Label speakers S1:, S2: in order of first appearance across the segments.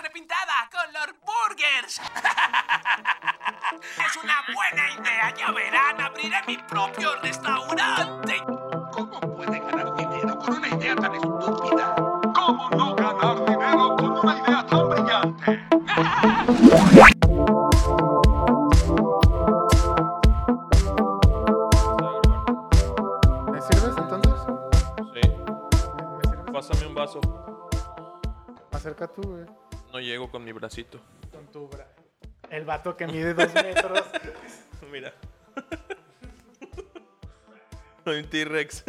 S1: ¡Hola! ¡Color Burgers! ¡Es una buena idea! ¡Ya verán! ¡Abriré mi propio restaurante!
S2: ¿Cómo puede ganar dinero con una idea tan estúpida? ¿Cómo no ganar dinero con una idea tan brillante?
S3: ¿Me sirves entonces?
S4: Sí,
S3: ¿Me sirves?
S4: pásame un vaso.
S3: Acerca tú, güey.
S4: No llego con mi bracito.
S3: Con tu bra. El vato que mide dos metros.
S4: Mira. Hay un T-Rex.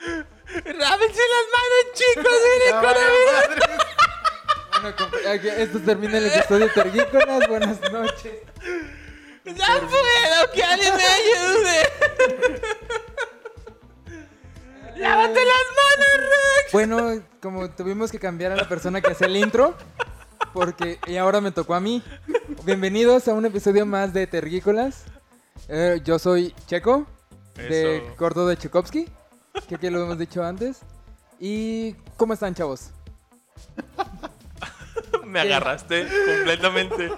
S4: ¡Rábense las manos, chicos!
S5: No, vale, madre. Bueno, compa- aquí- esto termina el episodio de Tergícolas. Buenas noches.
S4: ¡Ya puedo! ¡Que alguien me ayude! ¡Lávate las manos, Rex!
S5: Bueno, como tuvimos que cambiar a la persona que hace el intro, porque y ahora me tocó a mí. Bienvenidos a un episodio más de Tergícolas. Eh, yo soy Checo, de
S4: Eso.
S5: Gordo de Chukovsky, que, que lo hemos dicho antes. ¿Y cómo están, chavos?
S4: Me agarraste completamente.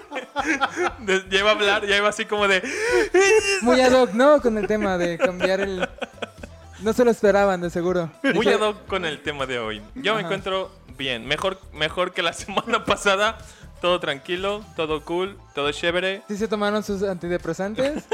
S4: De- ya iba a hablar, ya iba así como de.
S5: Muy ad hoc, ¿no? Con el tema de cambiar el... No se lo esperaban, de seguro.
S4: Muy ad hoc con el tema de hoy. Yo me
S5: Ajá.
S4: encuentro bien, mejor, mejor que la semana pasada. Todo tranquilo, todo cool, todo chévere.
S5: Sí se tomaron sus antidepresantes,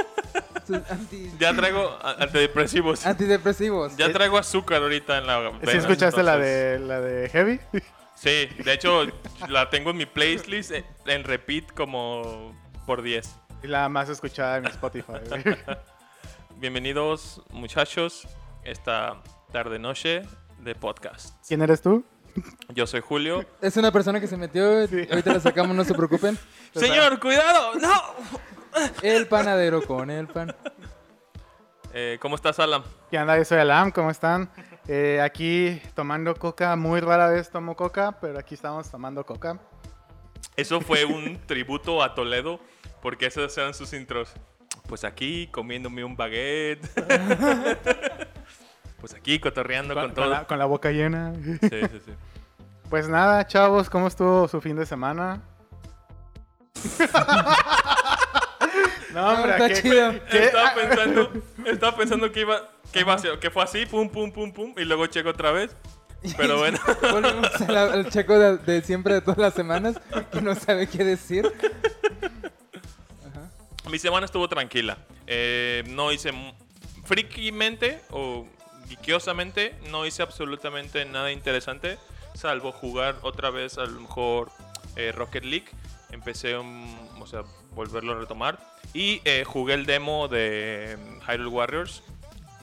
S5: sus anti-
S4: Ya traigo a- antidepresivos.
S5: antidepresivos.
S4: Ya traigo azúcar ahorita en la.
S3: Ah, eh, ¿Sí escuchaste la de, la de Heavy?
S4: Sí, de hecho la tengo en mi playlist en, en repeat como por 10.
S3: Y la más escuchada en Spotify, güey.
S4: Bienvenidos, muchachos, esta tarde-noche de podcast.
S3: ¿Quién eres tú?
S4: Yo soy Julio.
S5: Es una persona que se metió,
S3: Sí.
S5: ahorita la sacamos, no se preocupen.
S4: Señor, cuidado, no.
S5: El panadero con el pan.
S4: Eh, ¿Cómo estás, Alan?
S3: ¿Qué onda? Yo soy Alam, ¿cómo están? Eh, aquí tomando coca, muy rara vez tomo coca, pero aquí estamos tomando coca.
S4: Eso fue un tributo a Toledo, porque esos eran sus intros. Pues aquí comiéndome un baguette. pues aquí cotorreando con, todo.
S3: la, con la boca llena.
S4: Sí, sí, sí.
S3: Pues nada, chavos, ¿cómo estuvo su fin de semana? no, hombre,
S5: Ah, está
S3: qué-
S5: chido.
S3: qué-
S4: Estaba
S3: ah,
S4: pensando, estaba pensando que iba, que iba a ser- que fue así, pum, pum, pum, pum, y luego checo otra vez. Pero bueno,
S5: Volvemos a la- al checo de, de siempre, de todas las semanas, que no sabe qué decir.
S4: mi semana estuvo tranquila. Eh, no hice mu- frikimente o guiquiosamente, no hice absolutamente nada interesante, salvo jugar otra vez a lo mejor eh, Rocket League. Empecé, mm, o sea, volverlo a retomar. Y eh, jugué el demo de mm, Hyrule Warriors.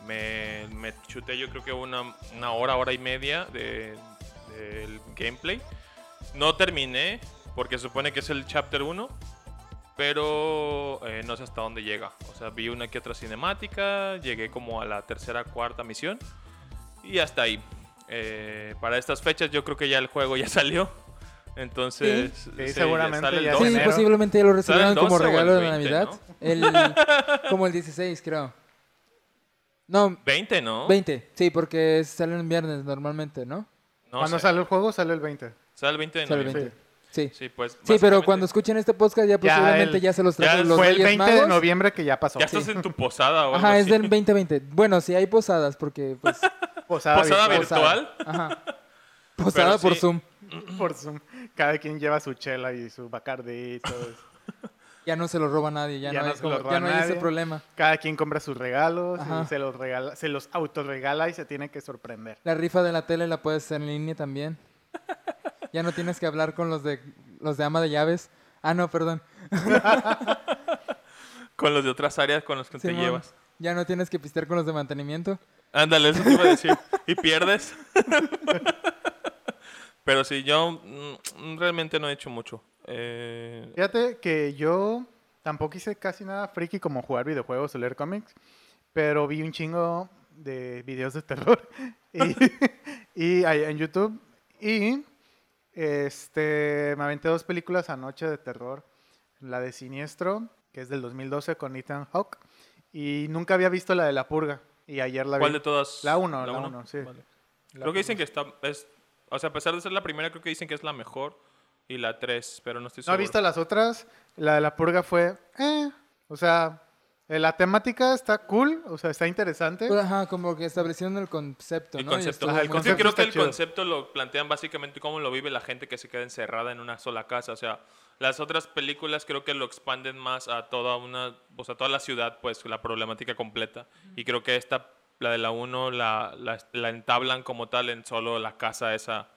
S4: Me, me chuté yo creo que una, una hora, hora y media de- del gameplay. No terminé, porque supone que es el chapter 1, pero eh, no sé hasta dónde llega. O sea, vi una que otra cinemática, llegué como a la tercera, cuarta misión y hasta ahí. Eh, para estas fechas yo creo que ya el juego ya salió. Entonces,
S3: Sí,
S4: ya
S3: seguramente
S4: sale el
S3: ya
S5: Sí,
S4: 12.
S3: enero.
S5: posiblemente ya lo recibieron
S4: Sale el
S5: como
S4: 12 o el
S5: regalo de
S4: 20,
S5: Navidad.
S4: ¿no?
S5: El, como el 16, creo. No,
S4: 20, ¿no?
S5: 20, sí, porque salen en viernes normalmente, ¿no?
S4: No
S3: Cuando
S4: sé.
S3: sale el juego, sale el 20.
S4: Sale el 20 de
S5: Sale el
S4: noviembre.
S5: 20. Sí.
S4: Sí, pues.
S5: Sí, pero
S4: básicamente-
S5: cuando escuchen este podcast ya posiblemente
S3: el-
S5: ya se los
S4: ya
S5: trajo los
S3: Fue el
S5: Reyes
S3: 20 de
S5: Magos.
S3: noviembre que ya pasó.
S4: Ya estás en tu posada o algo
S5: Ajá, es
S4: así.
S5: del 2020. Bueno, sí hay posadas porque pues
S3: Posada,
S4: Posada
S3: virtual.
S4: virtual.
S5: ajá. Posada
S4: Pero
S5: por
S4: sí.
S5: Zoom.
S3: Por Zoom. Cada quien lleva su chela y su bacardi y todo eso.
S5: Ya no se lo roba nadie, ya,
S3: Ya
S5: no,
S3: no
S5: hay,
S3: se
S5: como-
S3: lo roba
S5: ya no hay ese
S3: nadie.
S5: problema.
S3: Cada quien compra sus regalos
S5: Ajá.
S3: y se los, regala, se los autorregala y se tiene que sorprender.
S5: La rifa de la tele la puedes hacer en línea también. Ya no tienes que hablar con los de los de ama de llaves. Ah, no, perdón.
S4: Con los de otras áreas con los que te
S5: Simón,
S4: llevas.
S5: Ya no tienes que pistear con los de mantenimiento.
S4: Ándale, eso te iba a decir. y pierdes. Pero sí, yo mm, realmente no he hecho mucho. Eh,
S3: Fíjate que yo tampoco hice casi nada friki como jugar videojuegos o leer cómics, pero vi un chingo de videos de terror y, y ahí en YouTube y este me aventé dos películas anoche de terror, la de Siniestro, que es del 2012 con Ethan Hawke y nunca había visto la de La Purga y ayer la vi.
S4: ¿Cuál de todas?
S3: La uno, la
S4: uno?
S3: uno, sí.
S4: Vale. Creo que dicen que está. Es, o sea, a pesar de ser la primera, creo que dicen que es la mejor. Y la 3, pero no estoy
S3: No
S4: seguro.
S3: he visto las otras. La de la purga fue. Eh. O sea, eh, la temática está cool. O sea, está interesante.
S5: Pues, ajá, como que establecieron el concepto,
S4: El
S5: ¿no? Y
S4: concepto.
S5: estuvo
S3: Ajá, el
S4: Es
S5: muy-
S4: que
S3: concepto
S4: creo
S3: está
S4: que el
S3: chido.
S4: concepto lo plantean básicamente cómo lo vive la gente que se queda encerrada en una sola casa. O sea, las otras películas creo que lo expanden más a toda una, o sea, toda la ciudad, pues la problemática completa. Y creo que esta, la de la 1, la, la, la entablan como tal en solo la casa esa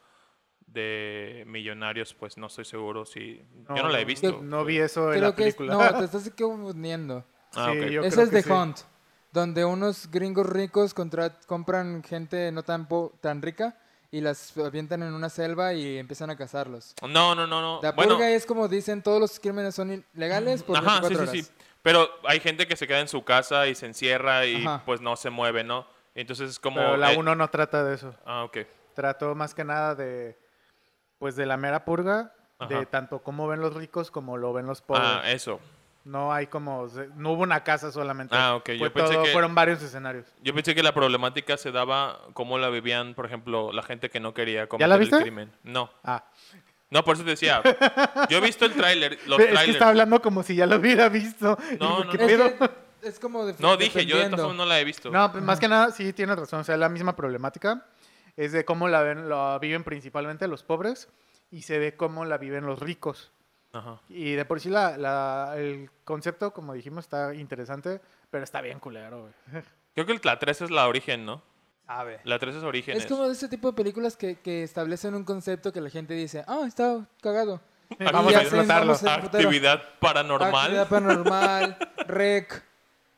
S4: de millonarios, pues no estoy seguro si... yo no la he visto.
S3: No vi eso en
S5: Creo
S3: la
S5: que es-
S3: película.
S5: no, te estás confundiendo.
S4: Ah,
S3: Sí,
S4: ok.
S3: yo
S5: Esa
S3: creo
S5: es
S3: que
S5: The
S3: sí.
S5: Hunt, donde unos gringos ricos contra- compran gente no tan, po- tan rica y las avientan en una selva y empiezan a cazarlos.
S4: No, no, no, no.
S5: La purga
S4: bueno,
S5: es como dicen, todos los crímenes son ilegales por
S4: Ajá,
S5: 24 horas.
S4: sí, sí, sí. Pero hay gente que se queda en su casa y se encierra y
S5: Ajá.
S4: pues no se mueve, ¿no? Entonces es como...
S3: Pero la
S4: eh,
S3: 1 no trata de eso.
S4: Ah, ok.
S3: Trató más que nada de. Pues de la mera purga. De
S4: Ajá.
S3: tanto cómo ven los ricos como lo ven los pobres.
S4: Ah, eso.
S3: No hay como. No hubo una casa solamente.
S4: Ah, ok,
S3: Fue
S4: yo pensé
S3: todo-
S4: que-
S3: Fueron varios escenarios.
S4: Yo pensé que la problemática se daba como la vivían, por ejemplo, la gente que no quería cometer
S3: la
S4: el
S3: viste?
S4: crimen. No.
S3: Ah.
S4: No, por eso te decía. Yo he visto el tráiler,
S3: Pero es
S4: los trailers.
S3: que está hablando como si ya lo hubiera visto.
S4: No,
S3: Y
S4: no,
S3: ¿qué
S4: no.
S5: Es,
S3: pedo?
S5: que es como de-
S4: No, dije, yo de todas
S5: dependiendo.
S4: formas no la he visto.
S3: No, pues, más que nada, sí tienes razón. O sea, la misma problemática es de cómo la, ven, la viven principalmente los pobres y se ve cómo la viven los ricos.
S4: Ajá.
S3: Y de por sí la, la- el concepto, como dijimos, está interesante, pero está bien culero, güey.
S4: Creo que el- la 3 es la origen, ¿no?
S3: A ver.
S4: La 3 es origen.
S5: Es como de ese tipo de películas que, que establecen un concepto que la gente dice, ah, está cagado. Ah,
S3: Vamos
S5: Y
S3: a
S5: hacen-
S3: explotarlo.
S5: vamos a explotarlo.
S4: Actividad paranormal.
S5: Actividad paranormal, rec.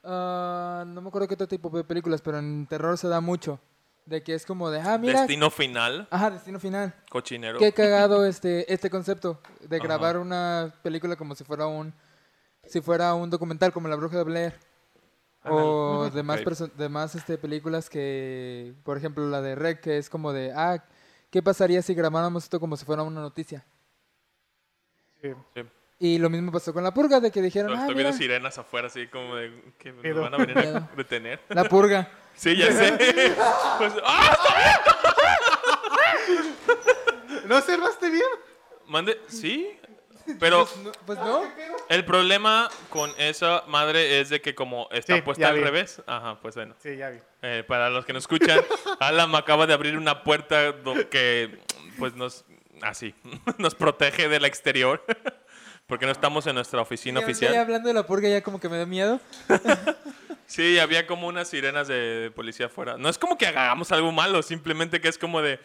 S5: ah, no me acuerdo qué otro tipo de películas, pero en terror se da mucho. De que es como de, ah, mira.
S4: Destino final.
S5: Ajá, destino final.
S4: Cochinero.
S5: Qué cagado este, este concepto de
S4: Ajá.
S5: grabar una película como si fuera un si fuera un documental como La Bruja de Blair o
S4: Ándale.
S5: demás
S4: Ok.
S5: perso- demás este películas que por ejemplo la de Rec que es como de ah qué pasaría si grabáramos esto como si fuera una noticia
S4: Sí.
S5: y lo mismo pasó con la purga de que dijeron
S4: No,
S5: ah
S4: estoy
S5: mira,
S4: viendo sirenas afuera, así como de que nos
S3: Pero-
S4: van a venir a
S5: Miedo.
S4: detener.
S5: la purga
S4: Sí, ya sé. Pues, ¡ah!
S3: ¿No observaste bien?
S4: Mande, sí, pero
S5: pues no, pues no.
S4: el problema con esa madre es de que como está
S3: Sí,
S4: puesta
S3: ya
S4: al
S3: vi.
S4: revés, ajá, pues bueno.
S3: Sí, ya vi.
S4: Eh, para los que no escuchan, Alan acaba de abrir una puerta do- que, pues, nos, así, nos protege del exterior, porque no estamos en nuestra oficina
S5: Ya-
S4: oficial.
S5: ya hablando de la purga ya como que me da miedo
S4: Sí, había como unas sirenas de policía afuera. No es como que hagamos algo malo, simplemente que es como de,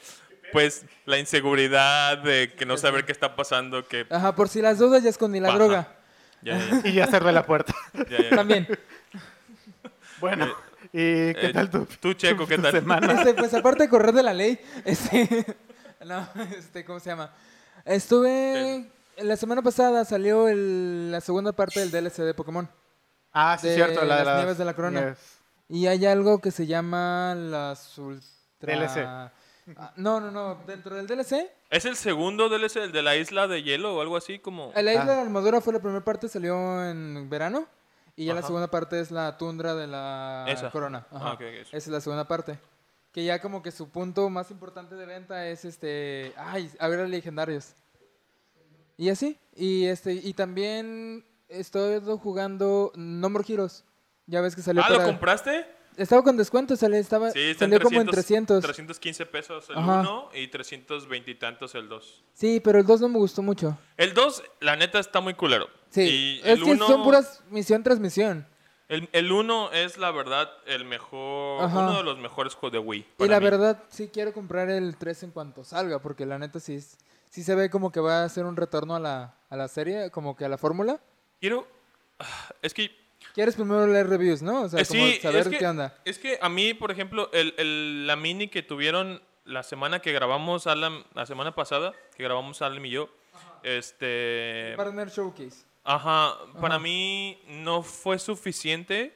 S4: pues, la inseguridad de que no saber qué está pasando, que...
S5: ajá por si las dudas ya escondí la
S4: Ajá.
S5: droga
S4: Ya, ya,
S3: Y ya cerré la puerta.
S4: ya, ya, ya.
S5: también
S3: Bueno, ¿y qué
S4: Eh,
S3: tal tú?
S4: tú, Checo, ¿qué tal?
S3: semana?
S5: Este, pues aparte de correr de la ley, este, no, este, ¿cómo se llama? Estuve, la semana pasada salió el- la segunda parte del DLC de Pokémon.
S3: Ah, sí,
S5: De
S3: cierto. La de
S5: las nieves de la corona.
S3: nieves.
S5: Y hay algo que se llama las ultra...
S3: DLC.
S5: Ah, No, no, no, dentro del DLC,
S4: ¿Es el segundo DLC, el de la isla de hielo o algo así? como
S5: la isla
S3: Ah.
S5: de la armadura fue la primera parte, salió en verano. Y ya la
S4: Ajá.
S5: segunda parte es la tundra de la
S4: Esa.
S5: corona. Ajá.
S4: Ah, ok, ok,
S5: Esa
S4: eso.
S5: es la segunda parte. Que ya como que su punto más importante de venta es este. Ay, a ver a legendarios. Y así. Y este. Y también estoy jugando No More Heroes. Ya ves que salió
S4: Ah, ¿lo
S5: para-
S4: compraste?
S5: Estaba con descuento, sale, estaba,
S4: Sí, está en
S5: salió
S4: 300,
S5: como en 300.
S4: 315 pesos el
S5: Ajá.
S4: 1 y 320 y tantos el 2.
S5: Sí, pero el 2 no me gustó mucho.
S4: El 2, la neta, está muy culero.
S5: Sí,
S4: Y
S5: es
S4: el
S5: que
S4: uno-
S5: son puras misión tras misión.
S4: El, el 1 es la verdad el mejor,
S5: Ajá.
S4: uno de los mejores juegos de Wii.
S5: Y
S4: para
S5: la
S4: mí.
S5: verdad, sí quiero comprar el 3 en cuanto salga, porque la neta sí, es- sí se ve como que va a ser un retorno a la, a la serie, como que a la fórmula.
S4: Quiero. ah, Es que.
S5: Quieres primero leer reviews, ¿no? O sea,
S4: eh,
S5: como
S4: sí,
S5: saber
S4: es que,
S5: qué onda.
S4: Es que a mí, por ejemplo, el, el- la mini que tuvieron la semana que grabamos, Alan, la semana pasada, que grabamos Alan y yo, este.
S5: Partner Showcase.
S4: Ajá, para
S5: Ajá.
S4: mí no fue suficiente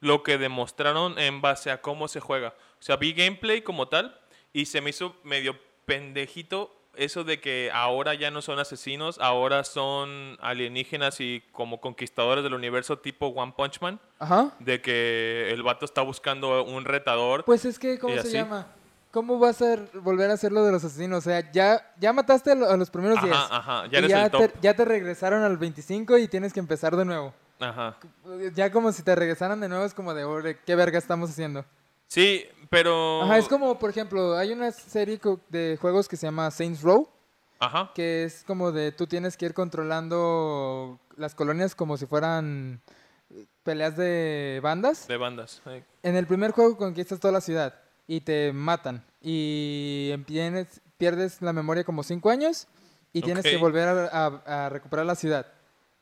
S4: lo que demostraron en base a cómo se juega. O sea, vi gameplay como tal y se me hizo medio pendejito eso de que ahora ya no son asesinos, ahora son alienígenas y como conquistadores del universo tipo One Punch Man,
S5: Ajá.
S4: de que el vato está buscando un retador.
S5: Pues es que, ¿cómo
S4: ¿Y
S5: se
S4: así?
S5: llama? ¿Cómo vas a volver a hacer lo de los asesinos? O sea, ya, ya mataste a lo- a los primeros 10.
S4: Ajá, ajá, ya
S5: y
S4: eres
S5: ya
S4: el top.
S5: te, ya te regresaron al 25 y tienes que empezar de nuevo.
S4: Ajá.
S5: Ya como si te regresaran de nuevo es como de, "Ore, ¿qué verga estamos haciendo?
S4: Sí, pero...
S5: Ajá, es como, por ejemplo, hay una serie co- de juegos que se llama Saints Row,
S4: Ajá.
S5: que es como de tú tienes que ir controlando las colonias como si fueran eh, peleas de bandas.
S4: De bandas. eh.
S5: En el primer juego conquistas toda la ciudad y te matan y empienes- pierdes la memoria como 5 años y tienes que
S4: Ok.
S5: volver a- a- a recuperar la ciudad.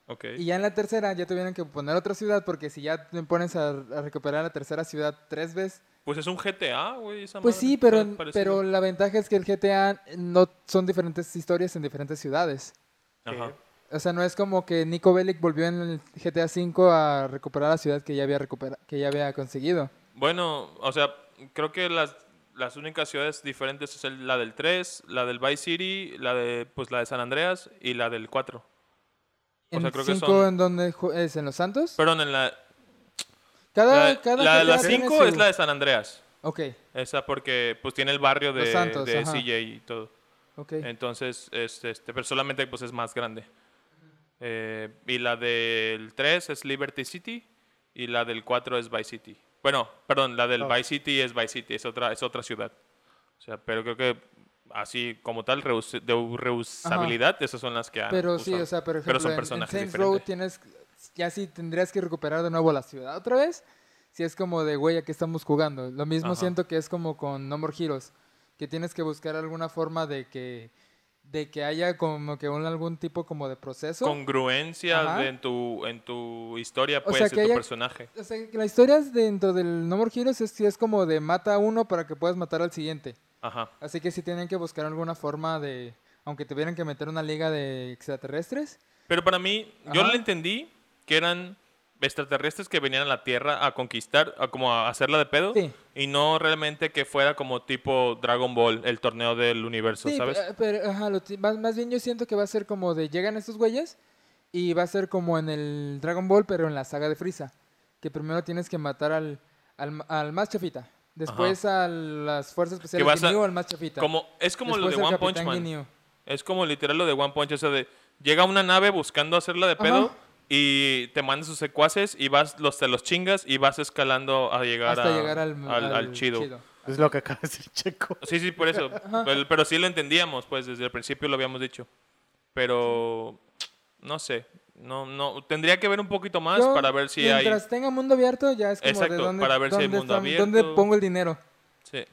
S4: Ok.
S5: Y ya en la tercera ya tuvieron que poner otra ciudad porque si ya te pones a, a recuperar la tercera ciudad tres veces.
S4: Pues es un GTA, güey. esa
S5: Pues
S4: madre,
S5: sí, pero,
S4: está parecido.
S5: pero la ventaja es que el GTA no son diferentes historias en diferentes ciudades.
S4: Ajá.
S5: O sea, no es como que Nico Bellic volvió en el GTA V a recuperar la ciudad que ya había, recupera- que ya había conseguido.
S4: Bueno, o sea, creo que las, las únicas ciudades diferentes es el- la del 3, la del Vice City, la de, pues, la de San Andreas y la del 4. O
S5: En
S4: sea, creo que
S5: 5
S4: son-
S5: en donde ju- es en Los Santos.
S4: Perdón, en la,
S5: Cada,
S4: la,
S5: Ah, cada
S4: la de
S5: GTA
S4: las
S5: tiene
S4: 5
S5: su-
S4: es la de San Andreas.
S5: Ok,
S4: Esa porque pues tiene el barrio de,
S5: Los Santos,
S4: de
S5: ajá.
S4: CJ y todo.
S5: ok.
S4: Entonces, este, este, pero solamente pues es más grande. Eh, y la del 3 es Liberty City y la del 4 es Vice City. Bueno, perdón, la del
S3: Oh.
S4: Vice City es Vice City, es otra, es otra ciudad. O sea, pero creo que así como tal, reus- de u- reusabilidad, esas son las que han
S5: Pero sí,
S4: usado.
S5: o sea, por ejemplo,
S4: Ah, Pero son
S5: en-
S4: personajes
S5: en, Saints Row
S4: diferentes.
S5: tienes, ya sí tendrías que recuperar de nuevo la ciudad otra vez. Si es como de, güey, ¿a qué estamos jugando? Lo mismo
S4: Ajá.
S5: siento que es como con No More Heroes, que tienes que buscar alguna forma de que, de que haya como que un, algún tipo como de proceso.
S4: Congruencia
S5: Ajá.
S4: de- en tu, en tu historia,
S5: O
S4: pues,
S5: sea,
S4: de
S5: que
S4: tu
S5: haya-
S4: personaje.
S5: O sea, que la historia es dentro del No More Heroes es, sí es como de mata a uno para que puedas matar al siguiente.
S4: Ajá.
S5: Así que sí tienen que buscar alguna forma de, aunque tuvieran que meter una liga de extraterrestres.
S4: Pero para mí, yo
S5: Ajá.
S4: le entendí que eran extraterrestres que venían a la Tierra a conquistar, a como a hacerla de pedo.
S5: Sí.
S4: Y no realmente que fuera como tipo Dragon Ball, el torneo del universo,
S5: Sí,
S4: ¿sabes?
S5: pe- pero ajá, lo ti- más, más bien yo siento que va a ser como de llegan estos güeyes y va a ser como en el Dragon Ball, pero en la saga de Frieza. Que primero tienes que matar al, al, ma- al más chafita. Después a las fuerzas especiales
S4: vas a-
S5: Ginyu, al más chafita.
S4: Como, es como
S5: eh, Después
S4: lo
S5: al
S4: de One Punch
S5: Capitán
S4: Man.
S5: Ginyu.
S4: Es como literal lo de One Punch, o sea, de llega una nave buscando hacerla de pedo
S5: Ajá.
S4: y te mandan sus secuaces y vas, los, te los chingas y vas escalando a llegar,
S5: Hasta
S4: a-
S5: llegar al, al
S4: chido.
S3: Es lo que acaba de decir Checo.
S4: Sí, sí, por eso. Pero, pero sí lo entendíamos, pues desde el principio lo habíamos dicho. Pero no sé, no, no, tendría que ver un poquito más
S5: Yo,
S4: para ver si hay.
S5: mientras tenga mundo abierto, ya es como de
S4: Exacto,
S5: dónde,
S4: para ver si hay
S5: dónde
S4: mundo
S5: está-
S4: abierto.
S5: dónde pongo el dinero.
S4: Sí.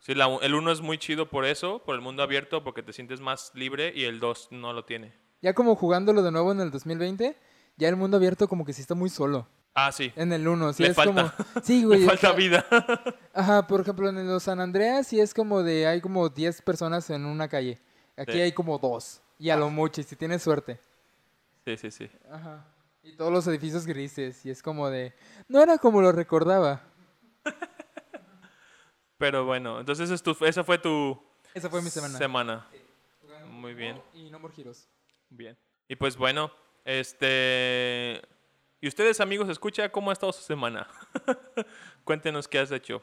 S4: Sí, la u- el uno es muy chido por eso, por el mundo abierto, porque te sientes más libre y el 2 no lo tiene.
S5: Ya como jugándolo de nuevo en el 2020, ya el mundo abierto como que sí está muy solo.
S4: Ah, sí.
S5: En el 1, sí
S4: Le
S5: es
S4: falta.
S5: como... Sí,
S4: Le
S5: güey. o
S4: falta
S5: sea,
S4: vida.
S5: Ajá, por ejemplo, en los San Andreas sí es como de hay como 10 personas en una calle. Aquí
S4: Sí.
S5: hay como dos. Y a
S3: Ah.
S5: lo mucho, y si tienes suerte.
S4: sí, sí, sí.
S5: Ajá. Y todos los edificios grises. Y es como de. No era como lo recordaba.
S4: Pero bueno, entonces es tu- esa fue tu
S5: Esa fue mi semana.
S4: Muy bien.
S5: Y no more Heroes.
S4: Bien. Y pues bueno, este... Y ustedes amigos, escucha cómo ha estado su semana. Cuéntenos qué has hecho.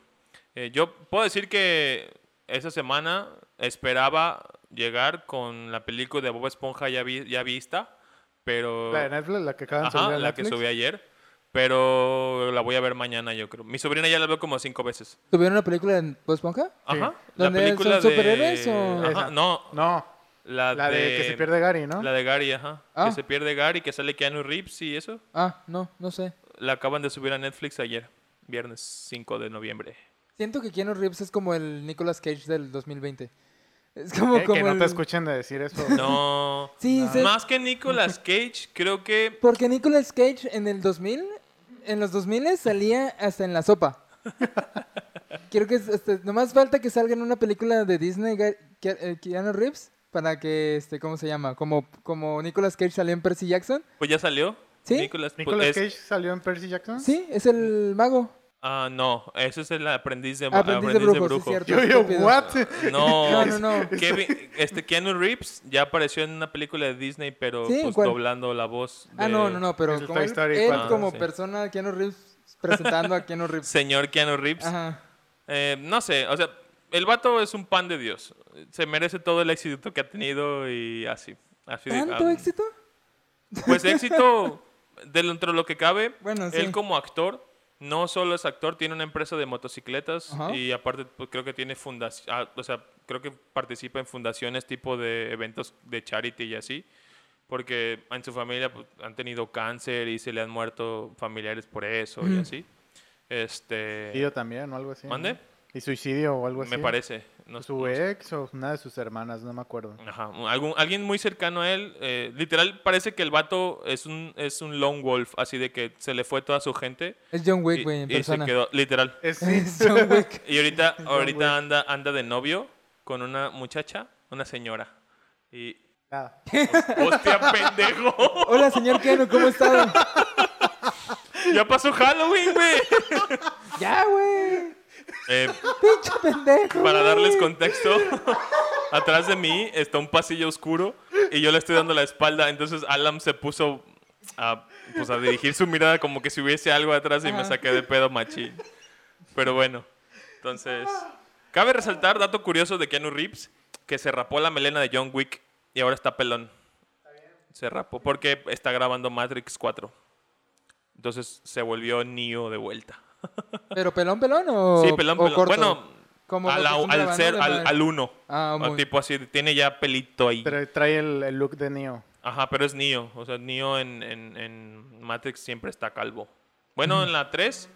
S4: Eh, yo puedo decir que esa semana esperaba llegar con la película de Bob Esponja ya, vi- ya vista, pero...
S3: La de Netflix, la que acaban de
S4: Oh. Ajá,
S3: subir a
S4: la que
S3: Netflix.
S4: subí ayer. Pero la voy a ver mañana, yo creo. Mi sobrina ya la veo como cinco veces.
S5: ¿Tuvieron una película en Bob Esponja?
S4: Ajá. La
S5: ¿Dónde
S4: película
S5: son
S4: de...
S5: superhéroes o-
S4: Ajá,
S3: Esa.
S4: no,
S3: No,
S4: la,
S3: la de... que se pierde Gary, ¿no?
S4: la de Gary, ajá.
S5: Ah.
S4: Que se pierde Gary, que sale Keanu Reeves y eso.
S5: Ah, no, no sé.
S4: La acaban de subir a Netflix ayer, viernes 5 de noviembre.
S5: Siento que Keanu Reeves es como el Nicolas Cage del 2020. Es como.
S3: Eh,
S5: como
S3: que no
S5: el-
S3: te escuchen de decir eso.
S4: Pues No.
S5: Sí, sé-
S4: Más que Nicolas Cage, creo que...
S5: Porque Nicolas Cage en el 2000, en los 2000 salía hasta en la sopa. Quiero que este, nomás falta que salga en una película de Disney Ga- Ke- eh, Keanu Reeves para que este cómo se llama, como como Nicolas Cage salió en Percy Jackson.
S4: Pues ya salió.
S5: ¿Sí?
S4: Nicolas, pues,
S3: ¿Nicolas
S4: es-
S3: Cage salió en Percy Jackson?
S5: Sí, es el mago.
S4: Ah, no. Ese es el aprendiz de,
S5: Ah, Aprendiz de brujo, sí, cierto.
S3: Yo, yo,
S5: Estúpido.
S3: ¿what?
S4: Ah. No,
S5: No, no, no.
S4: Kevin, este Keanu Reeves ya apareció en una película de Disney, pero
S5: Sí,
S4: pues,
S5: ¿cuál?
S4: doblando la voz de
S5: Ah, no, no, no, pero
S3: Es el
S5: como
S3: Toy
S5: él,
S3: Story
S5: él
S3: cuatro,
S5: como
S4: Ah, sí.
S5: persona Keanu Reeves presentando a Keanu Reeves.
S4: señor Keanu Reeves.
S5: Ajá.
S4: Eh, no sé, o sea, El vato es un pan de Dios. Se merece todo el éxito que ha tenido y así. así de-
S5: ¿Tanto
S4: ah,
S5: éxito?
S4: Pues éxito dentro de lo que cabe.
S5: Bueno, sí.
S4: Él como actor, no solo es actor, tiene una empresa de motocicletas
S5: Ajá.
S4: y aparte pues, creo que tiene fundación, o sea, creo que participa en fundaciones tipo de eventos de charity y así. Porque en su familia pues, han tenido cáncer y se le han muerto familiares por eso y
S5: Ujú.
S4: así. Este,
S3: Suicidio también o algo así. ¿no?
S4: ¿Mande?
S3: Y suicidio o algo así.
S4: me parece. No,
S3: pues Su
S4: no sé.
S3: ex o una de sus hermanas, no me acuerdo.
S4: Ajá, un- algún- alguien muy cercano a él. eh, literal, parece que el vato es un, es un lone wolf, así de que se le fue toda su gente.
S5: Es John
S4: y-
S5: Wick, güey, en
S4: y, se
S5: persona.
S4: quedó, literal.
S3: Es,
S5: Es John Wick.
S4: Y ahorita,
S3: Wick.
S4: ahorita anda, anda de novio con una muchacha, una señora. Y.
S3: Ah,
S4: ¡Hostia, pendejo!
S5: Hola, señor Keanu, ¿cómo ha estado?
S4: ¡Ya pasó Halloween, güey!
S5: ya, güey.
S4: Eh,
S5: Pinche pendejo.
S4: Para
S5: güey.
S4: darles contexto, atrás de mí está un pasillo oscuro y yo le estoy dando la espalda. Entonces Alam se puso a, pues, a dirigir su mirada como que si hubiese algo atrás y me
S5: Ajá.
S4: saqué de pedo machín. Pero bueno, entonces... Cabe resaltar, dato curioso de Keanu Reeves, que se rapó la melena de John Wick y ahora está pelón. Se rapó porque está grabando Matrix 4. Entonces se volvió Neo de vuelta.
S5: ¿Pero pelón, pelón o.?
S4: Sí, pelón,
S5: o
S4: pelón.
S5: corto?
S4: Bueno,
S5: Como
S4: al,
S5: lo
S4: au-
S5: acostumbra
S4: al
S5: la banda
S4: ser,
S5: de
S4: al,
S5: Mar-
S4: al uno.
S5: Ah,
S4: O
S5: muy-
S4: tipo así, tiene ya pelito ahí.
S3: pero trae el, el look de Neo.
S4: Ajá, pero es Neo. O sea, Neo en, en- en Matrix siempre está calvo. Bueno, en la 3,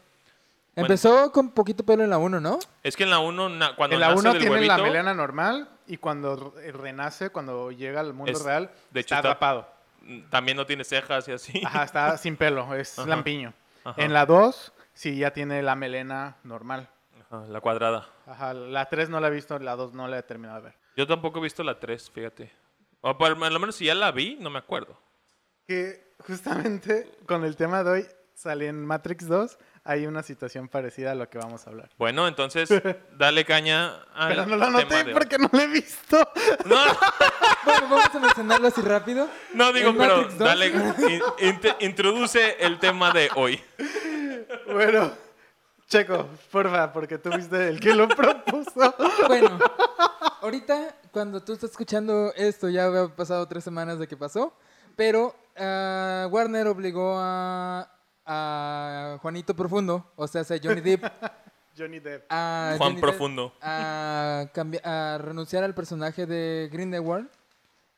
S5: Empezó con poquito pelo en la 1, ¿no?
S4: es que en la 1, na- cuando
S3: En la
S4: nace
S3: 1
S4: del
S3: tiene
S4: huevito,
S3: la melena normal y cuando re- renace, cuando llega al mundo
S4: Es-
S3: real,
S4: de hecho,
S3: está
S4: está-
S3: rapado.
S4: mm, también no tiene cejas y así.
S3: Ajá, está sin pelo, es
S4: Ajá,
S3: lampiño.
S4: ajá.
S3: En la 2, sí, ya tiene la melena normal.
S4: Ajá, Ah, la cuadrada.
S3: Ajá, la 3 no la he visto, la 2 no la he terminado de ver.
S4: Yo tampoco he visto la 3, fíjate. O por por lo menos si ya la vi, no me acuerdo.
S3: Que justamente con el tema de hoy, salí en Matrix 2, hay una situación parecida a lo que vamos a hablar.
S4: Bueno, entonces, dale caña al
S3: Pero no la
S4: Ah, tema
S3: noté
S4: de hoy.
S3: porque no la he visto.
S4: No,
S5: Bueno, vamos a mencionarlo así rápido.
S4: no digo,
S5: En
S4: pero
S5: Matrix 2.
S4: dale, in- inte- introduce el tema de hoy.
S3: Bueno, Checo, porfa, porque tú viste el que lo propuso.
S5: Bueno, ahorita cuando tú estás escuchando esto, ya ha pasado tres semanas de que pasó, pero ah, Warner obligó a, a Juanito Profundo, o sea, a Johnny Depp,
S3: Johnny Depp.
S5: a
S4: Juan
S5: Ah, Johnny Depp
S4: Profundo.
S5: a, cambi- a renunciar al personaje de Grindelwald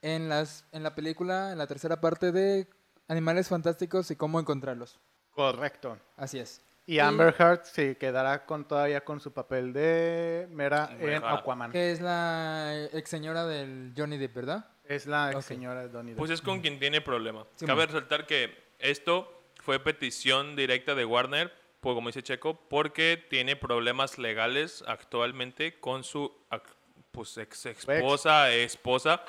S5: en, las, en la película, en la tercera parte de Animales Fantásticos y cómo encontrarlos.
S3: Correcto.
S5: Así es.
S3: Y Amber Heard se quedará con todavía con su papel de Mera
S4: Amber
S3: en
S4: Heard.
S3: Aquaman.
S5: Que es la ex señora del Johnny Depp, ¿verdad?
S3: Es la
S5: Ok.
S3: ex señora de Johnny Depp.
S4: Pues es con quien tiene problema.
S5: Sí,
S4: Cabe
S5: man.
S4: resaltar que esto fue petición directa de Warner, pues como dice Checo, porque tiene problemas legales actualmente con su ac- pues, ex esposa, esposa,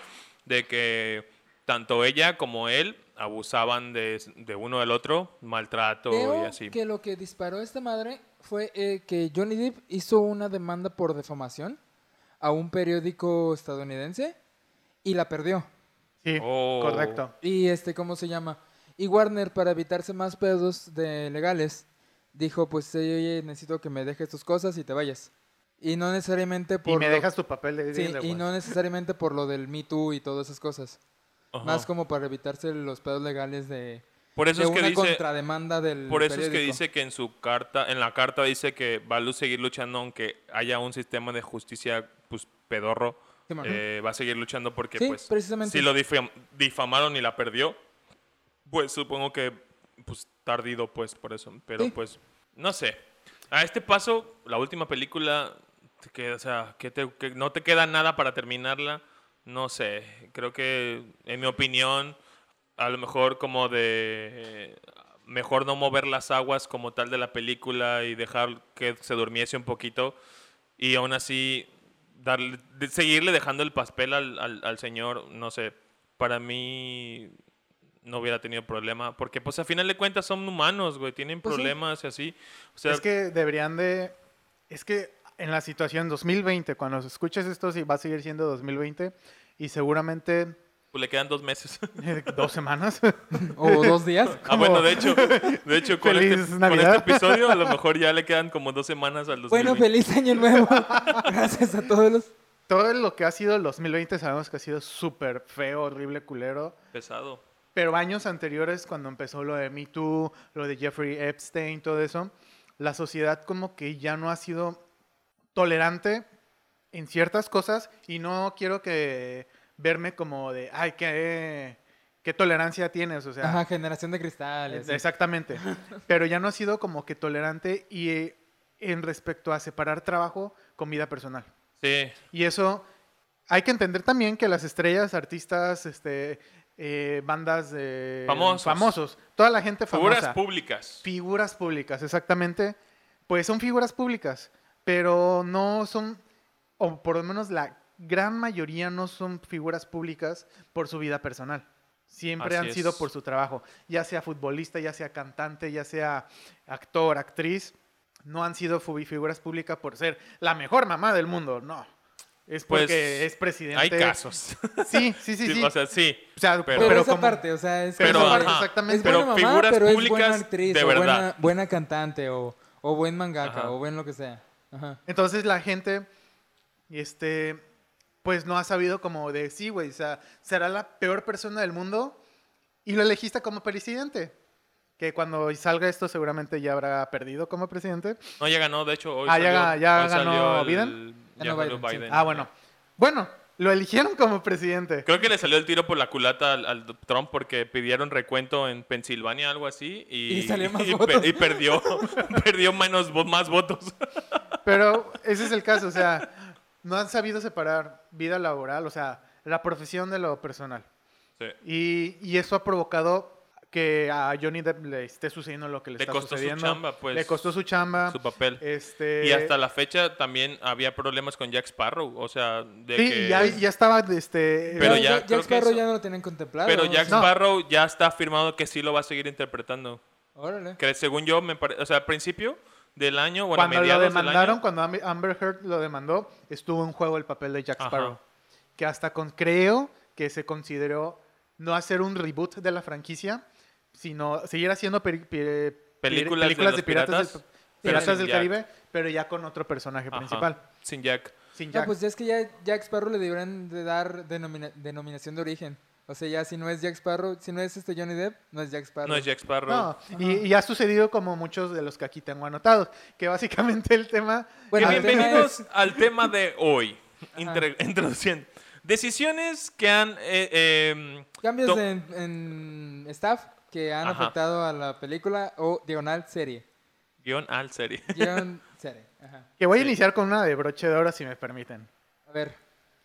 S4: de que tanto ella como él abusaban de, de uno del otro, maltrato y
S5: Creo
S4: así.
S5: que lo que disparó esta madre fue eh, que Johnny Depp hizo una demanda por defamación a un periódico estadounidense y la perdió.
S3: Sí,
S4: Oh.
S3: correcto.
S5: Y este, ¿cómo se llama? Y Warner, para evitarse más pedos de legales, dijo, pues, eh, oye, necesito que me dejes tus cosas y te vayas. Y no necesariamente por...
S3: y me
S5: lo-
S3: dejas tu pues. papel de
S5: Sí,
S3: Grindelwald.
S5: y no necesariamente por lo del Me Too y todas esas cosas.
S4: Ajá.
S5: Más como para evitarse los pedos legales de,
S4: por eso
S5: de
S4: es que
S5: una
S4: dice,
S5: contrademanda del
S4: por eso es que
S5: periódico.
S4: dice que en su carta, en la carta dice que va a seguir luchando aunque haya un sistema de justicia pues pedorro.
S5: Sí, man.
S4: eh, va a seguir luchando porque
S5: Sí,
S4: pues
S5: precisamente.
S4: si lo difam- difamaron y la perdió, pues supongo que pues tardido pues por eso, pero
S5: Sí.
S4: pues no sé. A este paso la última película te queda, o sea, que te- que no te queda nada para terminarla, no sé. Creo que en mi opinión a lo mejor como de eh, mejor no mover las aguas como tal de la película y dejar que se durmiese un poquito y aún así darle, de- seguirle dejando el papel al, al- al señor, no sé, para mí no hubiera tenido problema, porque pues a final de cuentas son humanos, güey, tienen
S5: Pues sí.
S4: problemas y así. O sea,
S3: es que deberían de... Es que en la situación 2020, cuando escuches esto, sí, va a seguir siendo 2020 y seguramente
S4: Pues le quedan dos meses.
S3: Dos semanas.
S5: O dos días.
S4: Ah, bueno, de hecho, de hecho con,
S3: Feliz
S4: este, con
S3: Navidad.
S4: este episodio a lo mejor ya le quedan como dos semanas al 2020.
S5: Bueno, feliz año nuevo. Gracias a todos los.
S3: Todo lo que ha sido el 2020 sabemos que ha sido súper feo, horrible, culero.
S4: Pesado.
S3: Pero años anteriores, cuando empezó lo de Me Too, lo de Jeffrey Epstein, todo eso, la sociedad como que ya no ha sido tolerante en ciertas cosas y no quiero que verme como de, ay, qué, qué tolerancia tienes, o sea, eh,
S5: Ajá, generación de cristales.
S3: Exactamente. Pero ya no ha sido como que tolerante y eh, en respecto a separar trabajo con vida personal.
S4: Sí,
S3: Y eso hay que entender también que las estrellas, artistas, este, eh, bandas de
S4: Famosos.
S3: toda la gente famosa,
S4: figuras públicas.
S3: figuras públicas, exactamente, pues son figuras públicas, pero no son, o por lo menos la gran mayoría no son figuras públicas por su vida personal. Siempre
S4: Así
S3: han sido
S4: es.
S3: por su trabajo, ya sea futbolista, ya sea cantante, ya sea actor, actriz, no han sido fu- figuras públicas por ser la mejor mamá del mundo, no. Es
S4: Pues,
S3: porque es presidente.
S4: Hay casos.
S3: Sí, sí, sí, sí.
S4: O sea, sí.
S3: O sea,
S4: pero-
S5: Pero,
S3: pero
S5: esa
S3: como-
S5: parte, o sea, es
S4: Pero,
S5: como de-
S4: ajá,
S3: exactamente.
S5: es
S4: pero
S5: buena mamá,
S4: figuras
S5: pero es
S4: públicas
S5: buena actriz,
S4: de
S5: o
S4: verdad.
S5: Buena, buena cantante, o, o buen mangaka,
S4: Ajá.
S5: o buen lo que sea. Ajá.
S3: Entonces la gente, este, pues no ha sabido como de, sí, güey, o sea, será la peor persona del mundo y lo elegiste como presidente. Que cuando salga esto seguramente ya habrá perdido como presidente.
S4: No, ya ganó, de hecho, hoy
S3: Ah,
S4: salió,
S3: ya ga- ya
S4: hoy
S3: ganó
S4: salió el-
S3: Biden.
S4: ya
S5: Ganó
S4: ganó
S5: Biden, sí.
S4: Biden.
S3: Ah, bueno. Bueno, lo eligieron como presidente.
S4: Creo que le salió el tiro por la culata al, al Trump porque pidieron recuento en Pensilvania, algo así, y,
S5: Y salió más
S4: y
S5: votos.
S4: y perdió, perdió menos, vo- más votos.
S3: Pero ese es el caso, o sea, no han sabido separar vida laboral, o sea, la profesión de lo personal.
S4: Sí.
S3: Y, y eso ha provocado que a Johnny Depp le esté sucediendo lo que le,
S4: Le
S3: está
S4: costó su
S3: sucediendo.
S4: chamba, pues,
S3: Le costó su chamba.
S4: Su papel.
S3: Este,
S4: Y hasta la fecha también había problemas con Jack Sparrow, o sea, de
S3: Sí,
S4: que...
S3: ya, ya estaba este.
S4: Pero
S3: eh,
S4: ya- creo
S5: Jack
S4: que
S5: Sparrow
S4: eso-
S5: ya no lo tenían contemplado.
S4: Pero
S5: o
S4: Jack
S5: sea,
S4: Sparrow ya está afirmado que sí lo va a seguir interpretando.
S5: Órale.
S4: Que según yo, me pare- o sea, al principio del año, bueno, a
S3: cuando lo
S4: mediados del
S3: demandaron,
S4: año,
S3: cuando Am- Amber Heard lo demandó, estuvo en juego el papel de Jack
S4: Ajá.
S3: Sparrow. Que hasta con, creo que se consideró no hacer un reboot de la franquicia, sino seguir haciendo peri- piri-
S4: Películas de los piratas,
S3: del,
S4: pero
S3: Piratas
S4: sin
S3: del
S4: Jack.
S3: Caribe, pero ya con otro personaje
S4: Ajá,
S3: principal,
S4: sin Jack.
S3: sin
S5: No,
S3: Jack.
S5: pues es que ya Jack Sparrow le deberían de dar denomina- denominación de origen. O sea, ya si no es Jack Sparrow, si no es este Johnny Depp, no es Jack Sparrow.
S4: No es Jack Sparrow.
S3: No, y, y ha sucedido como muchos de los que aquí tengo anotados, que básicamente el tema...
S5: Bueno,
S4: Que
S5: el tema
S4: bienvenidos
S5: es-
S4: al tema de hoy. Intre- Introduciendo. Decisiones que han... eh, eh,
S5: Cambios
S4: to-
S5: en, en staff que han
S4: Ajá.
S5: afectado a la película o diagonal serie.
S4: Guión al serie.
S5: Guión serie. Ajá.
S3: Que voy a
S4: Sí.
S3: iniciar con una de broche de oro, si me permiten.
S5: A ver,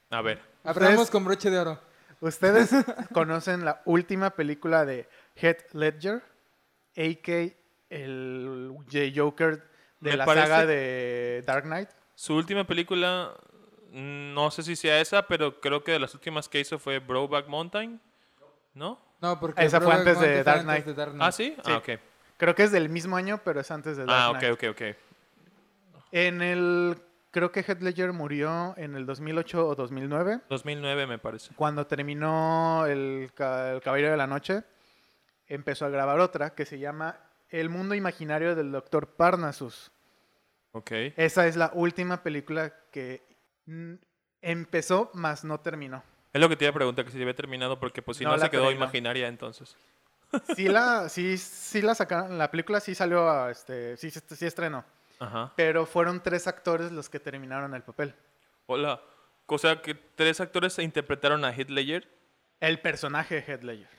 S4: A ver.
S5: abramos con broche de oro.
S3: ¿Ustedes conocen la última película de Heath Ledger? A.K. el J. Joker de
S4: Me
S3: la
S4: parece-
S3: saga de Dark Knight.
S4: Su última película, no sé si sea esa, pero creo que de las últimas que hizo fue Brokeback Mountain. ¿No?
S5: No, porque
S3: Esa fue
S5: Brokeback
S3: antes de
S5: Mountain fue
S3: Dark
S5: antes
S3: Knight.
S5: de Dark
S4: ¿Ah,
S5: Knight.
S4: sí?
S3: Sí.
S4: Ah, ok.
S3: Creo que es del mismo año, pero es antes de Dark
S4: Ah, ok,
S3: Knight.
S4: ok, ok.
S3: En el... Creo que Heath Ledger murió en el 2008 o 2009,
S4: 2009 me parece.
S3: cuando terminó el, Ca- el Caballero de la Noche. Empezó a grabar otra que se llama El Mundo Imaginario del Doctor Parnassus.
S4: Ok.
S3: Esa es la última película que mm, empezó, mas no terminó.
S4: Es lo que te iba a preguntar, que si había terminado, porque pues si
S3: No
S4: no,
S3: la
S4: se quedó
S3: terminó.
S4: imaginaria entonces.
S3: Sí la, sí, sí la sacaron, la película sí salió, a, este, sí, se- sí estrenó,
S4: Ajá.
S3: pero fueron tres actores los que terminaron el papel.
S4: Hola. O sea, que tres actores interpretaron a Heath Ledger.
S3: El personaje de Heath Ledger.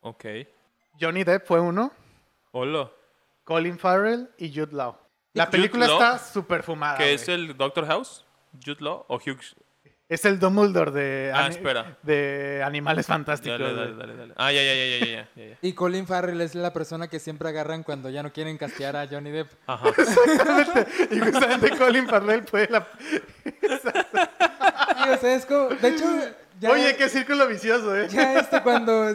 S4: Ok.
S3: Johnny Depp fue uno,
S4: Hola.
S3: Colin Farrell y Jude Law. La
S4: Jude
S3: película
S4: Law,
S3: está súper fumada.
S4: ¿Qué es
S3: Ah, güey.
S4: el Doctor House? ¿Jude Law o Hughes?
S3: Es el Dumbledore de,
S4: Ah,
S3: ani-
S4: espera.
S3: de Animales Fantásticos.
S4: Dale, dale,
S3: güey.
S4: dale, dale. Ah, ya, ya, ya, ya, ya, ya, ya.
S5: Y Colin Farrell es la persona que siempre agarran cuando ya no quieren castear a Johnny Depp.
S4: Ajá.
S3: Y justamente Colin Farrell fue la...
S5: Y, o sea, es como- De hecho, ya...
S3: Oye, qué círculo vicioso, ¿eh?
S5: Ya este cuando...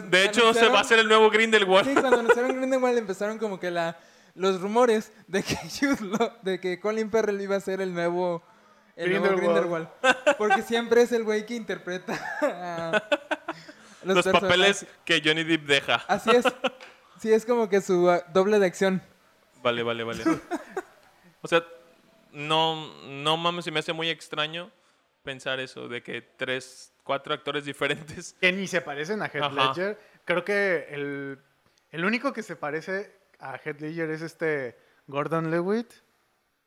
S4: De hecho, se va a hacer el nuevo Grindelwald.
S5: Sí, cuando anunciaron Grindelwald empezaron como que la... Los rumores de que, Jude Law- de que Colin Farrell iba a ser el nuevo... El nuevo
S3: Grindelwald.
S5: Grindelwald. Porque siempre es el güey que interpreta a, Los
S4: Los, papeles que Johnny Depp deja.
S5: Así es. Sí, es como que su ah, doble de acción.
S4: Vale, vale, vale. O sea, no, no mames, se me hace muy extraño pensar eso, de que tres, cuatro actores diferentes.
S3: Que ni se parecen a Heath
S4: Ajá.
S3: Ledger. Creo que el, el único que se parece a Heath Ledger es este Gordon Lewitt.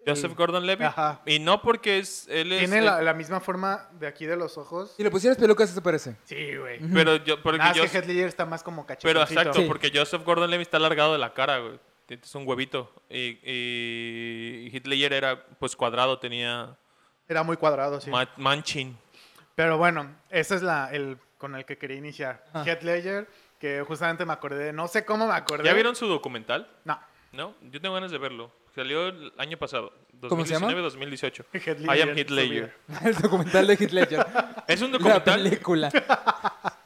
S4: Joseph Gordon-Levitt.
S3: Ajá.
S4: Y no porque es, él es...
S3: Tiene
S4: el-
S3: la, la misma forma de aquí de los ojos.
S5: Si le pusieras pelucas, se parece.
S3: Sí, güey.
S4: Pero yo, porque
S3: Nada, es
S4: yo-
S3: que Heath Ledger está más como
S4: pero
S3: cachetoncito.
S4: exacto,
S5: Sí.
S4: porque Joseph Gordon-Levitt está alargado de la cara, güey. Es un huevito. Y, y Hitler era, pues, cuadrado, tenía
S3: Era muy cuadrado, sí.
S4: ma- manchin.
S3: Pero bueno, ese es la, el con el que quería iniciar.
S5: Ah.
S3: Heath Ledger, que justamente me acordé. No sé cómo me acordé.
S4: ¿Ya vieron su documental?
S3: No.
S4: No, yo tengo ganas de verlo. Salió el año pasado,
S5: ¿Cómo se llama?
S4: 2019-2018.
S3: Heath
S4: I am
S3: Ledger,
S4: Heath
S3: su
S4: Ledger.
S3: vida.
S5: El documental de Heath Ledger.
S4: Es un
S5: La
S4: documental,
S5: película.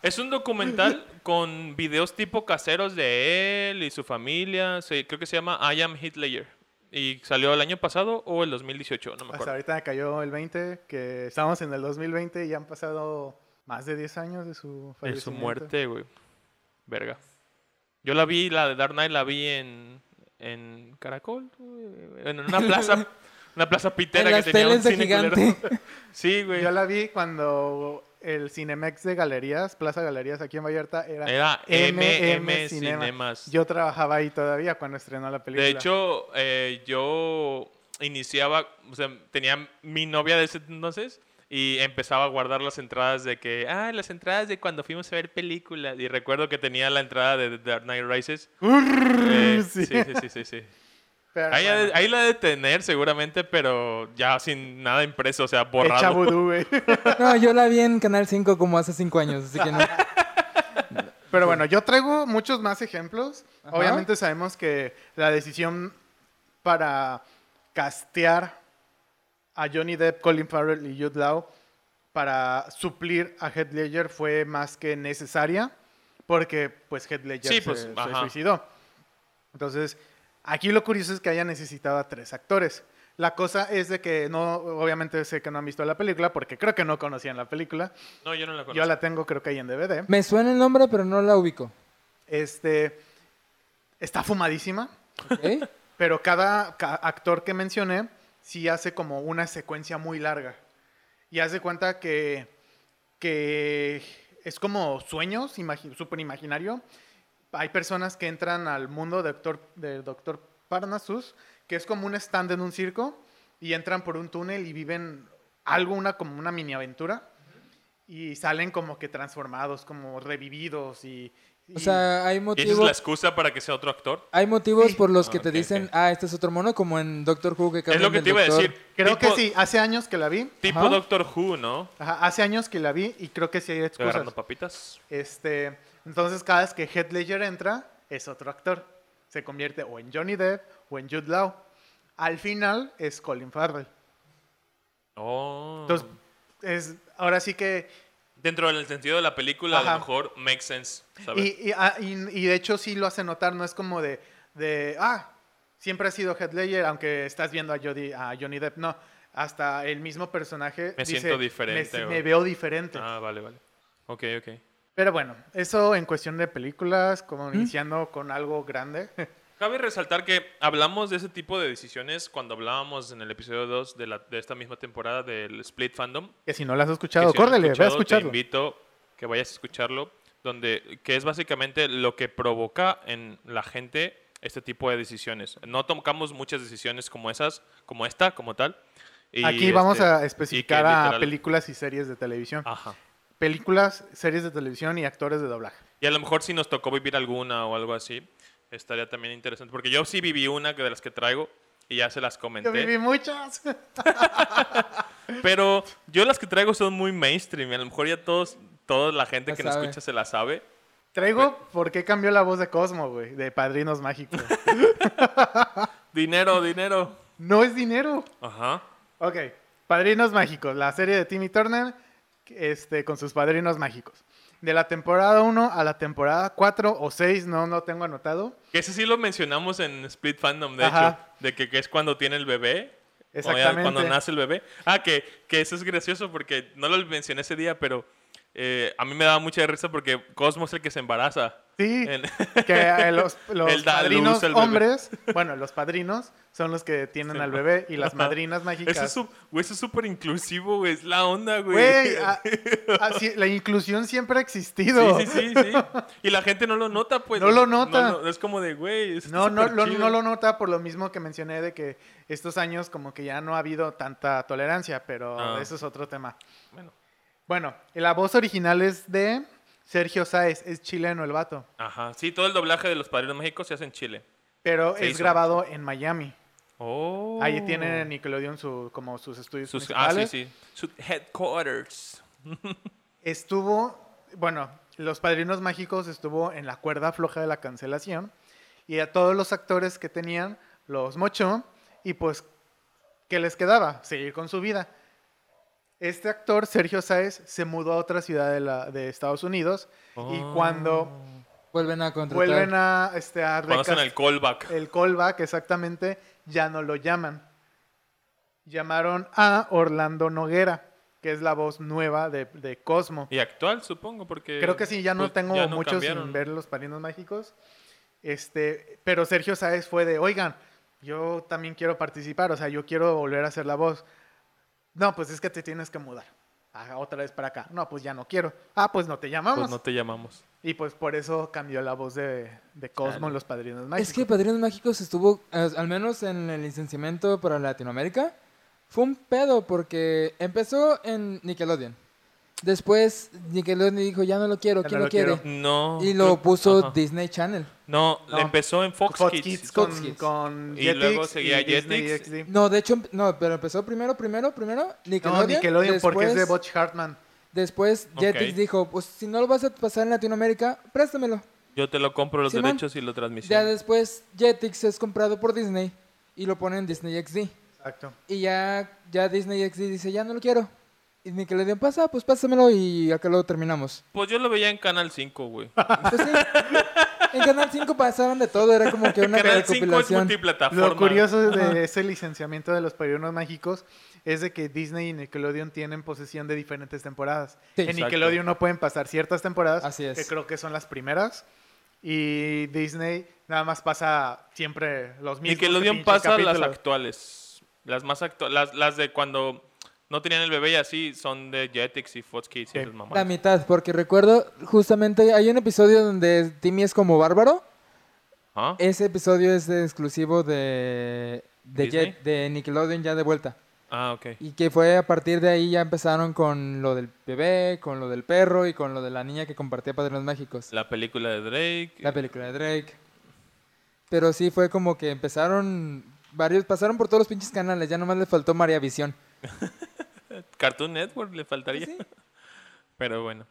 S4: es un documental con videos tipo caseros de él y su familia. Se- creo que se llama I am Heath Ledger. Y salió el año pasado o el 2018, no me
S3: Hasta
S4: acuerdo.
S3: ahorita me cayó el 20, que estamos en el 2020 y han pasado más de 10 años de su
S4: De su
S3: fallecimiento.
S4: muerte, güey. Verga. Yo la vi, la de Dark Knight, la vi en, en Caracol, güey, en una plaza, una plaza pitera
S5: En las
S4: que tenía un
S5: teles de
S4: cine culero.
S5: gigante.
S4: Sí, güey.
S3: Yo la vi cuando el Cinemex de Galerías, Plaza Galerías aquí en Vallarta, era,
S4: Era MM
S3: Cinema.
S4: Cinemas.
S3: Yo trabajaba ahí todavía cuando estrenó la película.
S4: De hecho, eh, yo iniciaba, o sea, tenía mi novia de ese entonces y empezaba a guardar las entradas de que, ah, las entradas de cuando fuimos a ver películas. Y recuerdo que tenía la entrada de The Dark Knight Rises. Eh,
S3: sí.
S4: sí, sí, sí, sí. sí.
S3: Pero
S4: Ahí,
S3: bueno,
S4: ahí la he de tener seguramente, pero ya sin nada impreso, o sea,
S3: hecha
S4: borrado.
S3: vudú, güey.
S5: No, yo la vi en Canal 5 como hace 5 años, así que no.
S3: Pero bueno, yo traigo muchos más ejemplos.
S5: Ajá.
S3: Obviamente sabemos que la decisión para castear a Johnny Depp, Colin Farrell y Jude Law para suplir a Heath Ledger fue más que necesaria porque pues Heath Ledger
S4: Sí,
S3: se,
S4: pues,
S3: se
S4: ajá.
S3: suicidó. Entonces, aquí lo curioso es que haya necesitado a tres actores. La cosa es de que no, obviamente sé que no han visto la película porque creo que no conocían la película.
S4: No, yo no la conozco.
S3: Yo la tengo creo que ahí en DVD.
S5: Me suena el nombre, pero no la ubico.
S3: Este está fumadísima,
S5: ¿ok?
S3: pero cada ca- actor que mencioné sí hace como una secuencia muy larga. Y hace cuenta que, que es como sueños, imagi- súper imaginario. Hay personas que entran al mundo de doctor, de doctor Parnassus, que es como un stand en un circo, y entran por un túnel y viven algo, una, como una mini aventura, y salen como que transformados, como revividos. Y, y-
S5: O sea,
S4: ¿Y esa
S5: hay
S4: es la
S5: motivos.
S4: excusa para que sea otro actor?
S5: Hay motivos por los
S4: Ah,
S5: que te
S4: ok,
S5: dicen,
S4: ok.
S5: ah, este es otro mono, como en Doctor Who que
S4: Es lo
S5: cambian
S4: que
S5: del
S4: te iba a
S5: doctor.
S4: decir.
S3: Creo que
S4: Tipo-
S3: sí, hace años que la vi.
S4: Tipo
S5: Ajá.
S4: Doctor Who, ¿no?
S3: Ajá, hace años que la vi y creo que sí hay excusas.
S4: Agarrando papitas.
S3: Este, entonces, cada vez que Heath Ledger entra, es otro actor. Se convierte o en Johnny Depp o en Jude Law. Al final es Colin Farrell.
S4: Oh.
S3: Entonces, es, ahora sí que.
S4: Dentro del sentido de la película, a
S3: Ajá.
S4: lo mejor makes sense. ¿sabes?
S3: Y, y- ah, y- y de hecho, sí lo hace notar, no es como de. de ah, siempre ha sido Heath Ledger, aunque estás viendo a, Jodie- a Johnny Depp. No, hasta el mismo personaje.
S4: Me
S3: dice,
S4: siento diferente,
S3: Me,
S4: o-
S3: me veo diferente.
S4: Ah, vale, vale. Ok, ok.
S3: Pero bueno, eso en cuestión de películas, como iniciando con algo grande.
S4: Cabe resaltar que hablamos de ese tipo de decisiones cuando hablábamos en el episodio 2 de, la- de esta misma temporada del Split Fandom.
S3: Que si no las has
S4: que
S3: escuchado,
S4: si no lo has
S3: córrele, ve a
S4: escuchado, Te
S3: escucharlo.
S4: invito que vayas a escucharlo, donde, que es básicamente lo que provoca en la gente este tipo de decisiones. No tocamos muchas decisiones como esas, como esta, como tal. y,
S3: Aquí vamos
S4: este,
S3: a especificar
S4: y que Ah.
S3: a
S4: literal-
S3: películas y series de televisión.
S4: Ajá.
S3: Películas, series de televisión y actores de doblaje.
S4: Y a lo mejor si nos tocó vivir alguna o algo así, estaría también interesante. Porque yo sí viví una que- de las que traigo y ya se las comenté.
S3: Yo viví muchas.
S4: Pero yo las que traigo son muy mainstream. y A lo mejor ya todos, toda la gente
S5: La
S4: que
S5: sabe.
S4: nos escucha se la sabe.
S3: Traigo por qué cambió la voz de Cosmo, güey, de Padrinos Mágicos.
S4: Dinero, dinero.
S3: no es dinero.
S4: Ajá.
S3: Ok, Padrinos Mágicos, la serie de Timmy Turner este, con sus Padrinos Mágicos. De la temporada 1 a la temporada 4 o 6, no, no tengo anotado.
S4: Que ese sí lo mencionamos en Split Fandom, de
S3: Ajá.
S4: hecho. De que, que es cuando tiene el bebé. o ya
S3: Exactamente.
S4: Cuando nace el bebé. Ah, que, que eso es gracioso porque no lo mencioné ese día, pero eh, a mí me daba mucha risa porque Cosmo es el que se embaraza.
S3: Sí,
S4: En-
S3: que eh, los, los
S4: Él da a luz
S3: padrinos
S4: al bebé.
S3: hombres, bueno, los padrinos son los que tienen al bebé y las madrinas mágicas.
S4: Eso es, su- güey, eso es súper inclusivo, güey. Es la onda, güey.
S3: Güey, a- así- la inclusión siempre ha existido.
S4: Sí, sí, sí, sí. Y la gente no lo nota, pues.
S3: No lo nota.
S4: no, es como de, güey. esto
S3: No,
S4: está
S3: no,
S4: súper
S3: lo,
S4: chido.
S3: no lo nota por lo mismo que mencioné de que estos años como que ya no ha habido tanta tolerancia, pero
S4: Ah.
S3: eso es otro tema.
S4: Bueno,
S3: Bueno, la voz original es de Sergio Sáez, es chileno el vato,
S4: ajá. Sí, todo el doblaje de los Padrinos México se hace en Chile.
S3: pero
S4: Se
S3: es
S4: hizo.
S3: grabado en Miami.
S4: Oh.
S3: Ahí tiene Nickelodeon su, como sus estudios
S4: Sus, ah, sí,
S3: principales.
S4: sí. Su headquarters.
S3: Estuvo, bueno, Los Padrinos Mágicos estuvo en la cuerda floja de la cancelación y a todos los actores que tenían los mochó y pues, ¿qué les quedaba? Seguir con su vida. Este actor, Sergio Sáez, se mudó a otra ciudad de, la- de Estados Unidos
S4: Oh.
S3: y cuando
S5: Vuelven a contratar.
S3: vuelven a, este, a
S4: Cuando hacen
S3: recast-
S4: el callback.
S3: el callback, exactamente, ya no lo llaman. Llamaron a Orlando Noguera, que es la voz nueva de, de Cosmo.
S4: Y actual, supongo, porque.
S3: Creo que sí, ya no
S4: pues,
S3: tengo
S4: ya no
S3: mucho sin
S4: cambiaron.
S3: ver los Padrinos Mágicos. Este, pero Sergio Sáez fue de, oigan, yo también quiero participar, o sea, yo quiero volver a hacer la voz. No, pues es que te tienes que mudar. Ah, otra vez para acá. No, pues ya no quiero. Ah, pues no te llamamos.
S4: Pues no te llamamos.
S3: Y pues por eso cambió la voz de, de Cosmo
S4: Chale.
S3: en Los Padrinos Mágicos.
S5: Es que Padrinos Mágicos estuvo, eh, al menos en el licenciamiento para Latinoamérica, fue un pedo porque empezó en Nickelodeon. Después Nickelodeon dijo, ya no lo quiero,
S3: Ya no
S5: ¿quién lo
S3: lo
S5: quiere?
S3: quiero.
S4: No.
S5: Y lo puso
S4: ajá.
S5: Disney Channel.
S4: No,
S3: No.
S4: le empezó en Fox,
S3: Fox
S4: Kids.
S3: Kids,
S5: Fox
S3: con,
S5: Kids.
S3: con
S4: Y luego
S3: Jetix
S4: seguía
S3: Disney
S4: Jetix.
S3: XD.
S5: No, de hecho, em- no, pero empezó primero, primero, primero Nickelodeon.
S3: No, Nickelodeon porque es de
S5: después-
S3: Butch Hartman.
S5: Después Jetix
S4: Ok.
S5: dijo, pues si no lo vas a pasar en Latinoamérica, préstamelo.
S4: Yo te lo compro los
S5: Simón.
S4: derechos y lo
S5: Ya
S4: transmisión.
S5: después Jetix es comprado por Disney y lo pone en Disney XD.
S3: Exacto.
S5: Y ya, ya Disney XD dice, ya no lo quiero. Y Nickelodeon pasa, pues pásamelo y acá lo terminamos.
S4: Pues yo lo veía en Canal 5, güey.
S5: Pues sí. en Canal 5 pasaban de todo, era como que una
S4: Canal 5 es
S5: recopilación.
S4: multiplataforma.
S3: Lo curioso de ese licenciamiento de los padrinos mágicos es de que Disney y Nickelodeon tienen posesión de diferentes temporadas.
S5: Sí.
S3: en
S4: Exacto.
S3: Nickelodeon no pueden pasar ciertas temporadas,
S5: Así es.
S3: que creo que son las primeras. Y Disney nada más pasa siempre los mismos.
S4: Nickelodeon
S3: pinches
S4: pasa las
S3: capítulos.
S4: actuales. Las más actuales. Las, las de cuando no tenían el bebé y así son de Jetix y Fox Kids y
S3: Sí.
S4: esas mamadas.
S5: La mitad, porque recuerdo justamente hay un episodio donde Timmy es como bárbaro.
S4: Ajá.
S5: Ese episodio es de- exclusivo de, de,
S4: ¿Disney?
S5: Jet- de Nickelodeon ya de vuelta.
S4: Ah, ok.
S5: Y que fue a partir de ahí ya empezaron con lo del bebé, con lo del perro y con lo de la niña que compartía Padrinos Mágicos. La,
S4: La película de Drake.
S5: película de Drake. Pero sí fue como que empezaron varios, pasaron por todos los pinches canales, ya nomás le faltó María Visión.
S4: Cartoon Network le faltaría.
S5: Pues Sí.
S4: Pero bueno.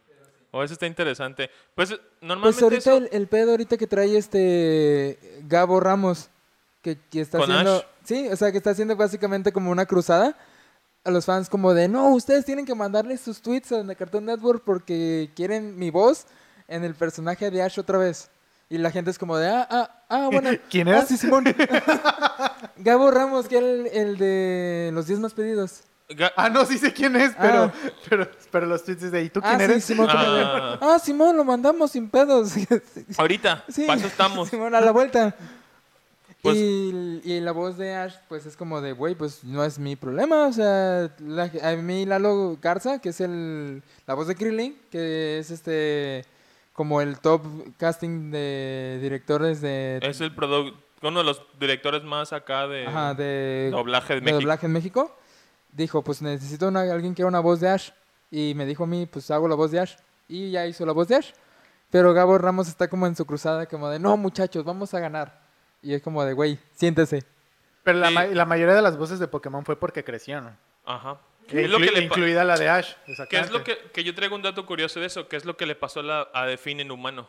S4: O eso está interesante. Pues eh, normalmente
S5: Pues ahorita
S4: eso-
S5: el, el pedo ahorita que trae este Gabo Ramos, que, que está
S4: ¿Con
S5: haciendo...
S4: Ash?
S5: Sí, o sea, que está haciendo básicamente como una cruzada a los fans como de, no, ustedes tienen que mandarles sus tweets a la Cartoon Network porque quieren mi voz en el personaje de Ash otra vez. Y la gente es como de, ah, ah, ah, bueno.
S3: ¿Quién
S5: Ah,
S3: es?
S5: sí, Simón. Gabo Ramos, que era el, el de los 10 más pedidos.
S4: Ga-
S3: Ah, no, sí sé quién es, pero,
S5: Ah.
S3: pero, pero los tweets de ahí. ¿Tú
S5: Ah,
S3: quién
S5: sí,
S3: eres?
S5: Simón. como de,
S4: Ah.
S5: ah, Simón, lo mandamos sin pedos.
S4: Ahorita.
S5: Sí.
S4: Para eso estamos.
S5: Simón, a la vuelta.
S4: Pues-
S5: y, y la voz de Ash, pues es como de, güey, pues no es mi problema. O sea, la- a mí Lalo Garza, que es el, la voz de Krillin, que es este, como el top casting de directores de,
S4: Es el produ- Uno de los directores más acá de.
S5: ajá, de,
S4: Doblaje de
S5: de
S4: México.
S5: doblaje en México, dijo, pues necesito una, alguien que haga una voz de Ash. Y me dijo a mí, pues hago la voz de Ash. Y ya hizo la voz de Ash. Pero Gabo Ramos está como en su cruzada, como de, no muchachos, vamos a ganar. Y es como de, güey, siéntese.
S3: Pero la,
S4: Sí.
S3: ma- la mayoría de las voces de Pokémon fue porque crecieron.
S4: Ajá.
S3: Inclu-
S4: Es lo que le pa-
S3: incluida la de Ash.
S4: ¿Qué es lo
S3: exactamente.
S4: que, que yo traigo un dato curioso de eso? ¿Qué es lo que le pasó a, la, a The Finn en humano?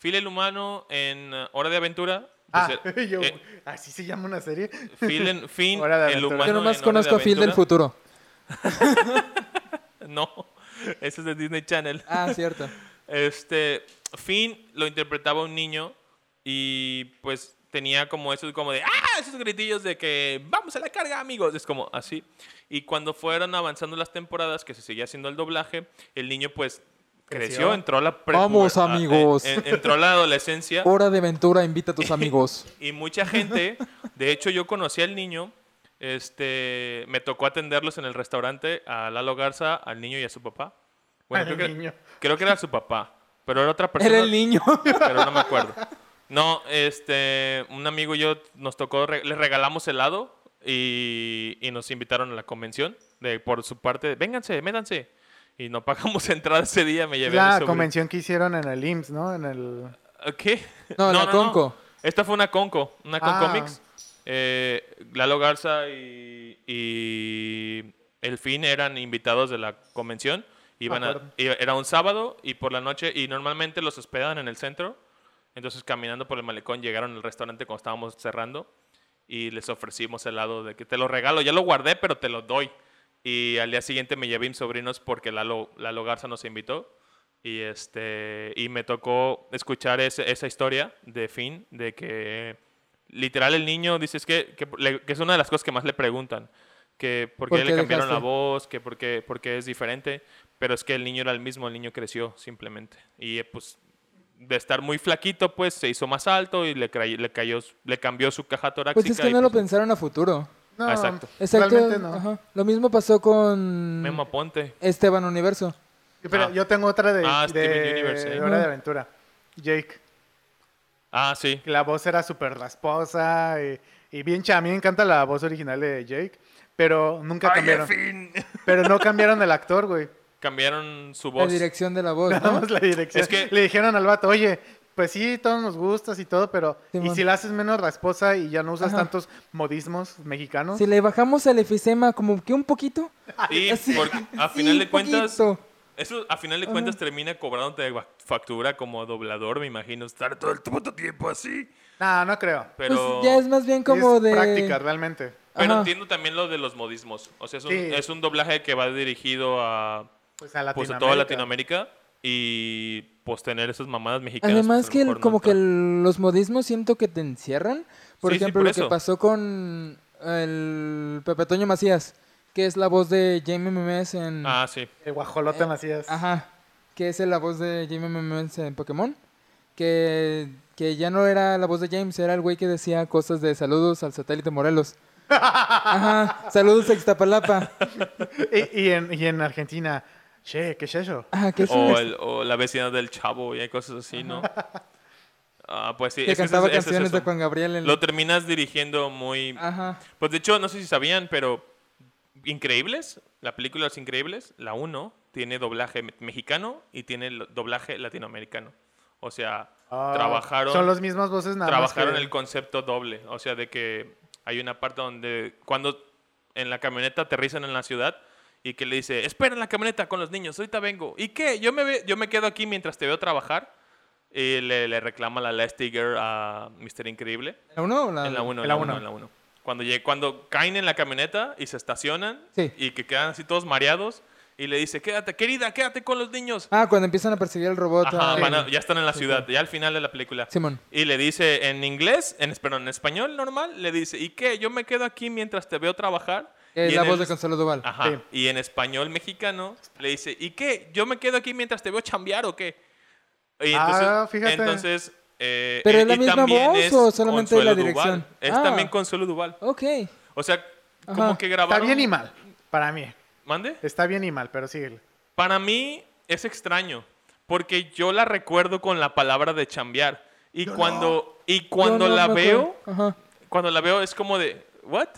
S4: Phil el humano en eh, Hora de Aventura.
S3: Ah,
S4: pues, eh,
S3: yo,
S4: eh,
S3: así se llama una serie.
S4: Phil en- Finn
S3: Hora de
S4: el
S3: Aventura.
S4: humano.
S5: Yo
S4: en Hora
S5: nomás
S4: de
S5: conozco a Phil del
S4: Aventura.
S5: futuro.
S4: No, ese es de Disney Channel.
S5: Ah, cierto.
S4: Este, Finn lo interpretaba un niño y pues tenía como esos como de ¡Ah! esos gritillos de que vamos a la carga amigos es como así y cuando fueron avanzando las temporadas que se seguía haciendo el doblaje el niño pues creció, entró a la pre-
S5: Vamos,
S4: a-
S5: amigos.
S4: en- entró a la adolescencia
S5: Hora de aventura, invita a tus amigos.
S4: y mucha gente, de hecho yo conocí al niño, este, me tocó atenderlos en el restaurante a Lalo Garza, al niño y a su papá. Bueno,
S3: Al
S4: creo que,
S3: niño.
S4: creo que era su papá, pero era otra persona
S5: Era el niño.
S4: pero no me acuerdo. No, este, un amigo y yo nos tocó, re- les regalamos helado y, y nos invitaron a la convención de por su parte, vénganse, métanse. Y no pagamos entrada ese día, me llevé a mi
S3: La
S4: sobrino.
S3: convención que hicieron en el IMSS, ¿no? En el...
S4: ¿Qué?
S5: No, la Conco.
S4: Esta fue una Conco, una Conco
S3: Ah.
S4: Mix. Eh, Lalo Garza y, y El Fin eran invitados de la convención.
S5: Ah,
S4: Iban a-
S3: acuerdo.
S4: iba- era un sábado y por la noche, y normalmente los hospedaban en el centro. Entonces, caminando por el malecón, llegaron al restaurante cuando estábamos cerrando y les ofrecimos helado de que te lo regalo. Ya lo guardé, pero te lo doy. Y al día siguiente me llevé a mis sobrinos porque Lalo, Lalo Garza nos invitó. Y, este, y me tocó escuchar ese- esa historia de Finn, de que literal el niño dice es que, que le- que es una de las cosas que más le preguntan. Que por qué,
S5: ¿Por
S4: le
S5: qué
S4: cambiaron la
S5: dejaste?
S4: voz, que por qué, por qué es diferente. Pero es que el niño era el mismo, el niño creció simplemente. Y eh, pues de estar muy flaquito, pues se hizo más alto y le, cray- le, cayó, su- le cambió su caja torácica.
S5: Pues es que
S4: y,
S5: no lo
S4: pues,
S5: pensaron a futuro.
S3: No,
S4: Exacto.
S5: Exacto.
S3: realmente no.
S5: ajá. Lo mismo pasó con
S4: Memo Aponte.
S5: Esteban Universo.
S3: Yo, pero
S4: Ah.
S3: yo tengo otra de,
S4: Ah,
S3: de-
S4: Steven Universe, eh.
S3: Hora de
S5: Ah.
S3: Aventura. Jake,
S4: Ah, sí.
S3: que la voz era súper rasposa y, y bien chida. A mí me encanta la voz original de Jake, pero nunca cambiaron. Pero no cambiaron el actor, güey.
S4: Cambiaron su
S5: La
S4: voz.
S5: dirección de la voz,
S3: Nada
S5: ¿no?
S3: más la dirección.
S4: Ah. Es que-
S3: Le dijeron al vato, oye, pues sí, todos nos gustas y todo, pero ¿y
S5: Simón.
S3: si la haces menos rasposa y ya no usas
S5: Ajá.
S3: tantos modismos mexicanos?
S5: Si le bajamos el efisema como que un poquito.
S4: Y
S5: Así,
S4: porque a
S5: sí,
S4: final de
S5: un
S4: cuentas,
S5: poquito. Pues,
S4: eso a final de cuentas termina cobrándote va- factura como doblador, me imagino, estar todo el puto tiempo así.
S3: No, no creo.
S4: Pero,
S5: Pues ya es más bien como
S3: es
S5: de...
S3: práctica, realmente.
S4: pero
S5: Ajá.
S4: entiendo también lo de los modismos. O sea, es un,
S3: Sí.
S4: es un doblaje que va dirigido a,
S3: Pues a
S4: pues,
S3: Latinoamérica.
S4: a toda Latinoamérica y pues tener esas mamadas mexicanas. pues, a
S5: Además
S4: lo
S5: que el-
S4: mejor no
S5: como que
S4: entra.
S5: el- los modismos siento que te encierran. Por
S4: Sí, sí,
S5: ejemplo,
S4: por
S5: lo
S4: eso.
S5: que pasó con el Pepe Toño Macías, que es la voz de Jamie Memes en...
S4: Ah, sí.
S3: El guajolota Macías.
S5: Ajá, que es la voz de Jamie Memes en Pokémon. Que, que ya no era la voz de James, era el güey que decía cosas de saludos al satélite Morelos. Ajá, saludos a Ixtapalapa.
S3: Y, y en, y en Argentina, che, ¿qué es eso?
S5: Ajá, que es un
S4: O,
S5: ex-
S4: el- o la vecindad del chavo y hay cosas así, ¿no? Ah, pues sí.
S5: que
S4: es que ese
S5: cantaba
S4: es- ese es
S5: canciones de
S4: eso.
S5: Juan Gabriel en...
S4: Lo terminas dirigiendo muy...
S5: Ajá.
S4: Pues de hecho, no sé si sabían, pero Increíbles, la película Los Increíbles, la 1, tiene doblaje me- mexicano y tiene lo- doblaje latinoamericano. O sea,
S3: Ah,
S4: trabajaron,
S3: Son los mismos voces nada más.
S4: trabajaron
S3: que-
S4: el concepto doble. O sea, de que hay una parte donde cuando en la camioneta aterrizan en la ciudad y que le dice, espera en la camioneta con los niños, ahorita vengo. ¿Y qué? Yo me, ve- yo me quedo aquí mientras te veo trabajar. Y le, le reclama la Lastiger a Mr. Increíble.
S5: ¿En la 1 o la
S4: En la 1,
S3: En
S4: en
S3: la
S4: la
S3: uno.
S4: 1, en la 1. Cuando, lleg- cuando caen en la camioneta y se estacionan
S5: Sí.
S4: y que quedan así todos mareados y le dice, quédate, querida, quédate con los niños.
S5: Ah, cuando empiezan a perseguir al robot. ah,
S4: Ajá,
S5: a-
S4: van a- ya están en la
S5: Sí,
S4: ciudad, ya al final de la película.
S5: Simón.
S4: Y le dice en inglés, en, perdón, en español normal, le dice, ¿y qué? Yo me quedo aquí mientras te veo trabajar.
S5: Eh,
S4: Y
S5: la
S4: en
S5: voz
S4: el-
S5: de Consuelo Duval.
S4: Ajá.
S3: Sí.
S4: Y en español mexicano le dice, ¿y qué? ¿Yo me quedo aquí mientras te veo chambear o qué? Y
S3: Ah,
S4: entonces,
S3: fíjate.
S4: entonces, eh,
S5: ¿Pero
S4: eh,
S5: es la
S4: y
S5: misma
S4: también
S5: voz
S4: es
S5: o solamente la
S4: Consuelo Duval.
S5: dirección?
S4: Es
S5: Ah.
S4: también Consuelo Duval.
S5: Ok.
S4: O sea,
S5: Ajá.
S4: como que
S3: Está
S4: grabaron...
S3: bien y mal, para mí.
S4: ¿Mande?
S3: Está bien y mal, pero síguele.
S4: Para mí es extraño, porque yo la recuerdo con la palabra de chambear. Y cuando, y cuando
S5: Yo no
S4: la
S5: me
S4: veo,
S5: acuerdo. Ajá.
S4: cuando la veo es como de, ¿what?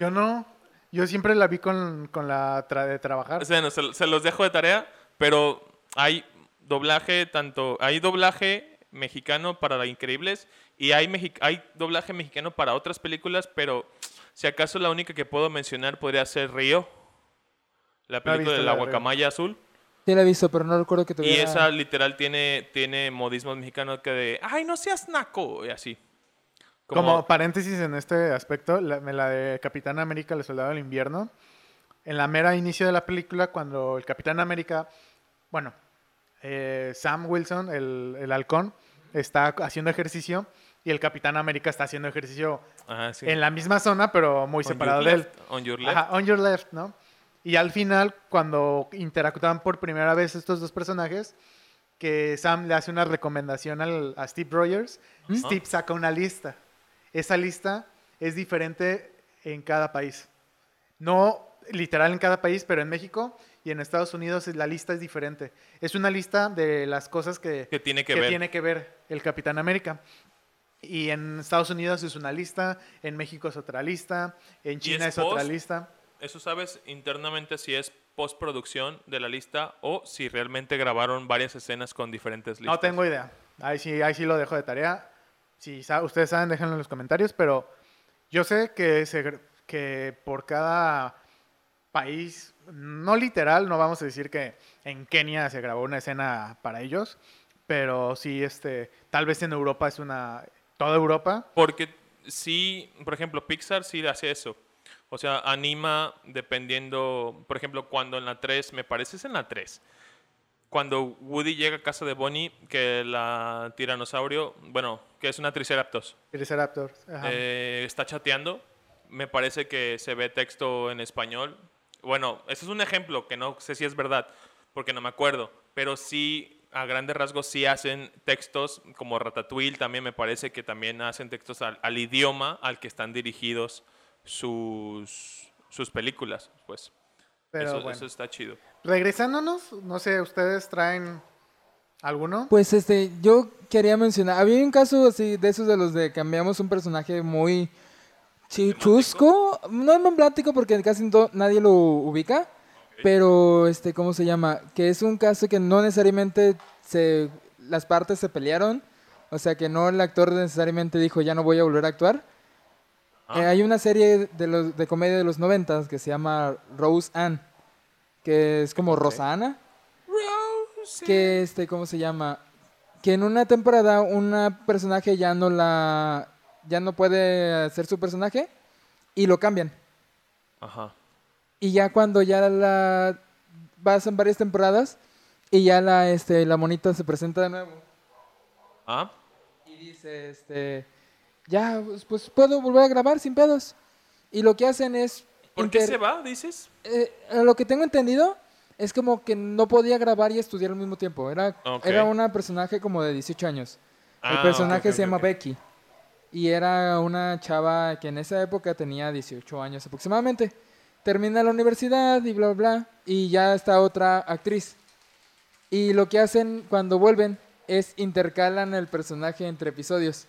S3: Yo no. Yo siempre la vi con, con la tra- de trabajar.
S4: O sea, no, se, se los dejo de tarea, pero hay doblaje tanto, hay doblaje mexicano para la Increíbles y hay, mexi- hay doblaje mexicano para otras películas, pero si acaso la única que puedo mencionar podría ser Río, la película
S3: visto la
S4: de la
S3: de Río.
S4: guacamaya azul.
S5: Sí la he visto, pero no recuerdo que
S4: Y
S5: tuviera...
S4: esa literal tiene, tiene modismos mexicanos que de, ay, no seas naco, y así.
S3: Como, paréntesis en este aspecto, la, me la de Capitán América, el soldado del invierno. En la mera inicio de la película, cuando el Capitán América, bueno, eh, Sam Wilson, el, el halcón, está haciendo ejercicio y el Capitán América está haciendo ejercicio
S4: Ajá, sí.
S3: en la misma zona, pero muy
S4: On
S3: separado
S4: your
S3: de él.
S4: left, on your left.
S3: Ajá, on your left, ¿no? Y al final, cuando interactúan por primera vez estos dos personajes, que Sam le hace una recomendación al- a Steve Rogers, Steve saca una lista. Esa lista es diferente en cada país. No literal en cada país, pero en México y en Estados Unidos la lista es diferente. Es una lista de las cosas que,
S4: Que tiene que ver.
S3: tiene que ver el Capitán América. Y en Estados Unidos es una lista, en México es otra lista, en China
S4: es
S3: es otra
S4: post?
S3: lista.
S4: Eso sabes internamente si es postproducción de la lista o si realmente grabaron varias escenas con diferentes listas.
S3: No tengo idea. Ahí sí, ahí sí lo dejo de tarea. Si sa- ustedes saben, déjenlo en los comentarios, pero yo sé que, se gr- que por cada país, no literal, no vamos a decir que en Kenia se grabó una escena para ellos, pero sí, este, tal vez en Europa es una, toda Europa,
S4: Porque sí, por ejemplo, Pixar sí hace eso. O sea, anima dependiendo, por ejemplo, cuando en la 3, me parece es en la 3, cuando Woody llega a casa de Bonnie, que la tiranosaurio, bueno, que es una triceratops,
S3: Triceratops. ajá.
S4: eh, está chateando, me parece que se ve texto en español. Bueno, ese es un ejemplo que no sé si es verdad, porque no me acuerdo, pero sí, a grandes rasgos, sí hacen textos, como Ratatouille también me parece que también hacen textos al, al idioma al que están dirigidos sus, sus películas, pues.
S3: pero
S4: eso,
S3: bueno.
S4: eso está chido.
S3: Regresándonos, no sé, ¿ustedes traen alguno?
S5: Pues este, yo quería mencionar, había un caso así de esos de los de cambiamos un personaje muy chi- chusco, no emblemático porque casi no- nadie lo ubica, pero este, ¿cómo se llama? Que es un caso que no necesariamente se, las partes se pelearon, o sea que no el actor necesariamente dijo ya no voy a volver a actuar.
S4: Ah.
S5: Eh, hay una serie de, los, de comedia de los noventas que se llama Rose Ann, que es como Rosana que este cómo se llama que en una temporada una personaje ya no la ya no puede ser su personaje y lo cambian
S4: Ajá.
S5: y ya cuando ya la pasan varias temporadas y ya la este la monita se presenta de nuevo
S4: Ah,
S5: y dice este ya pues, pues, puedo volver a grabar sin pedos y lo que hacen es
S4: ¿por qué
S5: inter-
S4: se va, dices?
S5: eh, a lo que tengo entendido es como que no podía grabar y estudiar al mismo tiempo. Era,
S4: Ok.
S5: era una personaje como de 18 años.
S4: Ah,
S5: el
S4: ok,
S5: personaje
S4: ok,
S5: se llama
S4: ok.
S5: Becky. Y era una chava que en esa época tenía 18 años aproximadamente. Termina la universidad y bla, bla, bla. Y ya está otra actriz. Y lo que hacen cuando vuelven es intercalan el personaje entre episodios.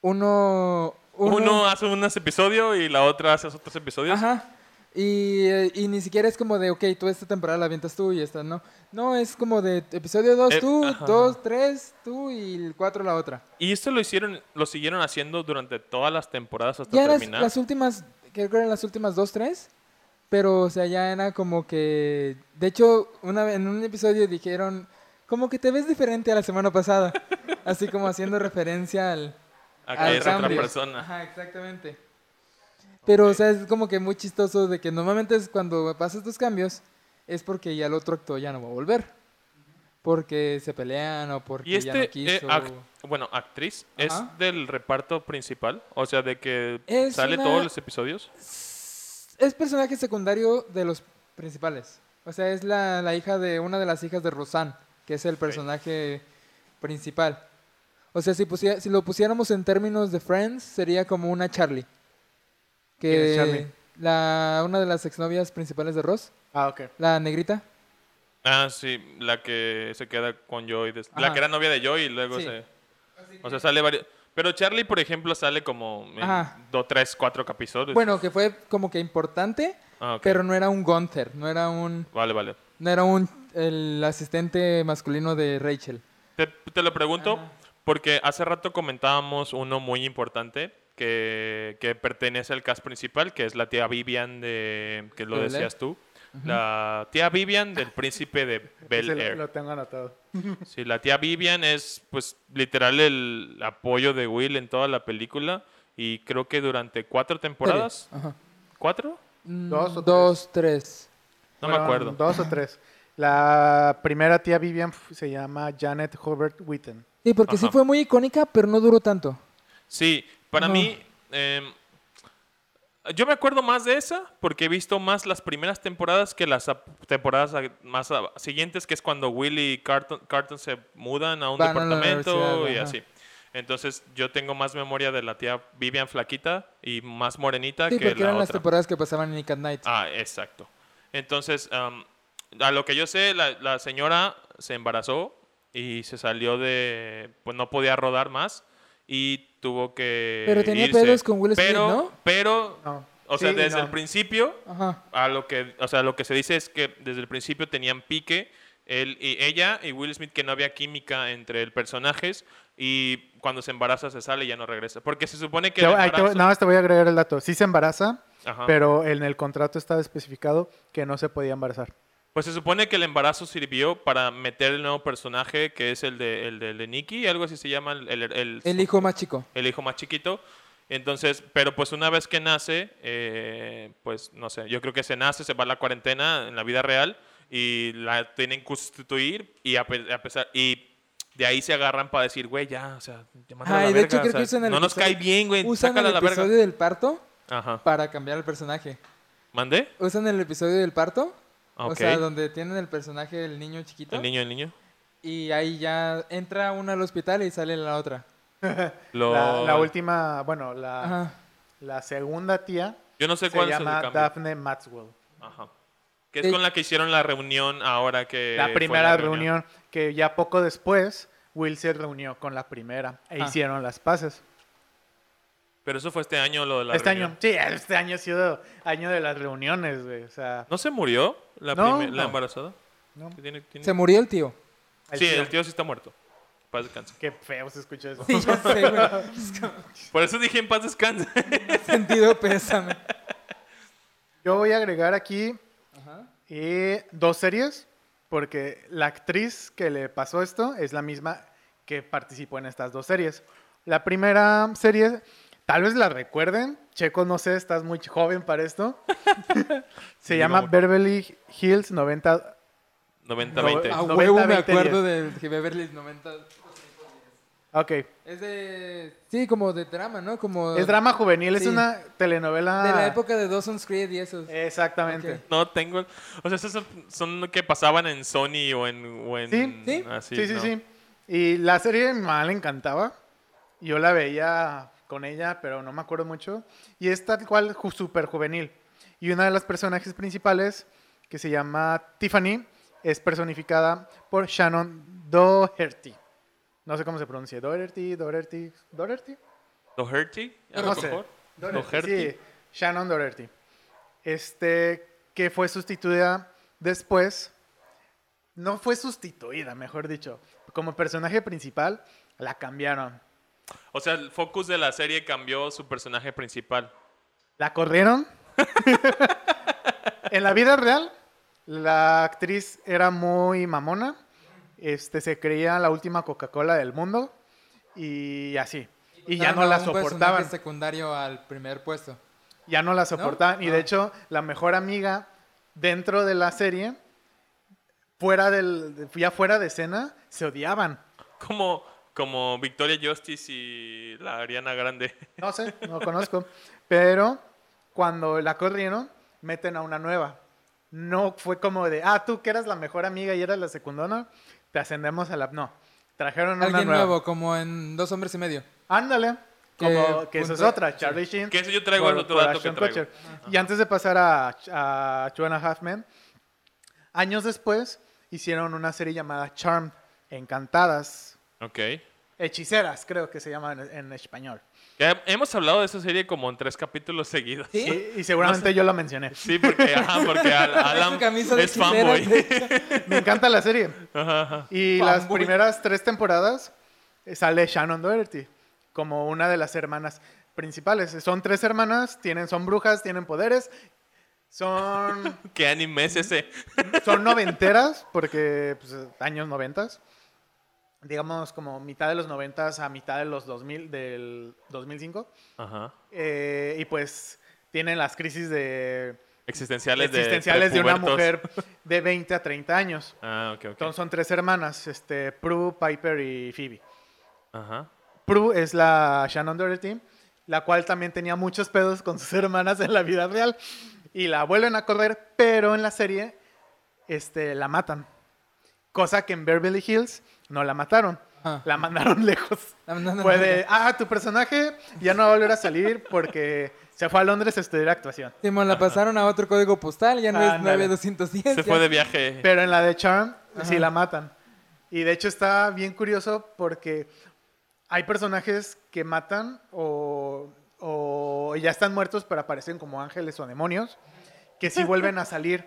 S5: Uno...
S4: Uno, hace unos episodios y la otra hace otros episodios.
S5: Ajá. Y, eh, y ni siquiera es como de, ok, tú esta temporada la avientas tú y esta no. No, es como de episodio 2
S4: Eh,
S5: tú,
S4: ajá.
S5: 2, 3 tú y el 4 la otra.
S4: Y esto lo hicieron, lo siguieron haciendo durante todas las temporadas hasta
S5: Ya las,
S4: terminar.
S5: las últimas, creo que eran las últimas 2, 3. Pero, o sea, ya era como que. De hecho, una vez- en un episodio dijeron, como que te ves diferente a la semana pasada. así como haciendo referencia al.
S4: A
S5: al
S4: que era otra
S5: cambio.
S4: persona.
S5: Ajá, exactamente. Pero, o sea, es como que muy chistoso de que normalmente es cuando pasas estos cambios es porque ya el otro actor ya no va a volver. Porque se pelean o porque
S4: Y
S5: ya no
S4: este, eh,
S5: quiso.
S4: act- bueno, actriz,
S5: Ajá.
S4: ¿es del reparto principal? O sea, de que
S5: Es
S4: sale
S5: una-
S4: todos los episodios.
S5: Es personaje secundario de los principales. O sea, es la, la hija de una de las hijas de Rosanne, que es el personaje principal. O sea, si, pusie- si lo pusiéramos en términos de Friends, sería como una Charlie.
S3: ¿Quién
S5: Que
S3: es Charlie?
S5: La, una de las exnovias principales de Ross.
S3: Ah, ok.
S5: La negrita.
S4: Ah, sí, la que se queda con Joy. des- La
S5: Ajá.
S4: que era novia de Joy y luego
S5: Sí.
S4: se... O sea, sale varios... Pero Charlie, por ejemplo, sale como en
S5: Ajá.
S4: dos, tres, cuatro capítulos.
S5: Bueno, que fue como que importante,
S4: Ah, ok.
S5: pero no era un Gunther, no era un,
S4: Vale, vale.
S5: no era un el asistente masculino de Rachel.
S4: Te, te lo pregunto porque hace rato comentábamos uno muy importante que, que pertenece al cast principal, que es la tía Vivian de... que lo
S5: ¿De Bel Air?
S4: decías tú. La tía Vivian del príncipe de Bel
S3: Ese lo-
S4: Air.
S3: lo tengo anotado.
S4: Sí, la tía Vivian es, pues, literal el apoyo de Will en toda la película. Y creo que durante cuatro temporadas.
S5: Ajá.
S4: ¿Cuatro?
S5: Mm,
S3: Dos o
S5: dos, tres.
S4: No me
S3: Fueron
S4: acuerdo.
S3: Dos o tres. La primera tía Vivian f- se llama Janet Hobart Witten.
S5: Sí, porque sí
S4: Ajá.
S5: fue muy icónica, pero no duró tanto.
S4: Sí, para
S5: No.
S4: mí, em, Yo me acuerdo más de esa porque he visto más las primeras temporadas que las a- temporadas a- más a- siguientes, que es cuando Willy y Carton, Carton se mudan a un
S5: Van a la
S4: departamento
S5: universidad,
S4: y
S5: ajá.
S4: así. Entonces yo tengo más memoria de la tía Vivian Flaquita y más morenita
S5: Sí,
S4: Ah, que
S5: porque
S4: la
S5: eran las
S4: otra.
S5: temporadas que pasaban en Nick at Night.
S4: Ah, exacto. Entonces, am, a lo que yo sé, la, la señora se embarazó y se salió de... Pues no podía rodar más y tuvo que
S5: Pero tenía
S4: irse.
S5: pedos con Will Smith,
S4: pero,
S5: ¿no?
S4: Pero,
S3: No.
S4: o sea,
S3: Sí y
S4: desde
S3: no.
S4: el principio,
S5: Ajá.
S4: a lo que, o sea, lo que se dice es que desde el principio tenían pique él y ella y Will Smith que no había química entre el personajes y cuando se embaraza se sale y ya no regresa porque se supone que Ah.
S3: Te
S4: el
S3: voy- ahí te voy-
S4: embarazo-
S3: nada más te voy a agregar el dato. Sí se embaraza,
S4: Ajá.
S3: pero en el contrato estaba especificado que no se podía embarazar.
S4: Pues se supone que el embarazo sirvió para meter el nuevo personaje, que es el de, el de, el de Nicky, algo así se llama, el, el- el-
S5: El hijo más chico.
S4: el hijo más chiquito. Entonces, pero pues una vez que nace, eh, pues no sé, yo creo que se nace, se va a la cuarentena en la vida real y la tienen que sustituir y a, pe- a pesar... Y, de ahí se agarran para decir, güey, ya, o sea, te mando a
S5: Ah,
S4: la
S5: y de
S4: verga,
S5: hecho
S4: o
S5: creo que
S4: sea,
S5: usan el
S4: no nos
S5: episodio-
S4: cae bien, güey,
S5: Usan
S4: sácala a
S5: el
S4: la verga.
S5: episodio del parto
S4: Ajá.
S5: para cambiar el personaje.
S4: ¿Mandé?
S5: Usan el episodio del parto. O
S4: Ok.
S5: sea, donde tienen el personaje del niño chiquito.
S4: El niño, el niño.
S5: Y ahí ya entra una al hospital y sale la otra.
S3: La, la
S4: Lol.
S3: última, bueno,
S4: Ah.
S3: la,
S5: Ajá.
S3: la segunda tía
S4: Yo no sé
S3: se
S4: cuál es el
S3: llama
S4: cambio.
S3: Daphne Maxwell.
S4: Ajá. Que es
S5: Sí.
S4: con la que hicieron la reunión ahora que.
S3: La
S4: Eh, fue
S3: primera reunión. que ya poco después Will se reunió con la primera e
S5: Ah.
S3: hicieron las paces.
S4: Pero eso fue este año lo de la
S3: Este
S4: reunión.
S3: año, sí, este año ha sido año de las reuniones, güey. O sea,
S4: ¿No se murió la,
S3: No,
S4: prime- la
S3: no.
S4: embarazada?
S3: no,
S4: ¿Qué tiene- tiene-
S5: Se murió el tío.
S3: el
S4: sí,
S3: tío.
S4: el tío sí está muerto. Paz descanse.
S3: Qué feo se escucha eso.
S5: Sí, ya sé, güey.
S4: Por eso dije en paz descanse.
S5: Sentido pésame.
S3: Yo voy a agregar aquí
S5: Ajá.
S3: eh, dos series, porque la actriz que le pasó esto es la misma que participó en estas dos series. La primera serie, tal vez la recuerden, Checo, no sé, estás muy joven para esto. Se
S4: Sí,
S3: llama
S4: no.
S3: Beverly Hills 90
S4: 90-20.
S5: A
S3: No,
S5: huevo
S3: 90,
S5: me
S3: 20,
S5: acuerdo de de Beverly Hills 90.
S3: Ok.
S5: Es de. Sí, como de drama, ¿no? Como
S3: Es drama juvenil, es
S5: Sí.
S3: una telenovela.
S5: De la época de Dawson's Creed y esos.
S3: Eh, Exactamente.
S5: Ok.
S4: No tengo. O sea, esas son- son lo que pasaban en Sony o en. o en-
S3: Sí,
S5: sí.
S4: así,
S3: sí, sí,
S4: Ah, ¿no?
S3: sí. Y la serie a mi mamá le encantaba. Yo la veía con ella, pero no me acuerdo mucho. Y es tal cual ju- súper juvenil. Y una de las personajes principales, que se llama Tiffany, es personificada por Shannon Doherty. No sé cómo se pronuncia. Doherty, Doherty, Doherty.
S4: Doherty, a
S3: No
S4: lo
S3: sé.
S4: mejor.
S3: Doherty. Sí, Shannon Doherty. Este, que fue sustituida después. No fue sustituida, mejor dicho. Como personaje principal, la cambiaron.
S4: O sea, el focus de la serie cambió su personaje principal.
S3: La corrieron. en la vida real, la actriz era muy mamona. Este, se creía la última Coca-Cola del mundo. Y así. Y ya no
S5: Dando
S3: la
S5: a un personaje
S3: soportaban.
S5: secundario al primer puesto.
S3: ya no la soportaban. Y
S5: Ah.
S3: de hecho, la mejor amiga dentro de la serie, fuera del, de- ya fuera de escena, se odiaban.
S4: Como, como Victoria Justice y la Ariana Grande.
S3: No sé, no conozco. Pero cuando la corrieron, meten a una nueva. No fue como de, ah, tú que eras la mejor amiga y eras la secundona, te ascendemos a la... No, trajeron una
S5: Alguien
S3: nueva.
S5: nuevo, como en Dos Hombres y Medio.
S3: Ándale.
S5: Que
S3: Como que eso es
S5: punto-
S3: otra, Charlie Sheen.
S4: Que eso yo traigo
S3: por-
S4: es otro
S3: por
S4: dato que
S3: Ashton
S4: traigo.
S3: Kutcher. Y antes de pasar a, a Two and a Half Men, años después hicieron una serie llamada Charmed, Encantadas,
S4: Ok.
S3: Hechiceras, creo que se llama en, en español.
S4: Ya hemos hablado de esa serie como en tres capítulos seguidos.
S5: ¿Sí?
S3: Y, y seguramente yo la mencioné.
S4: Sí, porque, ajá, porque Al- Alan
S5: Su camisa de
S4: es fanboy.
S5: hechicera, de-
S3: Me encanta la serie.
S4: Ajá, ajá.
S3: Y las
S5: Fanboy.
S3: primeras tres temporadas eh, sale Shannon Doherty como una de las hermanas principales. Son tres hermanas, tienen, son brujas, tienen poderes, son
S4: ¿Qué anime es ese?
S3: son noventeras, porque pues, años noventas. Digamos como mitad de los noventas a mitad de los 2000, del 2005.
S4: Ajá.
S3: Eh, y pues tienen las crisis de
S4: Existenciales, de
S3: existenciales de una
S4: prepubertos.
S3: mujer de 20 a 30 años.
S4: Ah, ok, ok.
S3: Entonces son tres hermanas, este, Prue, Piper y Phoebe.
S4: Ajá.
S3: Prue es la Shannon Doherty, la cual también tenía muchos pedos con sus hermanas en la vida real. Y la vuelven a correr, pero en la serie este, la matan. Cosa que en Beverly Hills no la mataron.
S5: Ah.
S3: La mandaron lejos.
S5: La mandaron
S3: Fue
S5: lejos.
S3: de, ah, tu personaje ya no va a volver a salir porque se fue a Londres a estudiar actuación.
S5: Simón, la pasaron a otro código postal, ya no es
S3: Ándale.
S5: 9210.
S4: Se
S5: ya-
S4: fue de viaje.
S3: Pero en la de Charm sí la matan. Y de hecho está bien curioso porque hay personajes que matan o, o ya están muertos pero aparecen como ángeles o demonios que sí vuelven a salir.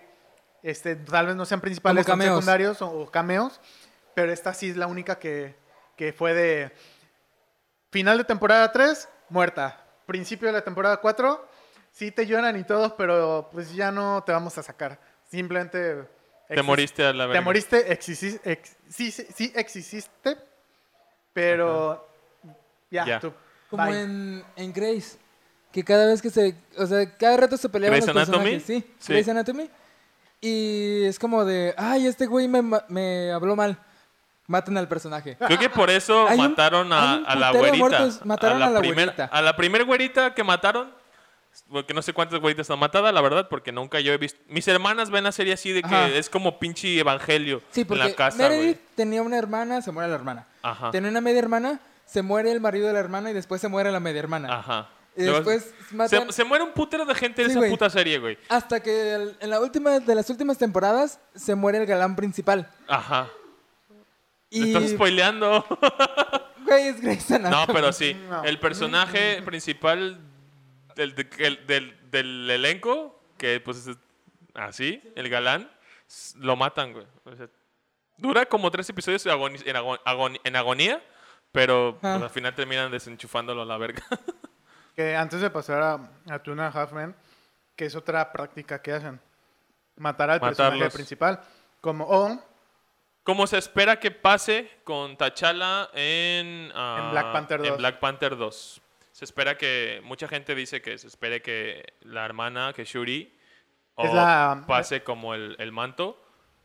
S3: Este, tal vez no sean principales,
S5: Como
S3: son
S5: cameos.
S3: secundarios o, o cameos, pero esta sí es la única que, que fue de final de temporada 3, muerta. Principio de la temporada 4, sí te lloran y todos, pero pues ya no te vamos a sacar. Simplemente...
S4: Te moriste a la
S3: Te
S4: verga.
S3: moriste, existi- ex- sí, sí, sí exististe, pero ya,
S4: Ya.
S3: tú.
S5: Como
S3: bye.
S5: en, en Grace. Que cada vez que se. O sea, cada rato se peleaban
S4: ¿Grey's
S5: los personajes.
S4: Anatomy?
S5: Sí,
S4: Sí.
S5: Grey's Anatomy. Y es como de. Ay, este güey me, ma- me habló mal. Maten al personaje.
S4: Creo que por eso
S5: Hay un-
S4: mataron a,
S5: hay un
S4: a la
S5: putero de
S4: güerita.
S5: muertos, mataron a la
S4: primer-
S5: güerita.
S4: A la primer güerita que mataron. Porque no sé cuántas güeritas han matado, la verdad, porque nunca yo he visto. Mis hermanas ven la serie así de que
S5: Ajá.
S4: es como pinche evangelio
S5: Sí, porque
S4: en la casa, güey.
S5: Meredith tenía una hermana, se muere la hermana.
S4: Ajá.
S5: Tenía una media hermana, se muere el marido de la hermana y después se muere la media hermana.
S4: Ajá.
S5: Y después
S4: Se-
S5: matan-
S4: se, muere un putero de gente de
S5: Sí,
S4: esa
S5: güey.
S4: puta serie, güey.
S5: Hasta que el- en la última de las últimas temporadas se muere el galán principal.
S4: Ajá. Te
S5: Y
S4: estás spoileando.
S5: güey, es Grey's
S4: pues, No,
S5: Anatomy.
S4: pero sí.
S3: No.
S4: El personaje principal del, del, del- del elenco, que pues es así, el galán, s- lo matan, güey. O sea, dura como tres episodios en, agoni- en ago- agoni- en agonía, pero pues,
S5: Ajá.
S4: al final terminan desenchufándolo a la verga.
S3: Que antes de pasar a, a Tuna Halfman, que es otra práctica que hacen, matar al personaje
S4: Matarlos.
S3: principal. Como, o
S4: Como se espera que pase con T'Challa en, ah,
S3: En Black Panther
S4: en
S3: 2.
S4: Black Panther 2. Se espera que. Mucha gente dice que se espere que la hermana, que Shuri,
S3: Es
S4: o
S3: la-
S4: pase como el, el manto.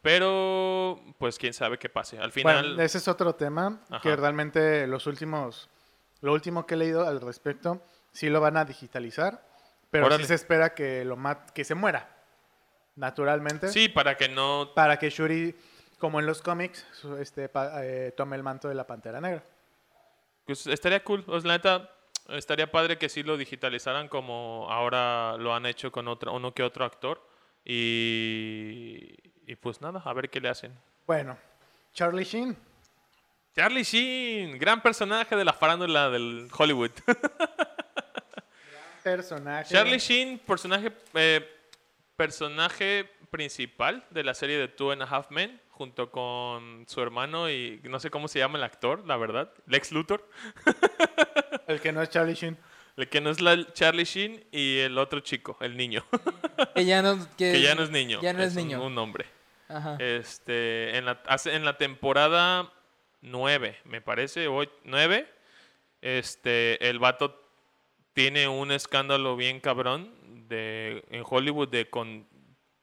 S4: Pero, pues quién sabe qué pase. Al final.
S3: Bueno, este. ese es otro tema que
S4: Ajá.
S3: realmente los últimos, lo último que he leído al respecto, sí lo van a digitalizar, pero sí
S4: Órale.
S3: se espera que lo mat- que se muera naturalmente,
S4: sí, para que no.
S3: para que Shuri, como en los cómics, su- este, pa- eh, tome el manto de la Pantera Negra.
S4: pues, estaría cool. Pues, la neta, estaría padre que sí lo digitalizaran como ahora lo han hecho con otro, uno que otro actor. Y. Y pues nada, a ver qué le hacen.
S3: Bueno, Charlie Sheen,
S4: Charlie Sheen, gran personaje de la farándula del Hollywood.
S3: personaje.
S4: Charlie Sheen, personaje, eh, personaje principal de la serie de Two and a Half Men, junto con su hermano y no sé cómo se llama el actor, la verdad, Lex Luthor,
S3: El que no es Charlie Sheen.
S4: el que no es la Charlie Sheen y el otro chico, el niño,
S5: Que ya no, que,
S4: que ya no es niño,
S5: Ya no es,
S4: un-
S5: niño.
S4: un, hombre.
S5: Ajá.
S4: Este, en la, hace- en la temporada 9, me parece, o 9, este, el vato tiene un escándalo bien cabrón de, en Hollywood de con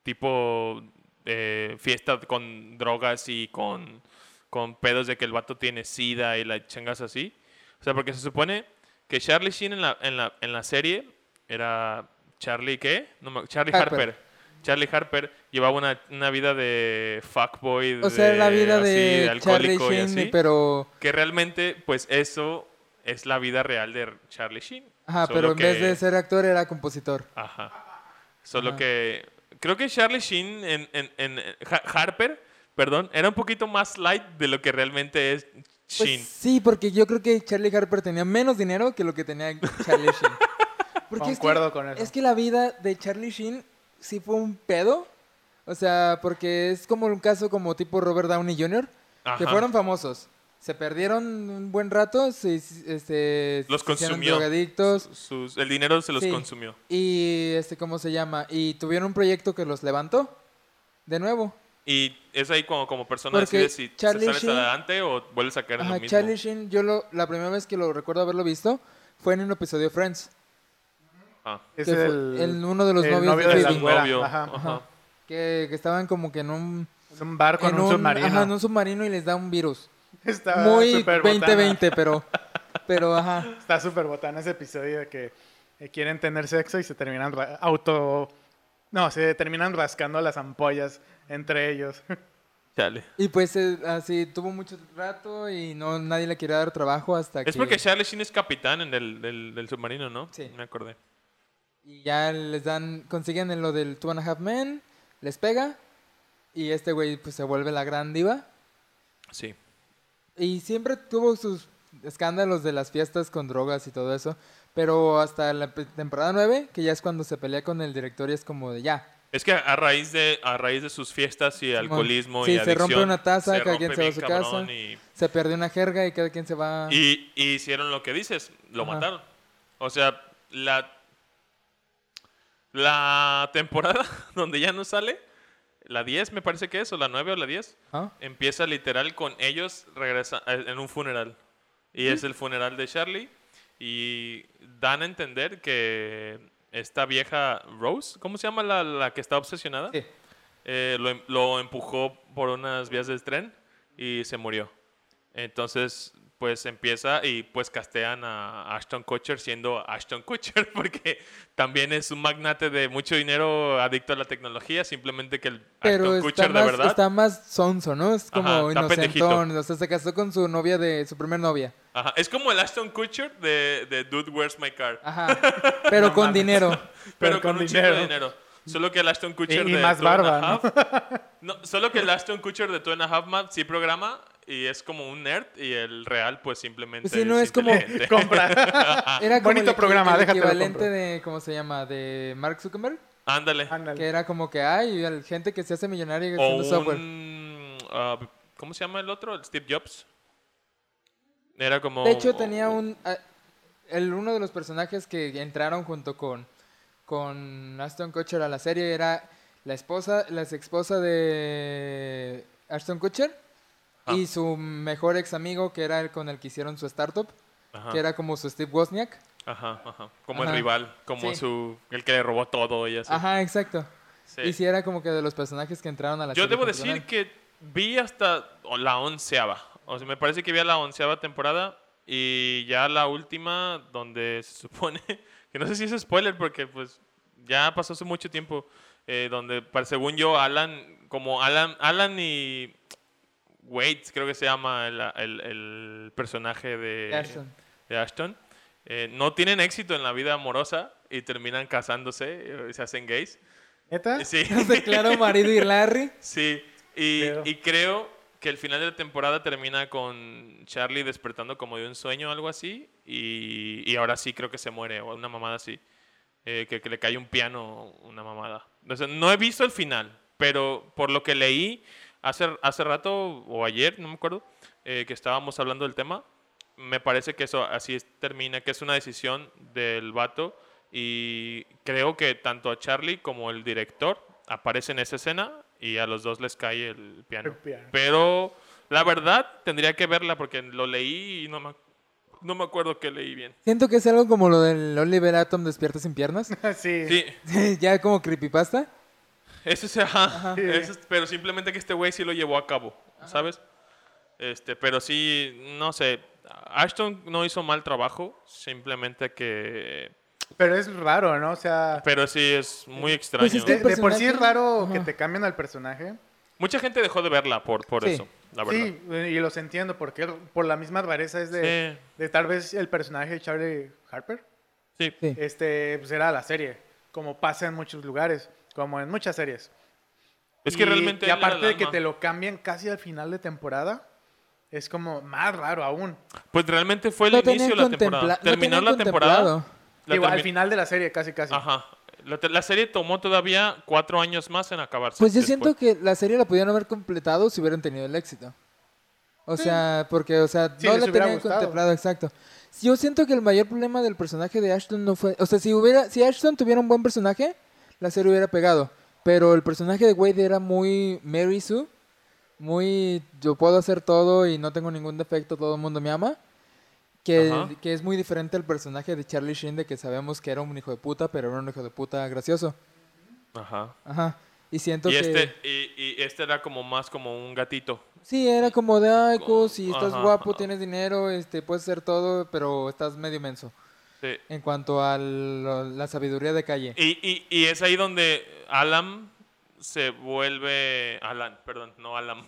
S4: tipo eh, fiesta con drogas y con, con pedos de que el vato tiene sida y la chingas así. O sea, porque se supone que Charlie Sheen en la, en la, en la serie era Charlie, ¿qué? No me- Charlie
S5: Harper.
S4: Harper. Charlie Harper llevaba una, una vida de fuckboy,
S5: O sea, la vida
S4: así,
S5: de Charlie
S4: alcohólico y
S5: Sheen,
S4: así.
S5: pero...
S4: Que realmente, pues eso es la vida real de Charlie Sheen.
S5: Ajá,
S4: Solo
S5: pero en vez
S4: que-
S5: de ser actor era compositor.
S4: Ajá. Solo
S5: Ajá.
S4: que creo que Charlie Sheen en, en- en- eh, Ha- Harper, perdón, era un poquito más light de lo que realmente es
S5: Pues
S4: Sheen.
S5: sí, porque yo creo que Charlie Harper tenía menos dinero que lo que tenía Charlie Sheen. Porque es que-
S3: Concuerdo con eso.
S5: Es que la vida de Charlie Sheen sí fue un pedo. O sea, porque es como un caso como tipo Robert Downey Jr., que
S4: Ajá.
S5: fueron famosos. Se perdieron un buen rato, se, hic- este,
S4: Los
S5: se hicieron
S4: consumió.
S5: drogadictos.
S4: Sus- el dinero se los
S5: Sí.
S4: consumió.
S5: Y este, ¿cómo se llama? Y tuvieron un proyecto que los levantó. De nuevo.
S4: Y es ahí como, como persona
S5: Porque
S4: decide si
S5: Charlie
S4: se sales
S5: Sheen-
S4: adelante o vuelves a caer en
S5: Ajá,
S4: lo mismo.
S5: Charlie Sheen, yo lo, la primera vez que lo recuerdo haberlo visto fue en un episodio de Friends.
S4: Ajá.
S3: Es
S5: que fue
S3: el,
S5: el- uno de los
S3: el
S5: novios
S3: novio
S5: de
S3: de la
S5: Phoebe.
S3: güera,
S4: Novio,
S3: ajá.
S4: ajá.
S5: Que, que estaban como que en un...
S3: Es un barco en, un, submarino.
S5: ajá, en un submarino y les da un virus.
S3: Está
S5: Muy
S3: súper botana.
S5: 2020, pero... Pero ajá.
S3: Está súper botán ese episodio de que eh, quieren tener sexo y se terminan ra- auto... No, se terminan rascando las ampollas entre ellos.
S4: Chale.
S5: Y pues eh, así tuvo mucho rato y no nadie le quería dar trabajo hasta que.
S4: Es porque Charlie Sheen es capitán en el, del, del submarino, ¿no?
S5: Sí.
S4: Me acordé.
S5: Y ya les dan, consiguen en lo del Two and a Half Men, les pega y este güey pues se vuelve la gran diva.
S4: Sí.
S5: Y siempre tuvo sus escándalos de las fiestas con drogas y todo eso, pero hasta la pe- temporada 9, que ya es cuando se pelea con el director y es como de ya.
S4: Es que a raíz de a raíz de sus fiestas y alcoholismo
S5: Sí,
S4: y
S5: se
S4: adicción.
S5: rompe una taza,
S4: se
S5: cada quien
S4: rompe
S5: se va a
S4: bien
S5: su casa.
S4: cabrón Y,
S5: Se perdió una jerga y cada quien se va...
S4: y- y hicieron lo que dices, lo
S5: Ajá.
S4: mataron. O sea, la la temporada donde ya no sale, la 10 me parece que es, o la 9 o la 10,
S5: ¿Ah?
S4: empieza literal con ellos regresa eh, en un funeral. Y es el funeral de Charlie. Y dan a entender que esta vieja Rose, ¿cómo se llama la, la que está obsesionada?
S5: Sí.
S4: Eh, lo, em- lo empujó por unas vías del tren y se murió. Entonces, pues empieza y pues castean a Ashton Kutcher siendo Ashton Kutcher porque también es un magnate de mucho dinero adicto a la tecnología, simplemente que el
S5: Pero
S4: Ashton
S5: está
S4: Kutcher de
S5: más,
S4: verdad...
S5: está más sonso, ¿no? Es como
S4: Ajá, está
S5: inocentón. O sea, se casó con su novia de... su primer novia.
S4: Ajá, Es como el Ashton Kutcher de, de Dude, Where's My Car?
S5: Ajá. Pero con dinero.
S4: pero
S3: pero
S4: con,
S3: con
S4: un chingo de
S3: dinero.
S4: dinero. Solo que el Ashton Kutcher
S3: Y- y
S4: de
S3: más
S4: Two and a
S3: barba,
S4: Half- ¿no? solo que el Ashton Kutcher de Two and a Half Man sí programa y es como un nerd y el real pues simplemente
S5: Sí, no, es como-
S4: inteligente.
S3: Compra.
S4: Ah,
S5: Era como
S3: Bonito
S5: el, equi-
S3: programa,
S5: el
S3: déjatelo
S5: equivalente
S3: compro.
S5: de... ¿Cómo se llama? De Mark Zuckerberg.
S4: Ándale.
S3: Ándale.
S5: Que era como que hay gente que se hace millonaria
S4: O
S5: haciendo software.
S4: un... ah, ¿Cómo se llama el otro? El Steve Jobs. Era como...
S5: De hecho, tenía un... ah, el, uno de los personajes que entraron junto con, con Ashton Kutcher a la serie era la esposa, la ex esposa de Ashton Kutcher
S4: Ah.
S5: y su mejor ex amigo que era el con el que hicieron su startup,
S4: Ajá,
S5: que era como su Steve Wozniak.
S4: ajá, ajá. Como el
S5: Ajá.
S4: rival, como
S5: Sí.
S4: su... El que le robó todo y así.
S5: Ajá, exacto.
S4: Sí.
S5: Y sí era como que de los personajes que entraron a la
S4: Yo
S5: serie.
S4: debo
S5: temporal.
S4: decir que vi hasta o la onceava. O sea, me parece que vi a la onceava temporada y ya la última donde se supone, que no sé si es spoiler porque pues ya pasó hace mucho tiempo, eh, donde para- según yo Alan, como Alan, Alan y Waits creo que se llama el, el- el personaje de
S5: Ashton.
S4: de Ashton, eh, no tienen éxito en la vida amorosa y terminan casándose, eh, se hacen gays.
S3: ¿Neta?
S4: Sí.
S5: Se declaró marido y Larry.
S4: Sí, y,
S3: Pero-
S4: y creo que el final de la temporada termina con Charlie despertando como de un sueño o algo así, y, y ahora sí creo que se muere, o una mamada así, eh, que, que le cae un piano, una mamada. O sea, no he visto el final, pero por lo que leí hace, hace rato o ayer, no me acuerdo, eh, que estábamos hablando del tema, me parece que eso así es- termina, que es una decisión del vato y creo que tanto a Charlie como el director aparecen en esa escena y a los dos les cae el piano.
S3: El piano.
S4: Pero la verdad tendría que verla porque lo leí y no me, ac- no me acuerdo que leí bien.
S5: Siento que es algo como lo del Oliver Atom despierta sin piernas.
S3: Sí.
S4: Sí,
S5: ya como creepypasta.
S4: eso se- ajá,
S5: Ajá.
S4: eso es- pero simplemente que este güey sí lo llevó a cabo, ¿sabes? Este, pero sí, no sé, Ashton no hizo mal trabajo, simplemente que
S3: Pero es raro, ¿no? O sea,
S4: Pero sí, es muy extraño.
S5: Pues es
S3: de,
S5: que- este
S3: de por sí es
S5: personaje-
S3: raro que
S5: Ajá.
S3: te cambien al personaje.
S4: Mucha gente dejó de verla por, por
S5: Sí.
S4: eso, la verdad.
S3: Sí, y los entiendo, porque por la misma rareza es de,
S4: Sí.
S3: de tal vez el personaje de Charlie Harper,
S4: Sí.
S5: Sí.
S3: este, pues era la serie, como pasa en muchos lugares, como en muchas series.
S4: Es que
S3: Y-
S4: realmente...
S3: Y
S4: él era
S3: aparte
S4: el
S3: de que
S4: alma.
S3: te lo cambian casi al final de temporada, es como más raro aún.
S4: Pues realmente fue el
S5: No
S4: inicio de
S5: tenían
S4: la temporada.
S5: contempla- no
S4: Terminó
S5: tenían
S4: la temporada.
S5: contemplado.
S4: la
S3: Digo, al
S4: termi-
S3: final de la serie, casi casi.
S4: Ajá. La, te- la serie tomó todavía cuatro años más en acabarse.
S5: Pues yo
S4: después.
S5: siento que la serie la pudieron haber completado si hubieran tenido el éxito. O sea, porque, o sea,
S3: Sí,
S5: no
S3: les
S5: la
S3: hubiera
S5: tenían
S3: gustado.
S5: contemplado, exacto. Sí, Yo siento que el mayor problema del personaje de Ashton no fue... O sea, si, hubiera, si Ashton tuviera un buen personaje, la serie hubiera pegado. Pero el personaje de Wade era muy Mary Sue, muy yo puedo hacer todo y no tengo ningún defecto, todo el mundo me ama. Que,
S4: Ajá.
S5: que es muy diferente al personaje de Charlie Sheen, de que sabemos que era un hijo de puta, pero era un hijo de puta gracioso.
S4: Ajá.
S5: Ajá. Y siento
S4: y,
S5: que...
S4: este, y, y este era como más como un gatito.
S5: Sí, era como de, ay, co, si estás
S4: Ajá.
S5: guapo, tienes dinero, este, puedes hacer todo, pero estás medio menso.
S4: Sí.
S5: En cuanto a lo- la sabiduría de calle.
S4: Y, y- y es ahí donde Alan se vuelve. Alan, perdón, no Alan.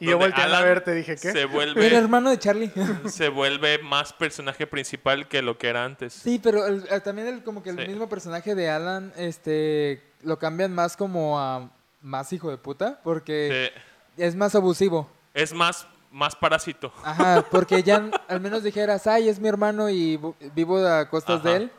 S3: Y yo
S4: Donde
S3: volteando a
S4: Alan
S3: verte dije, ¿qué?
S4: Se
S5: Era
S4: vuelve,
S5: hermano de Charlie.
S4: se vuelve más personaje principal que lo que era antes.
S5: sí, pero el- el- también el, como que el
S4: Sí.
S5: mismo personaje de Alan, este, lo cambian más como a más hijo de puta, porque
S4: Sí.
S5: es más abusivo.
S4: Es más, más parásito.
S5: Ajá, porque ya al menos dijeras, ay, es mi hermano y bu- vivo a costas
S4: Ajá.
S5: de él.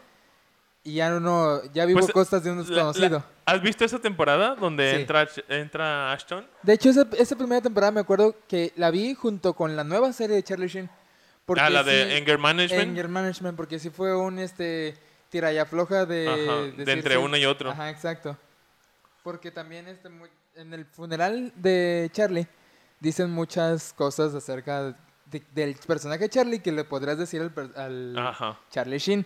S5: Y ya no, ya vivo
S4: Pues,
S5: a costas de un
S4: la-
S5: desconocido.
S4: la- ¿Has visto esa temporada donde
S5: Sí.
S4: entra, entra Ashton? Ah,
S5: De hecho, esa, esa primera temporada me acuerdo que la vi junto con la nueva serie de Charlie Sheen. Porque
S4: ah, la de
S5: sí-
S4: Anger Management.
S5: Anger Management, porque sí fue un este, tira y afloja de,
S4: Ajá, de
S5: decir
S4: entre
S5: sí.
S4: uno y otro.
S5: Ajá, exacto. Porque también este, mu- en el funeral de Charlie dicen muchas cosas acerca de- del personaje de Charlie que le podrías decir al, per- al
S4: Ajá,
S5: Charlie Sheen.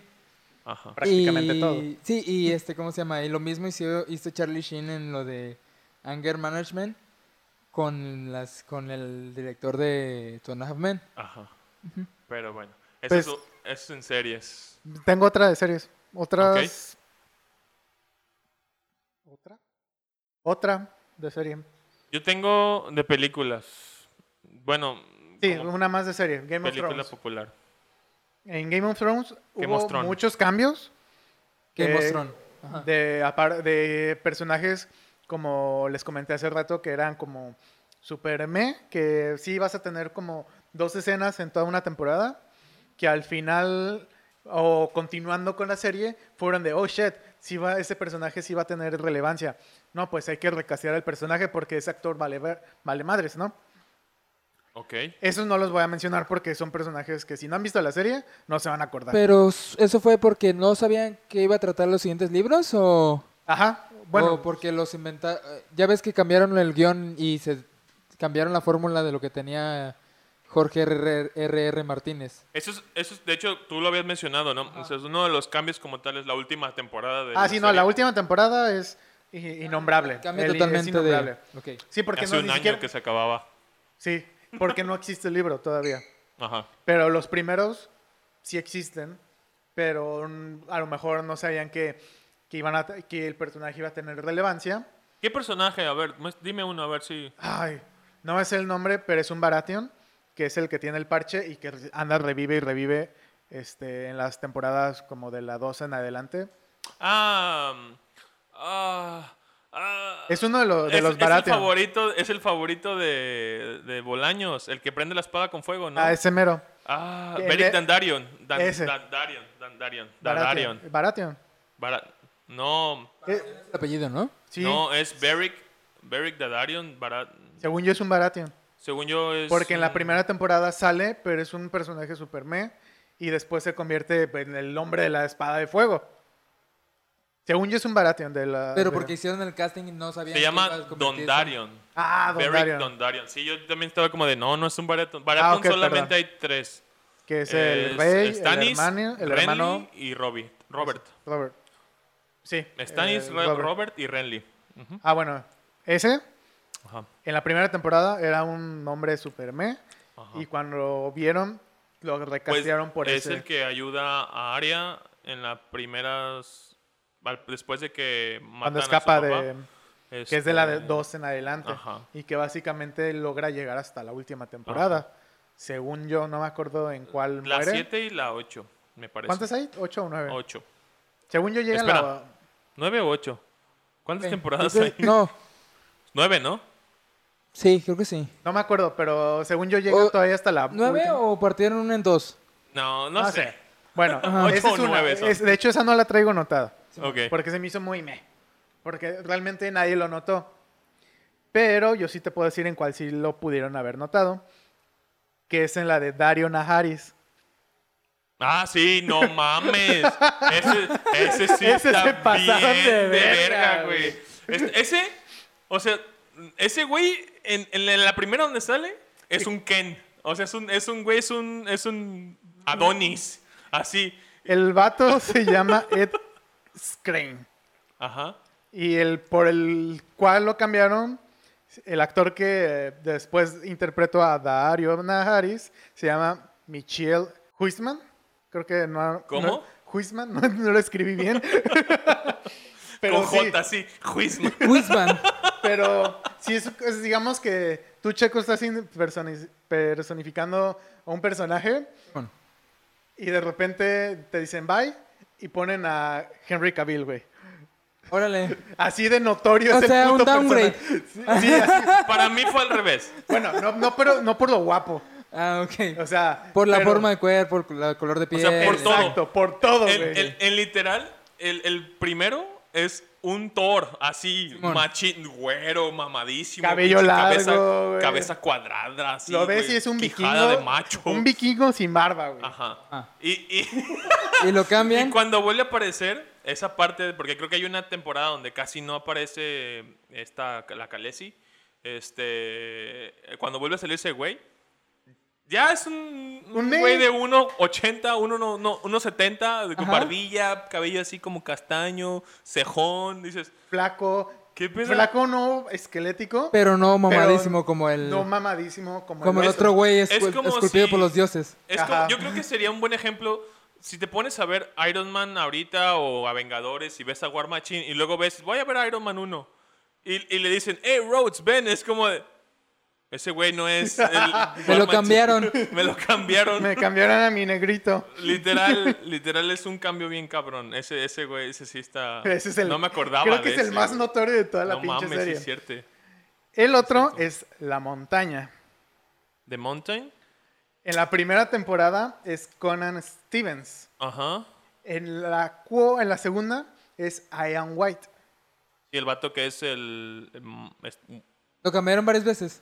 S4: ajá.
S3: Prácticamente
S5: Y-
S3: todo.
S5: Sí, y este, ¿cómo se llama? Y lo mismo hizo, hizo Charlie Sheen en lo de Anger Management con las con el director de Two and a Half Men.
S4: Ajá. Pero bueno, eso,
S3: Pues-
S4: es, eso es en series.
S3: Tengo otra de series. Otras. ¿Otra? Otra de serie.
S4: Yo tengo de películas. Bueno,
S3: Sí,
S4: como
S3: una más de serie. Game of
S4: película
S3: Thrones.
S4: popular.
S3: En Game of Thrones
S4: Game
S3: hubo
S4: of Thrones.
S3: muchos cambios
S5: Que
S3: Eh,
S5: mostrón. Ajá.
S3: de, apar- de personajes, como les comenté hace rato, que eran como super me, que sí vas a tener como dos escenas en toda una temporada, que al final o continuando con la serie fueron de, oh shit, sí va, ese personaje sí va a tener relevancia. No, pues hay que recastear al personaje porque ese actor vale, ver- vale madres, ¿no?
S4: Ok.
S3: Esos no los voy a mencionar porque son personajes que si no han visto la serie no se van a acordar.
S5: Pero s- eso fue porque no sabían que iba a tratar los siguientes libros o,
S3: Ajá, bueno,
S5: o porque los inventaron. Ya ves que cambiaron el guión y se cambiaron la fórmula de lo que tenía Jorge R.R. R. Martínez.
S4: Eso es, eso es- de hecho, tú lo habías mencionado, ¿no? O sea, es uno de los cambios como tal es la última temporada de...
S3: Ah, sí, no,
S4: serie.
S3: la última temporada es i- innombrable.
S5: Cambia
S3: El-
S5: totalmente
S3: es innombrable.
S5: de. Ok.
S3: Sí, porque
S4: Hace
S3: no,
S4: un
S3: ni
S4: año
S3: siquiera-
S4: que se acababa.
S3: Sí, porque no existe el libro todavía.
S4: Ajá.
S3: Pero los primeros sí existen, pero mm, a lo mejor no sabían que, que, iban a, que el personaje iba a tener relevancia.
S4: ¿Qué personaje? A ver, muest- dime uno, a ver si...
S3: Ay, no es el nombre, pero es un Baratheon, que es el que tiene el parche y que anda, revive y revive este, en las temporadas como de la 12 en adelante.
S4: Ah... mm, ah, ah,
S3: Es uno de, los de
S4: es-
S3: los
S4: es el
S3: Baratheon.
S4: favorito, es el favorito de, de Bolaños, el que prende la espada con fuego, ¿no?
S3: Ah, ese mero.
S4: Ah,
S3: Que
S4: Beric
S3: le-
S4: Dandarion. Dan-
S3: Ese.
S4: Dandarion. Dandarion. Dandarion.
S3: Baratheon. Baratheon.
S4: Bara- no,
S3: Eh,
S5: El apellido, ¿no?
S3: sí.
S4: no, es Beric. Beric Dandarion. Bara-
S3: Según yo es un Baratheon.
S4: según yo es.
S3: Porque en la
S4: un-
S3: primera temporada sale, pero es un personaje super meh, Y después se convierte en el hombre de la espada de fuego. Según yo es un Baratheon de la.
S5: Pero
S3: de-
S5: porque hicieron el casting y no sabían.
S4: Se
S5: que
S4: llama
S5: iba a convertirse en-
S4: Dondarion.
S3: Ah, Don
S4: Beric
S3: Darion,
S4: Dondarion. Sí, yo también estaba como de no, no es un Baratheon. Baratheon
S3: Ah, ok,
S4: solamente
S3: perdón.
S4: hay tres:
S3: Que es
S4: Es
S3: el rey,
S4: Stannis,
S3: el hermano, el
S4: Renly
S3: hermano
S4: y Robbie, Robert.
S3: Robert. Sí.
S4: Stannis,
S3: eh,
S4: Re- Robert. y Renly.
S3: Ah, bueno. Ese,
S4: Ajá.
S3: en la primera temporada, era un hombre super meh,
S4: Ajá.
S3: Y cuando vieron, lo
S4: Pues,
S3: recastearon por
S4: es
S3: ese.
S4: el que ayuda a Arya en las primeras. al- Después de que matan
S3: cuando
S4: a su
S3: escapa
S4: papá.
S3: de. que es de la de
S4: Este,
S3: dos en adelante
S4: Ajá.
S3: y que básicamente logra llegar hasta la última temporada. Según yo, no me acuerdo en cuál
S4: La
S3: muere.
S4: 7 y la 8, me parece.
S3: ¿Cuántas hay? ¿Ocho o nueve?
S4: 8.
S3: Según yo llega
S4: Espera.
S3: la...
S4: 9 o 8. ¿Cuántas
S5: Eh,
S4: temporadas
S5: creo
S4: hay?
S5: que- No,
S4: 9, ¿no?
S5: sí, creo que sí.
S3: No me acuerdo, pero según yo llega
S5: O-
S3: todavía hasta la
S5: ¿Nueve
S3: última.
S5: o partieron una en dos?
S4: No, no,
S3: No
S4: sé.
S3: sé. Bueno,
S4: Ocho
S3: esa
S4: o
S3: es una.
S4: nueve son.
S3: Es- de hecho, esa no la traigo anotada.
S4: Ok.
S3: Porque se me hizo muy meh. Porque realmente nadie lo notó. Pero yo sí te puedo decir en cuál sí lo pudieron haber notado. Que es en la de Dario Naharis.
S4: Ah, sí, no mames. Ese, ese sí
S3: Ese se
S4: está
S3: pasaron
S4: bien
S3: de
S4: de verga,
S3: verga,
S4: güey.
S3: güey.
S4: Es- Ese, o sea, ese güey, en, en la primera donde sale, es un Ken. O sea, es un, es un güey, es un, es un Adonis. Así.
S3: El vato se llama Ed Skrein.
S4: Ajá.
S3: Y el por el cual lo cambiaron, el actor que eh, después interpretó a Dario Naharis se llama Michiel Huisman. Creo que no.
S4: ¿Cómo?
S3: no- Huisman, no, no lo escribí bien.
S4: Con
S3: sí,
S4: J, sí. Huisman.
S5: Wisman.
S3: pero sí, es, es- digamos que tú, Checo, estás in- personi- personificando a un personaje
S5: Bueno.
S3: y de repente te dicen bye y ponen a Henry Cavill, güey.
S5: Órale.
S3: Así de notorio
S5: O
S3: es el
S5: sea, un
S3: puto personaje. Sí, sí, así-
S4: Para mí fue al revés.
S3: Bueno, no, no, pero, no por lo guapo.
S5: Ah, ok.
S3: O sea.
S5: Por la
S3: pero-
S5: forma de cuerpo, por el color de piel.
S4: sea, por todo.
S3: Exacto, por todo,
S4: En,
S3: güey.
S4: en- en literal, el, el primero es un Thor, así,
S5: Simón.
S4: machín, güero, mamadísimo.
S3: Cabello
S4: pinche
S3: largo,
S4: Cabeza,
S3: güey.
S4: cabeza cuadrada, así.
S3: lo ves
S4: güey,
S3: y es un
S4: quijada
S3: vikingo.
S4: de macho.
S3: Un vikingo sin barba, güey.
S4: Ajá.
S5: Ah.
S4: Y, y,
S5: Y lo
S4: y
S5: cambian.
S4: cuando vuelve a aparecer esa parte, porque creo que hay una temporada donde casi no aparece esta, la Khaleesi. Este, cuando vuelve a salir ese güey, ya es un, un
S3: Un
S4: güey
S3: nene.
S4: de 1,80, uno no- no- 1,70, con
S5: Ajá.
S4: barbilla, cabello así como castaño, cejón. Dices,
S3: Flaco.
S4: ¿Qué pedo?
S3: Flaco no esquelético.
S5: Pero no
S3: pero
S5: mamadísimo como el.
S3: No mamadísimo como,
S5: como el
S4: Es-
S5: otro güey
S4: es
S5: escu-
S4: como
S5: esculpido
S4: si-
S5: por los dioses.
S4: Es como-
S3: Ajá.
S4: yo creo que sería un buen ejemplo. Si te pones a ver Iron Man ahorita o a Vengadores y ves a War Machine y luego ves, voy a ver Iron Man 1. Y, y le dicen, hey, Rhodes, ven. Es como, de, ese güey no es. el War
S5: Me lo
S4: Machine".
S5: cambiaron.
S4: Me lo cambiaron.
S3: Me cambiaron a mi negrito.
S4: Literal, literal es un cambio bien cabrón. Ese, ese güey, ese sí está.
S3: Ese es el,
S4: no me acordaba.
S3: Creo que
S4: de
S3: es el
S4: ese,
S3: más
S4: güey.
S3: notorio de toda la
S4: No
S3: pinche
S4: mames, sí
S3: serie.
S4: es cierto.
S3: el otro es La Montaña.
S4: The Mountain.
S3: En la primera temporada es Conan Stevens.
S4: Ajá.
S3: En la, cu- en la segunda es Ian White.
S4: Y el vato que es el. el- es-
S5: Lo cambiaron varias veces.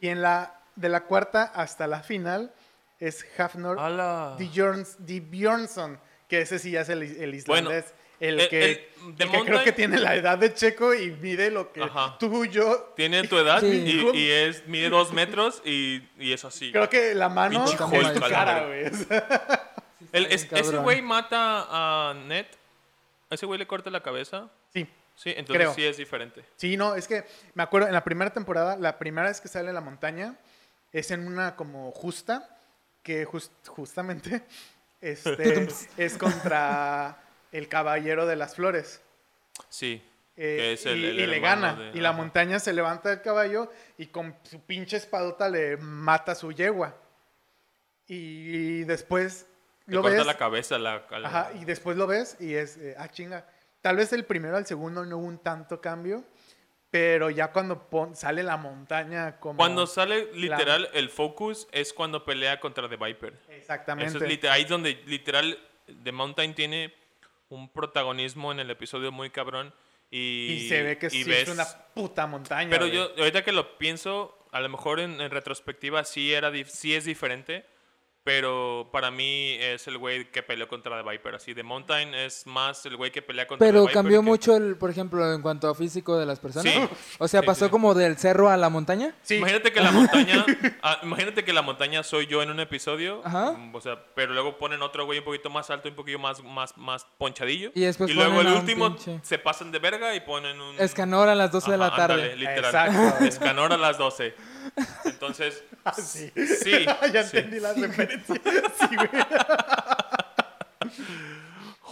S3: Y en la de la cuarta hasta la final es Hafnor
S4: ala.
S3: Dibjorns- Dibjornsson, que ese sí ya es el, el
S4: Bueno,
S3: islandés. el,
S4: el-
S3: que,
S4: el
S3: el
S4: de
S3: que creo
S4: Mountain-
S3: que tiene la edad de Checo y mide lo que
S4: Ajá.
S3: tú, yo.
S4: Tiene tu edad
S5: Sí.
S4: y, y es, mide dos metros y, y es así.
S3: Creo que la mano
S4: Pinche
S3: es
S5: Hulk,
S3: tu
S4: la
S5: a
S3: cara,
S4: verga.
S3: güey. O sea,
S4: El- es-
S5: Cabrón.
S4: ese güey mata a Ned. Ese güey le corta la cabeza.
S3: sí.
S4: Sí, entonces
S3: Creo.
S4: sí es diferente.
S3: Sí, no, es que me acuerdo en la primera temporada, la primera vez que sale a la montaña es en una como justa, que jus- justamente este, es contra el caballero de las flores.
S4: Sí.
S3: Eh,
S4: que es el-
S3: y,
S4: el
S3: y le
S4: hermano
S3: gana.
S4: de-
S3: y la
S4: ajá.
S3: montaña se levanta del caballo y con su pinche espadota le mata a su yegua. Y después
S4: Le
S3: lo
S4: corta
S3: ves.
S4: la cabeza. La, a la-
S3: Ajá, y después lo ves y es, eh, ah, chinga. Tal vez el primero al segundo no hubo un tanto cambio, pero ya cuando pon- sale la montaña como...
S4: Cuando sale literal el focus es cuando pelea contra The Viper. Eso
S3: Exactamente.
S4: es lite- ahí es donde literal The Mountain tiene un protagonismo en el episodio muy cabrón. Y,
S3: y se ve que
S4: y
S3: sí
S4: ves-
S3: es una puta montaña.
S4: Pero
S3: güey.
S4: yo, ahorita que lo pienso, a lo mejor en, en retrospectiva sí, era, dif- sí es diferente, pero para mí es el güey que peleó contra The Viper. Así, The Mountain es más el güey que pelea contra The
S5: Pero
S4: Viper
S5: cambió
S4: que-
S5: mucho, el, por ejemplo, en cuanto a físico de las personas.
S4: Sí.
S5: O sea,
S4: Sí,
S5: pasó
S4: sí.
S5: como del cerro a la montaña.
S3: Sí,
S4: Imagínate que la montaña, ah, imagínate que la montaña soy yo en un episodio,
S5: Ajá.
S4: mm, o sea, pero luego ponen otro güey un poquito más alto, un poquillo más más más ponchadillo
S5: Y después
S4: luego
S5: ponen
S4: el
S5: a un
S4: último
S5: pinche-
S4: se pasan de verga y ponen un
S5: Escanor a las 12 de
S4: Mm.
S5: la
S4: Ajá,
S5: tarde.
S4: ándale, literal.
S3: Exacto.
S4: Escanor a las 12. Entonces,
S3: Ah, sí.
S4: sí.
S3: ya
S4: sí.
S3: entendí la referencia. Sí, güey.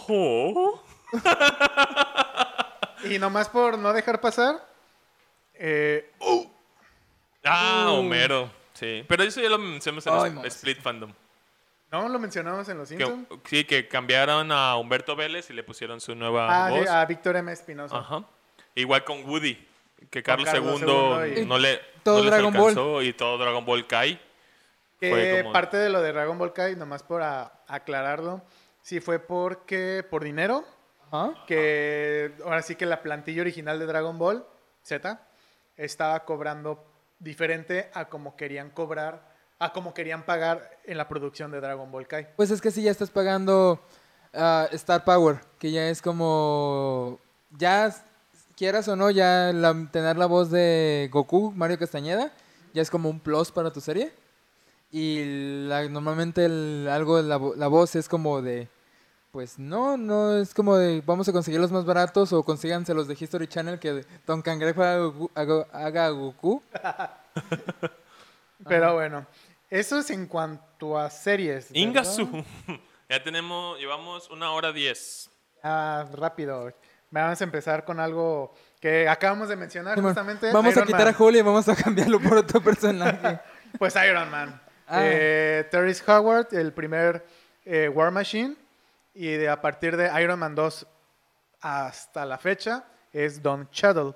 S4: Oh.
S3: Y nomás por no dejar pasar, eh,
S4: Ah, Homero. Sí. Pero eso ya lo mencionamos en
S5: Ay,
S4: el
S5: mamá.
S4: Split Fandom.
S3: no lo mencionamos en los
S4: Que-
S3: Simpsons.
S4: sí, que cambiaron a Humberto Vélez y le pusieron su nueva
S3: Ah, sí,
S4: voz.
S3: a Víctor M. Espinosa.
S4: Ajá. Igual con Woody, que Carlos,
S3: Carlos
S4: II,
S3: II y-
S4: no le
S5: Todo
S4: no les
S5: Dragon Ball.
S4: alcanzó y todo Dragon Ball Kai.
S3: Que
S4: Fue como-
S3: parte de lo de Dragon Ball Kai, nomás por a- aclararlo, sí fue porque por dinero,
S5: Ajá.
S3: que ahora sí que la plantilla original de Dragon Ball Z estaba cobrando diferente a como querían cobrar, a como querían pagar en la producción de Dragon Ball Kai.
S5: Pues es que si ya estás pagando ah, Star Power, que ya es como. Ya s- quieras o no, ya la- tener la voz de Goku, Mario Castañeda, ya es como un plus para tu serie. Y la- normalmente el- algo, la, vo- la voz es como de Pues no, no es como de vamos a conseguir los más baratos o consíganse los de History Channel que Don Cangrejo haga Goku- haga- haga Goku.
S3: Ah, Pero bueno, eso es en cuanto a series. ¿verdad?
S4: Ingasu. ya tenemos, llevamos una hora diez.
S3: Ah, rápido. Vamos a empezar con algo que acabamos de mencionar
S5: Simón,
S3: justamente.
S5: Vamos a
S3: Iron
S5: quitar
S3: Man.
S5: a Julio y vamos a cambiarlo por otro personaje.
S3: Pues Iron Man.
S5: Ah.
S3: Eh, Terrence Howard, el primer eh, War Machine. Y de, a partir de Iron Man 2 hasta la fecha es Don Shadow.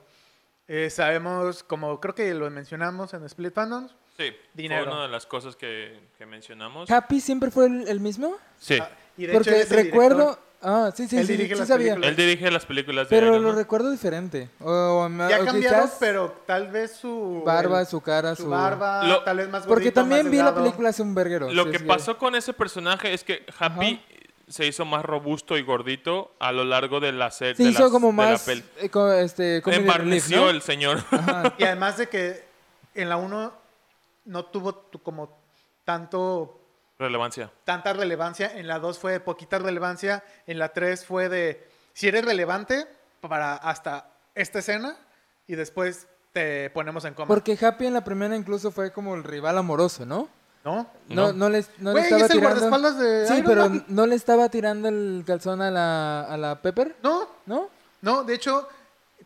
S3: Eh, sabemos, como creo que lo mencionamos en Split Fandoms,
S4: Sí,
S3: Dinero.
S4: fue una de las cosas que, que mencionamos.
S5: ¿Capi siempre fue el, el mismo?
S4: Sí,
S3: ah, y de
S5: Porque
S3: hecho es el
S5: recuerdo.
S3: director.
S5: Ah, sí, sí,
S3: Él
S5: sí,
S3: dirige
S5: sí
S3: las
S5: sabía.
S3: películas.
S4: él dirige las películas de
S5: Pero
S4: Iron
S5: lo
S4: Man.
S5: recuerdo diferente. O- o ma-
S3: Ya
S5: o
S3: cambiaron,
S5: quizás
S3: pero tal vez su...
S5: Ah, Barba,
S3: el-
S5: su cara, su.
S3: su barba,
S4: Lo-
S3: tal vez más
S5: Porque
S3: gordito,
S5: también
S3: más
S5: vi la
S3: delgado.
S5: película hace un verguero.
S4: Lo
S5: sí,
S4: que
S5: sí.
S4: pasó con ese personaje es que Happy se hizo más robusto y gordito a lo largo de la serie.
S5: Se
S4: de
S5: hizo
S4: las-
S5: como
S4: de la
S5: más.
S4: pel-
S5: eh, co- este, comedy relief,
S4: Embarneció
S5: ¿no?
S4: el señor.
S5: Ajá.
S3: Y además de que en la 1 no tuvo tu- como tanto
S4: Relevancia.
S3: tanta relevancia, en la 2 fue de poquita relevancia, en la 3 fue de si eres relevante para hasta esta escena y después te ponemos en coma.
S5: Porque Happy en la primera incluso fue como el rival amoroso, ¿no?
S3: ¿No?
S5: No,
S4: No.
S5: no, les, no le
S3: Güey,
S5: estaba
S3: es el
S5: tirando.
S3: guardaespaldas de
S5: sí,
S3: Iron
S5: pero
S3: Man.
S5: no le estaba tirando el calzón a la, a la Pepper,
S3: No,
S5: ¿no?
S3: no, de hecho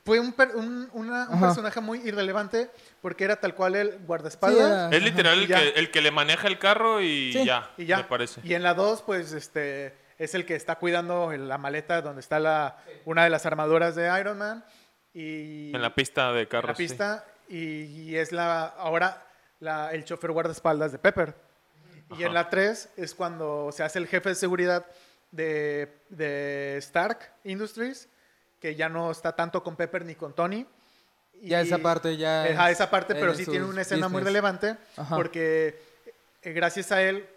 S3: fue un, per- un- una- un
S5: Ajá.
S3: personaje muy irrelevante porque era tal cual el
S5: Sí,
S3: guardaespaldas.
S5: era- Ajá.
S4: Es literal
S3: Y
S4: el
S3: ya.
S4: que, el que le maneja el carro y,
S5: Sí.
S4: ya,
S3: Y ya.
S4: me parece.
S3: Y en la 2, pues, este, es el que está cuidando el- la maleta donde está la, una de las armaduras de Iron Man. Y
S4: En la pista de
S3: en la
S4: carros. sí.
S3: pista. Y, y es la, ahora la- el chofer guardaespaldas de Pepper. Y en
S4: Ajá.
S3: la 3 es cuando se hace el jefe de seguridad de, de Stark Industries, que ya no está tanto con Pepper ni con Tony. Y-
S5: Ya esa parte ya.
S3: Ajá,
S5: es-
S3: esa parte,
S5: eh,
S3: pero
S5: de
S3: sí tiene
S5: sus
S3: una escena muy
S5: business.
S3: relevante
S5: Ajá.
S3: porque eh, gracias a él,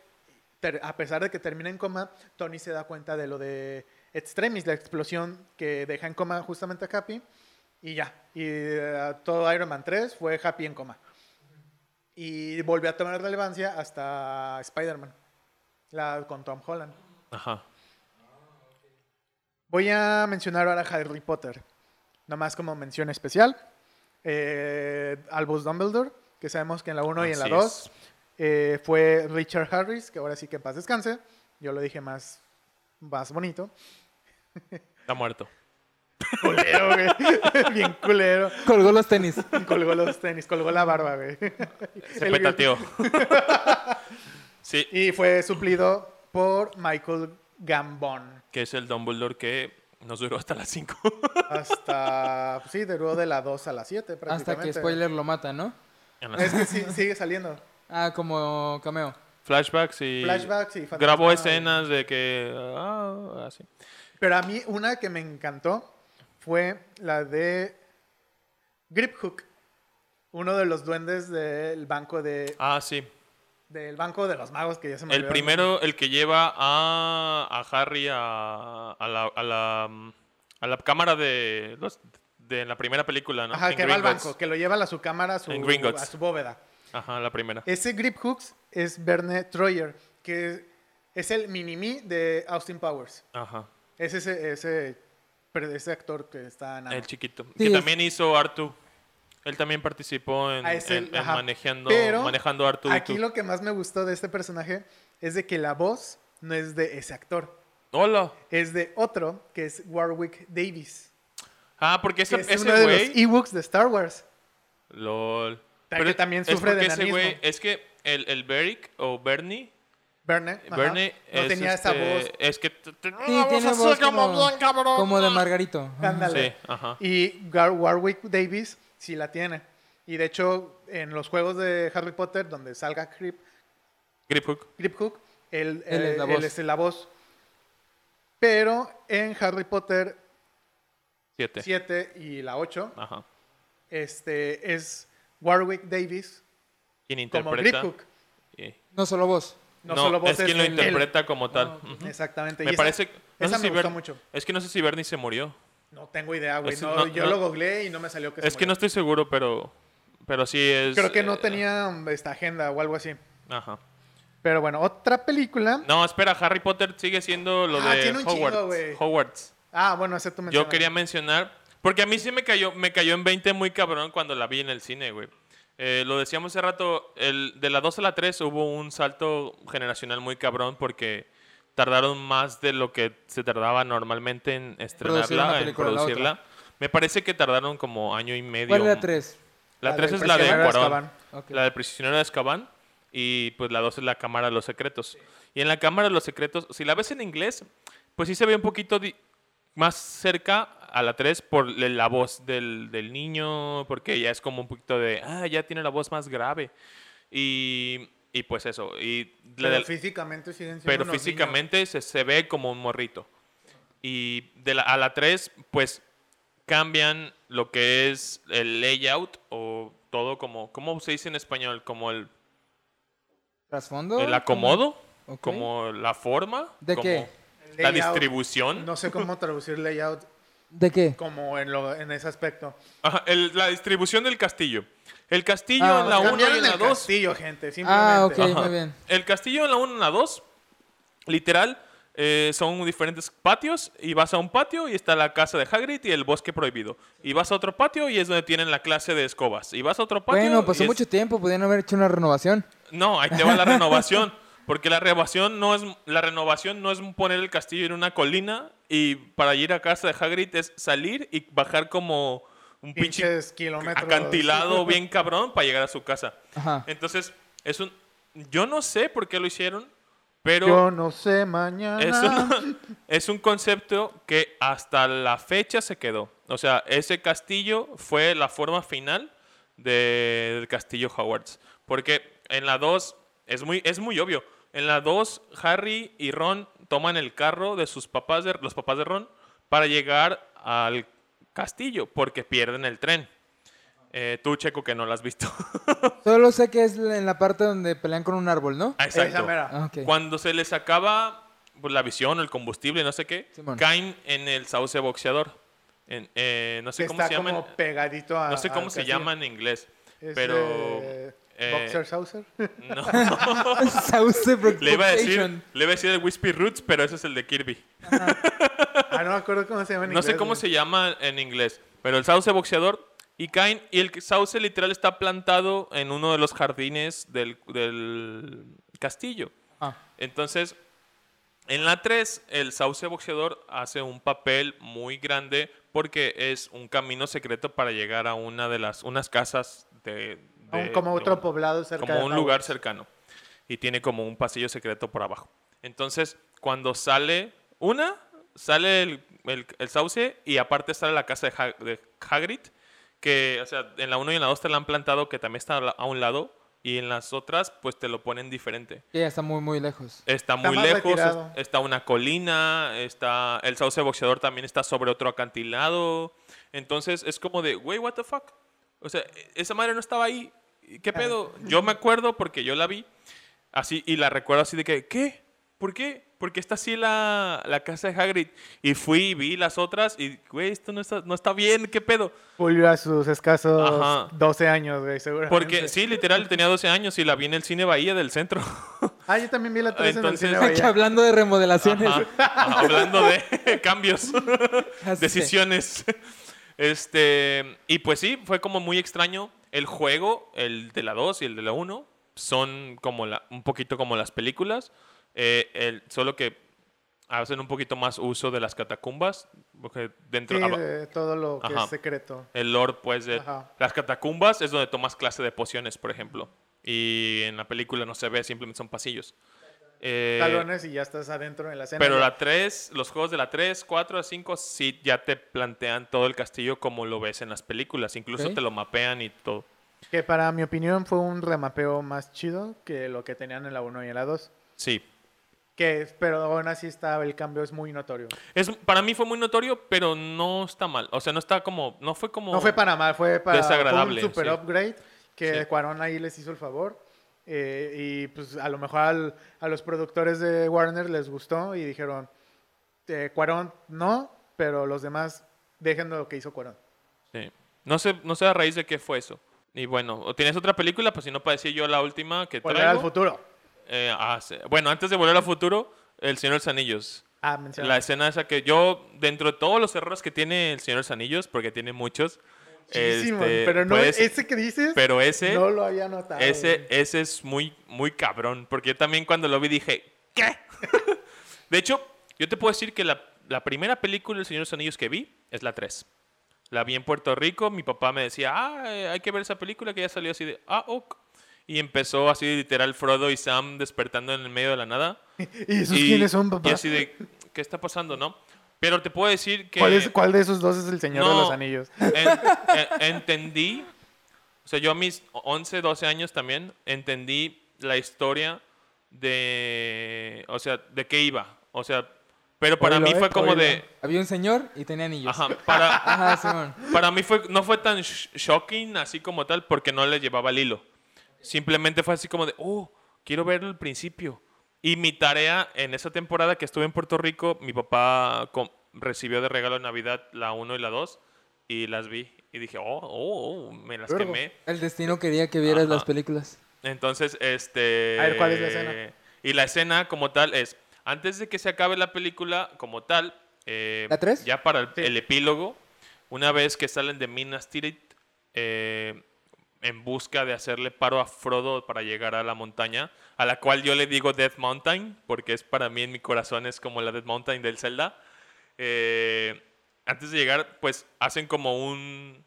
S3: ter- a pesar de que termina en coma, Tony se da cuenta de lo de Extremis, la explosión que deja en coma justamente a Happy y ya. Y eh, todo Iron Man 3 fue Happy en coma. Y volvió a tomar relevancia hasta Spider-Man, la con Tom Holland.
S4: Ajá.
S3: Voy a mencionar ahora Harry Potter, nomás como mención especial. Eh, Albus Dumbledore, que sabemos que en la 1 y en la
S4: Así
S3: 2
S4: es.
S3: eh, fue Richard Harris, que ahora sí que en paz descanse. Yo lo dije más, más bonito.
S4: Está muerto.
S3: Culero, güey. Bien culero.
S5: Colgó los tenis.
S3: Colgó los tenis, colgó la barba, güey.
S4: Se
S3: El-
S4: petateó. sí,
S3: Y fue suplido por Michael Gambon.
S4: que es el Dumbledore que nos duró hasta las 5.
S3: Hasta, pues sí, duró de la 2 a la 7 prácticamente.
S5: Hasta que spoiler lo mata, ¿no?
S3: Es que sí- sigue saliendo.
S5: Ah, como cameo.
S4: Flashbacks y.
S3: Flashbacks y
S4: Grabó
S3: fantasma-
S4: escenas de que. Ah, así.
S3: Pero a mí una que me encantó fue la de Grip Hook, uno de los duendes del banco de
S4: Ah, sí.
S3: del banco de los magos que ya se me
S4: El
S3: olvidó
S4: primero, el que lleva a, a Harry a, a la, a, la, mm, a la cámara de, los- de la primera película, ¿no?
S3: nombre. Ajá,
S4: En
S3: que va al
S4: Gringotts.
S3: banco, que lo lleva a su cámara, a su,
S4: En Gringotts.
S3: a su bóveda.
S4: Ajá, la primera.
S3: Ese Grip Hooks es Verne Troyer, que es el mini-me de Austin Powers.
S4: Ajá,
S3: Es ese, ese, pero ese actor que está en
S4: el chiquito.
S5: Sí,
S4: que
S5: es-
S4: también hizo Artu. Él también participó en,
S3: Ah, es el-
S4: en- en
S3: ajá.
S4: manejando,
S3: Pero
S4: manejando Artu.
S3: Aquí lo que más me gustó de este personaje es de que la voz no es de ese actor.
S4: Hola.
S3: es de otro que es Warwick Davis.
S4: Ah, porque ese,
S3: que es
S4: ese
S3: uno de
S4: güey.
S3: los Ewoks de Star Wars.
S4: LOL.
S3: Ta- que también sufre
S4: es porque
S3: de
S4: ese güey,
S3: enanismo.
S4: es que el, el Beric o Bernie,
S3: Verne. ajá,
S4: Bernie
S3: no
S4: es,
S3: tenía esa
S4: este,
S3: voz.
S4: Es que t- tenía
S5: Sí,
S4: una
S5: tiene
S4: voz
S5: voz
S4: así como,
S5: como-
S4: bien cabrón.
S5: Como de Margarito. Ajá.
S3: Ándale.
S4: mm, Sí, ajá.
S3: Y Gar- Warwick Davis sí la tiene. Y de hecho, en los juegos de Harry Potter, donde salga Grip,
S4: Grip Hook.
S3: Grip Hook, él,
S5: Él
S3: eh,
S5: es la
S3: él
S5: voz.
S3: es la voz. Pero en Harry Potter
S4: Siete.
S3: 7 y la 8,
S4: Ajá.
S3: este, es Warwick Davis
S4: Quien
S3: como
S4: interpreta.
S3: Grip Hook.
S4: Sí.
S5: No solo vos.
S3: No,
S4: No,
S3: solo voz
S4: es quien lo
S3: él.
S4: interpreta como tal. Ujú.
S3: Exactamente. este, y
S4: Me
S3: esa-
S4: parece. que- no
S3: esa
S4: sé
S3: me
S4: si
S3: gusta
S4: Ber-
S3: mucho.
S4: Es que no sé si Bernie se murió.
S3: No tengo idea, güey.
S4: Es-
S3: No,
S4: no,
S3: yo
S4: no.
S3: lo googleé y no me salió que se
S4: es que no
S3: murió.
S4: estoy seguro, pero. Pero sí es.
S3: Creo que
S4: eh,
S3: no tenía mm, esta agenda o algo así.
S4: Ajá.
S3: Pero bueno, otra película.
S4: No, espera, Harry Potter sigue siendo lo
S3: Ah,
S4: de
S3: tiene un chingo,
S4: Hogwarts.
S3: güey.
S4: Hogwarts.
S3: Ah, bueno, esa tú
S4: Yo
S3: mencionas.
S4: quería mencionar, porque a mí sí me cayó, me cayó en 20 muy cabrón cuando la vi en el cine, güey. Eh, lo decíamos hace rato, el, de la 2 a la 3 hubo un salto generacional muy cabrón porque tardaron más de lo que se tardaba normalmente en
S5: Producir una
S4: estrenarla, en
S5: película a la otra.
S4: producirla. Me parece que tardaron como año y medio.
S5: ¿Cuál era 3?
S4: La
S3: La
S4: 3
S3: del
S4: es la de
S3: prisionero de
S4: Cuarón.
S3: Azkaban.
S5: Ok.
S4: La del prisionero de Azkaban. Y pues la 2 es la Cámara de los Secretos. Y en la Cámara de los Secretos, si la ves en inglés, pues sí se ve un poquito di- más cerca a la 3 por le- la voz del, del niño, porque ya es como un poquito de, ah, ya tiene la voz más grave. Y, y pues eso. Y la
S3: Pero
S4: del-
S3: físicamente siguen siendo
S4: pero
S3: unos niños.
S4: físicamente se, se ve como un morrito. Y de la, a la 3, pues cambian lo que es el layout o todo como, ¿cómo se dice en español? Como el,
S5: ¿Trasfondo?
S4: el acomodo,
S5: Ok.
S4: como la forma,
S5: ¿De
S4: como
S5: qué?
S4: la
S3: Layout.
S4: distribución.
S3: No sé cómo traducir layout
S5: ¿De qué?
S3: como en, lo, en ese aspecto.
S4: Ajá, el- la distribución del castillo. El castillo
S5: Ah,
S4: en la
S5: o sea,
S4: 1 y
S3: Cambiaron
S4: en la
S3: el
S4: 2.
S3: castillo, gente, simplemente.
S5: Ah, ok,
S4: Ajá.
S5: muy bien.
S4: El castillo en la 1 y en la 2, literal, eh, son diferentes patios. Y vas a un patio y está la casa de Hagrid y el bosque prohibido. Y vas a otro patio y es donde tienen la clase de escobas. Y vas a otro patio.
S5: Bueno, pues
S4: y
S5: pasó
S4: es-
S5: mucho tiempo, podían haber hecho una renovación.
S4: No, ahí te va la renovación. Porque la renovación no es la renovación no es poner el castillo en una colina y para ir a casa de Hagrid es salir y bajar como un pinche
S3: Pinches kilómetros.
S4: acantilado bien cabrón para llegar a su casa.
S5: Ajá.
S4: Entonces, es un yo no sé por qué lo hicieron, pero
S3: Yo no sé mañana.
S4: es un, es un concepto que hasta la fecha se quedó. O sea, ese castillo fue la forma final de- del castillo Hogwarts. Porque en la 2, es muy, es muy obvio, en la 2 Harry y Ron toman el carro de sus papás, de, los papás de Ron, para llegar al castillo, porque pierden el tren. Eh, tú, Checo, que no lo has visto.
S5: Solo sé que es la- en la parte donde pelean con un árbol, ¿no?
S3: Esa
S4: Exacto.
S3: mera.
S5: Ah, ok.
S4: Cuando se les acaba pues, la visión, el combustible, no sé qué,
S5: Simón.
S4: caen en el sauce boxeador. En, eh, no sé
S3: Que
S4: cómo
S3: está
S4: se llaman.
S3: como pegadito a.
S4: No sé cómo
S3: al
S4: se
S3: castillo.
S4: llama en inglés.
S3: Es,
S4: pero.
S3: eh,
S4: eh,
S3: Boxer Saucer.
S4: no.
S5: Sauce
S4: le, iba a decir,
S5: Preoccupation.
S4: le iba a decir el Wispy Roots, pero ese es el de Kirby.
S3: ah, no me acuerdo cómo se llama en
S4: No sé
S3: inglés,
S4: cómo
S3: güey.
S4: se llama en inglés, pero el sauce boxeador y caen y el sauce literal está plantado en uno de los jardines del, del castillo.
S5: Ah.
S4: Entonces, en la 3, el sauce boxeador hace un papel muy grande porque es un camino secreto para llegar a una de las unas casas de,
S3: A un-
S4: de-
S3: como
S4: de
S3: otro
S4: un-
S3: poblado cerca
S4: como
S3: de
S4: un
S3: Hogwarts.
S4: lugar cercano y tiene como un pasillo secreto por abajo. Entonces, cuando sale una, sale el, el- el sauce y aparte sale la casa de, Hag- de Hagrid, que, o sea, en la 1 y en la 2 te la han plantado que también está a la- a un lado y en las otras pues te lo ponen diferente.
S5: Que ya está muy, muy lejos.
S4: Está,
S3: Está
S4: muy
S3: más
S4: lejos,
S3: retirado.
S4: es- está una colina, está el sauce boxeador también está sobre otro acantilado. Entonces es como de, güey, what the fuck? O sea, e- esa madre no estaba ahí. ¿Qué pedo? Yo me acuerdo porque yo la vi así y la recuerdo así de que, ¿qué? ¿Por qué? Porque está así la, la casa de Hagrid. Y fui y vi las otras y, güey, esto no está, no está bien, ¿qué pedo?
S3: Julio a sus escasos
S4: Ajá.
S3: 12 años, güey, seguramente.
S4: Porque sí, literal, tenía 12 años y la vi en el cine Bahía del centro.
S3: Ah, yo también vi la 3
S4: Entonces-
S3: en el cine.
S5: Aquí
S3: güey.
S5: hablando de remodelaciones.
S4: Ajá. Ajá, Hablando de cambios.
S5: Así que-
S4: decisiones. Este, y pues sí, fue como muy extraño. El juego, el de la 2 y el de la 1, son como la, un poquito como las películas, eh, el- solo que hacen un poquito más uso de las catacumbas, porque dentro...
S3: Sí,
S4: aba-
S3: de eh, todo lo que
S4: Ajá.
S3: es secreto.
S4: el lore, pues, de
S3: Ajá.
S4: las catacumbas es donde tomas clase de pociones, por ejemplo. Y en la película no se ve, simplemente son pasillos. Eh,
S3: Talones y ya estás adentro en la cena.
S4: pero
S3: güey.
S4: la 3, los juegos de la 3, 4, 5, sí ya te plantean todo el castillo como lo ves en las películas. Incluso
S5: Ok.
S4: te lo mapean y todo.
S3: Que para mi opinión fue un remapeo más chido que lo que tenían en la 1 y en la 2.
S4: Sí.
S3: Que, pero aún así estaba, el cambio es muy notorio.
S4: Es, para mí fue muy notorio, pero no está mal. O sea, no está como. No fue como.
S3: No fue para mal, fue para fue
S4: Desagradable,
S3: un super
S4: sí.
S3: upgrade que
S4: Sí.
S3: Cuarón ahí les hizo el favor. eh, y pues a lo mejor al- a los productores de Warner les gustó y dijeron, eh, Cuarón no, pero los demás dejen lo que hizo Cuarón.
S4: Sí. No sé, no sé a raíz de qué fue eso. Y bueno, ¿o ¿tienes otra película? Pues si no, para decir yo la última que
S3: Volver al
S4: traigo.
S3: futuro.
S4: eh, hace- bueno, antes de volver al futuro, El Señor de los Anillos.
S3: Ah, menciona.
S4: La escena esa que yo, dentro de todos los errores que tiene El Señor de los Anillos, porque tiene muchos,
S3: Muchísimo,
S4: este,
S3: pero no
S4: pues,
S3: ese que dices.
S4: pero ese,
S3: no lo había notado.
S4: ese, ese es muy, muy cabrón, porque yo también cuando lo vi dije, ¿qué? de hecho, yo te puedo decir que la, la primera película del Señor de los Anillos que vi es la 3. La vi en Puerto Rico, mi papá me decía, ah, eh, hay que ver esa película que ya salió así de, ah, ok. Y empezó así literal Frodo y Sam despertando en el medio de la nada.
S3: ¿Y esos
S4: Y-
S3: quiénes son, papá?
S4: Y así de, ¿qué está pasando, no? Pero te puedo decir que...
S3: ¿Cuál, es- cuál de esos dos es el Señor de
S4: No.
S3: los Anillos?
S4: en- en- entendí, o sea, yo a mis 11, 12 años también entendí la historia de, o sea, de qué iba. O sea, pero para
S3: Oílo,
S4: mí
S3: eh,
S4: fue como
S3: oílo.
S4: de...
S5: Había un señor y tenía anillos.
S4: Ajá, para,
S5: Ajá, Simón.
S4: para mí fue, no fue tan sh- shocking así como tal porque no le llevaba el hilo. Simplemente fue así como de, oh, quiero ver el principio. Y mi tarea en esa temporada que estuve en Puerto Rico, mi papá com- recibió de regalo de Navidad la 1 y la 2 y las vi. Y dije, oh, oh, oh, me las
S3: Vergo.
S4: quemé.
S5: El destino quería que vieras
S4: Ajá.
S5: las películas.
S4: Entonces, este...
S3: A ver, ¿cuál es la escena?
S4: Y la escena como tal es, antes de que se acabe la película como tal, eh,
S5: ¿La tres?
S4: ya para el,
S3: Sí.
S4: el epílogo, una vez que salen de Minas Tirith eh, en busca de hacerle paro a Frodo para llegar a la montaña, a la cual yo le digo Death Mountain, porque es para mí en mi corazón es como la Death Mountain del Zelda. Eh, antes de llegar, pues hacen como un...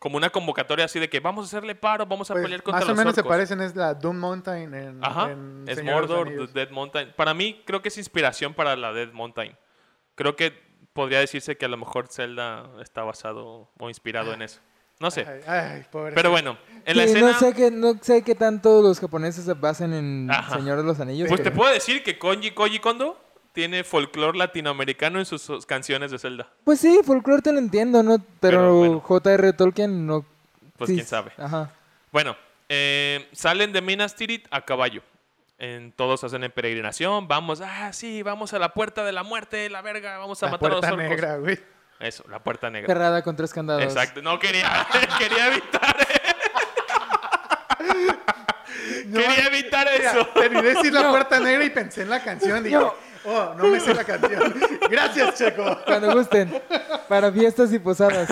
S4: Como una convocatoria así de que vamos a hacerle paro, vamos a
S3: Pues,
S4: pelear contra
S3: más
S4: los
S3: o menos se
S4: orcos.
S3: parecen, es la Doom Mountain en,
S4: Ajá.
S3: en
S4: Es
S3: Señor de los
S4: Mordor,
S3: Anillos.
S4: The Dead Mountain. Para mí, creo que es inspiración para la Dead Mountain. Creo que podría decirse que a lo mejor Zelda está basado o inspirado en eso. No sé.
S3: Ay, ay, pobre.
S4: Pero bueno, en la
S5: Sí,
S4: escena.
S5: no, sé qué, no sé qué tanto los japoneses se basan en
S4: Ajá.
S5: Señor de los Anillos.
S4: Pues te
S5: pero-
S4: puedo decir que Koji Koji Kondo tiene folclore latinoamericano en sus- sus canciones de Zelda.
S5: Pues sí, folclore te lo entiendo, ¿no?
S4: Pero
S5: Pero,
S4: bueno.
S5: J.R. Tolkien no...
S4: Pues
S5: sí,
S4: quién sabe.
S5: Ajá.
S4: Bueno, eh, salen de Minas Tirith a caballo. En- todos hacen en peregrinación. Vamos, ah, sí, vamos a la puerta de la muerte, la verga, vamos a
S3: la
S4: matar a los
S3: puerta
S4: orcos.
S3: negra, güey.
S4: Eso, la puerta negra.
S5: Cerrada con tres candados.
S4: Exacto, no quería, quería evitar,
S3: No,
S4: quería evitar eso.
S3: mira, terminé de decir la puerta negra y pensé en la canción. Dije, oh, no me sé la canción. Gracias, Checo.
S5: Cuando gusten. Para fiestas y posadas.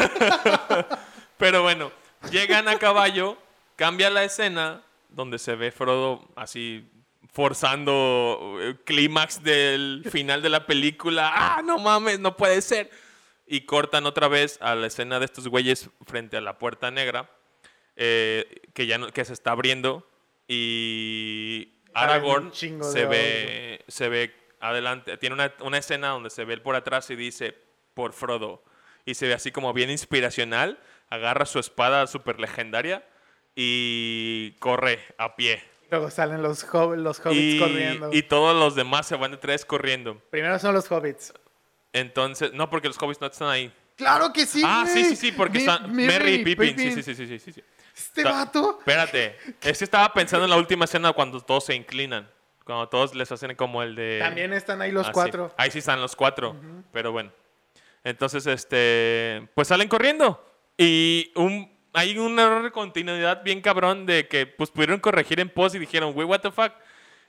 S4: Pero bueno, llegan a caballo, cambia la escena donde se ve Frodo así forzando el clímax del final de la película. Ah, no mames, no puede ser. Y cortan otra vez a la escena de estos güeyes frente a la puerta negra eh, que ya no- que se está abriendo y
S3: Ay, un
S4: Aragorn
S3: chingo
S4: se
S3: de
S4: ve se ve adelante tiene una, una escena donde se ve él por atrás y dice por Frodo y se ve así como bien inspiracional agarra su espada super legendaria y corre a pie
S3: Luego salen los, hob- los hobbits
S4: y,
S3: corriendo.
S4: y todos los demás se van detrás corriendo
S3: Primero son los hobbits.
S4: entonces no porque los hobbits no están ahí
S3: ¡Claro que sí,
S4: ah sí
S3: güey!
S4: sí sí porque
S3: Mi-
S4: están
S3: Merry
S4: Merry y Pippin
S3: Pippin.
S4: sí sí sí sí sí, sí.
S3: Este
S4: Ta-
S3: vato...
S4: Espérate, es que estaba pensando en la última escena cuando todos se inclinan, cuando todos les hacen como el de...
S3: También están ahí los
S4: Eh, Ah, sí.
S3: cuatro.
S4: Ahí sí están los cuatro, pero bueno. Entonces, este, pues salen corriendo y un, hay un error de continuidad bien cabrón de que pues pudieron corregir en post y dijeron, wey, what the fuck.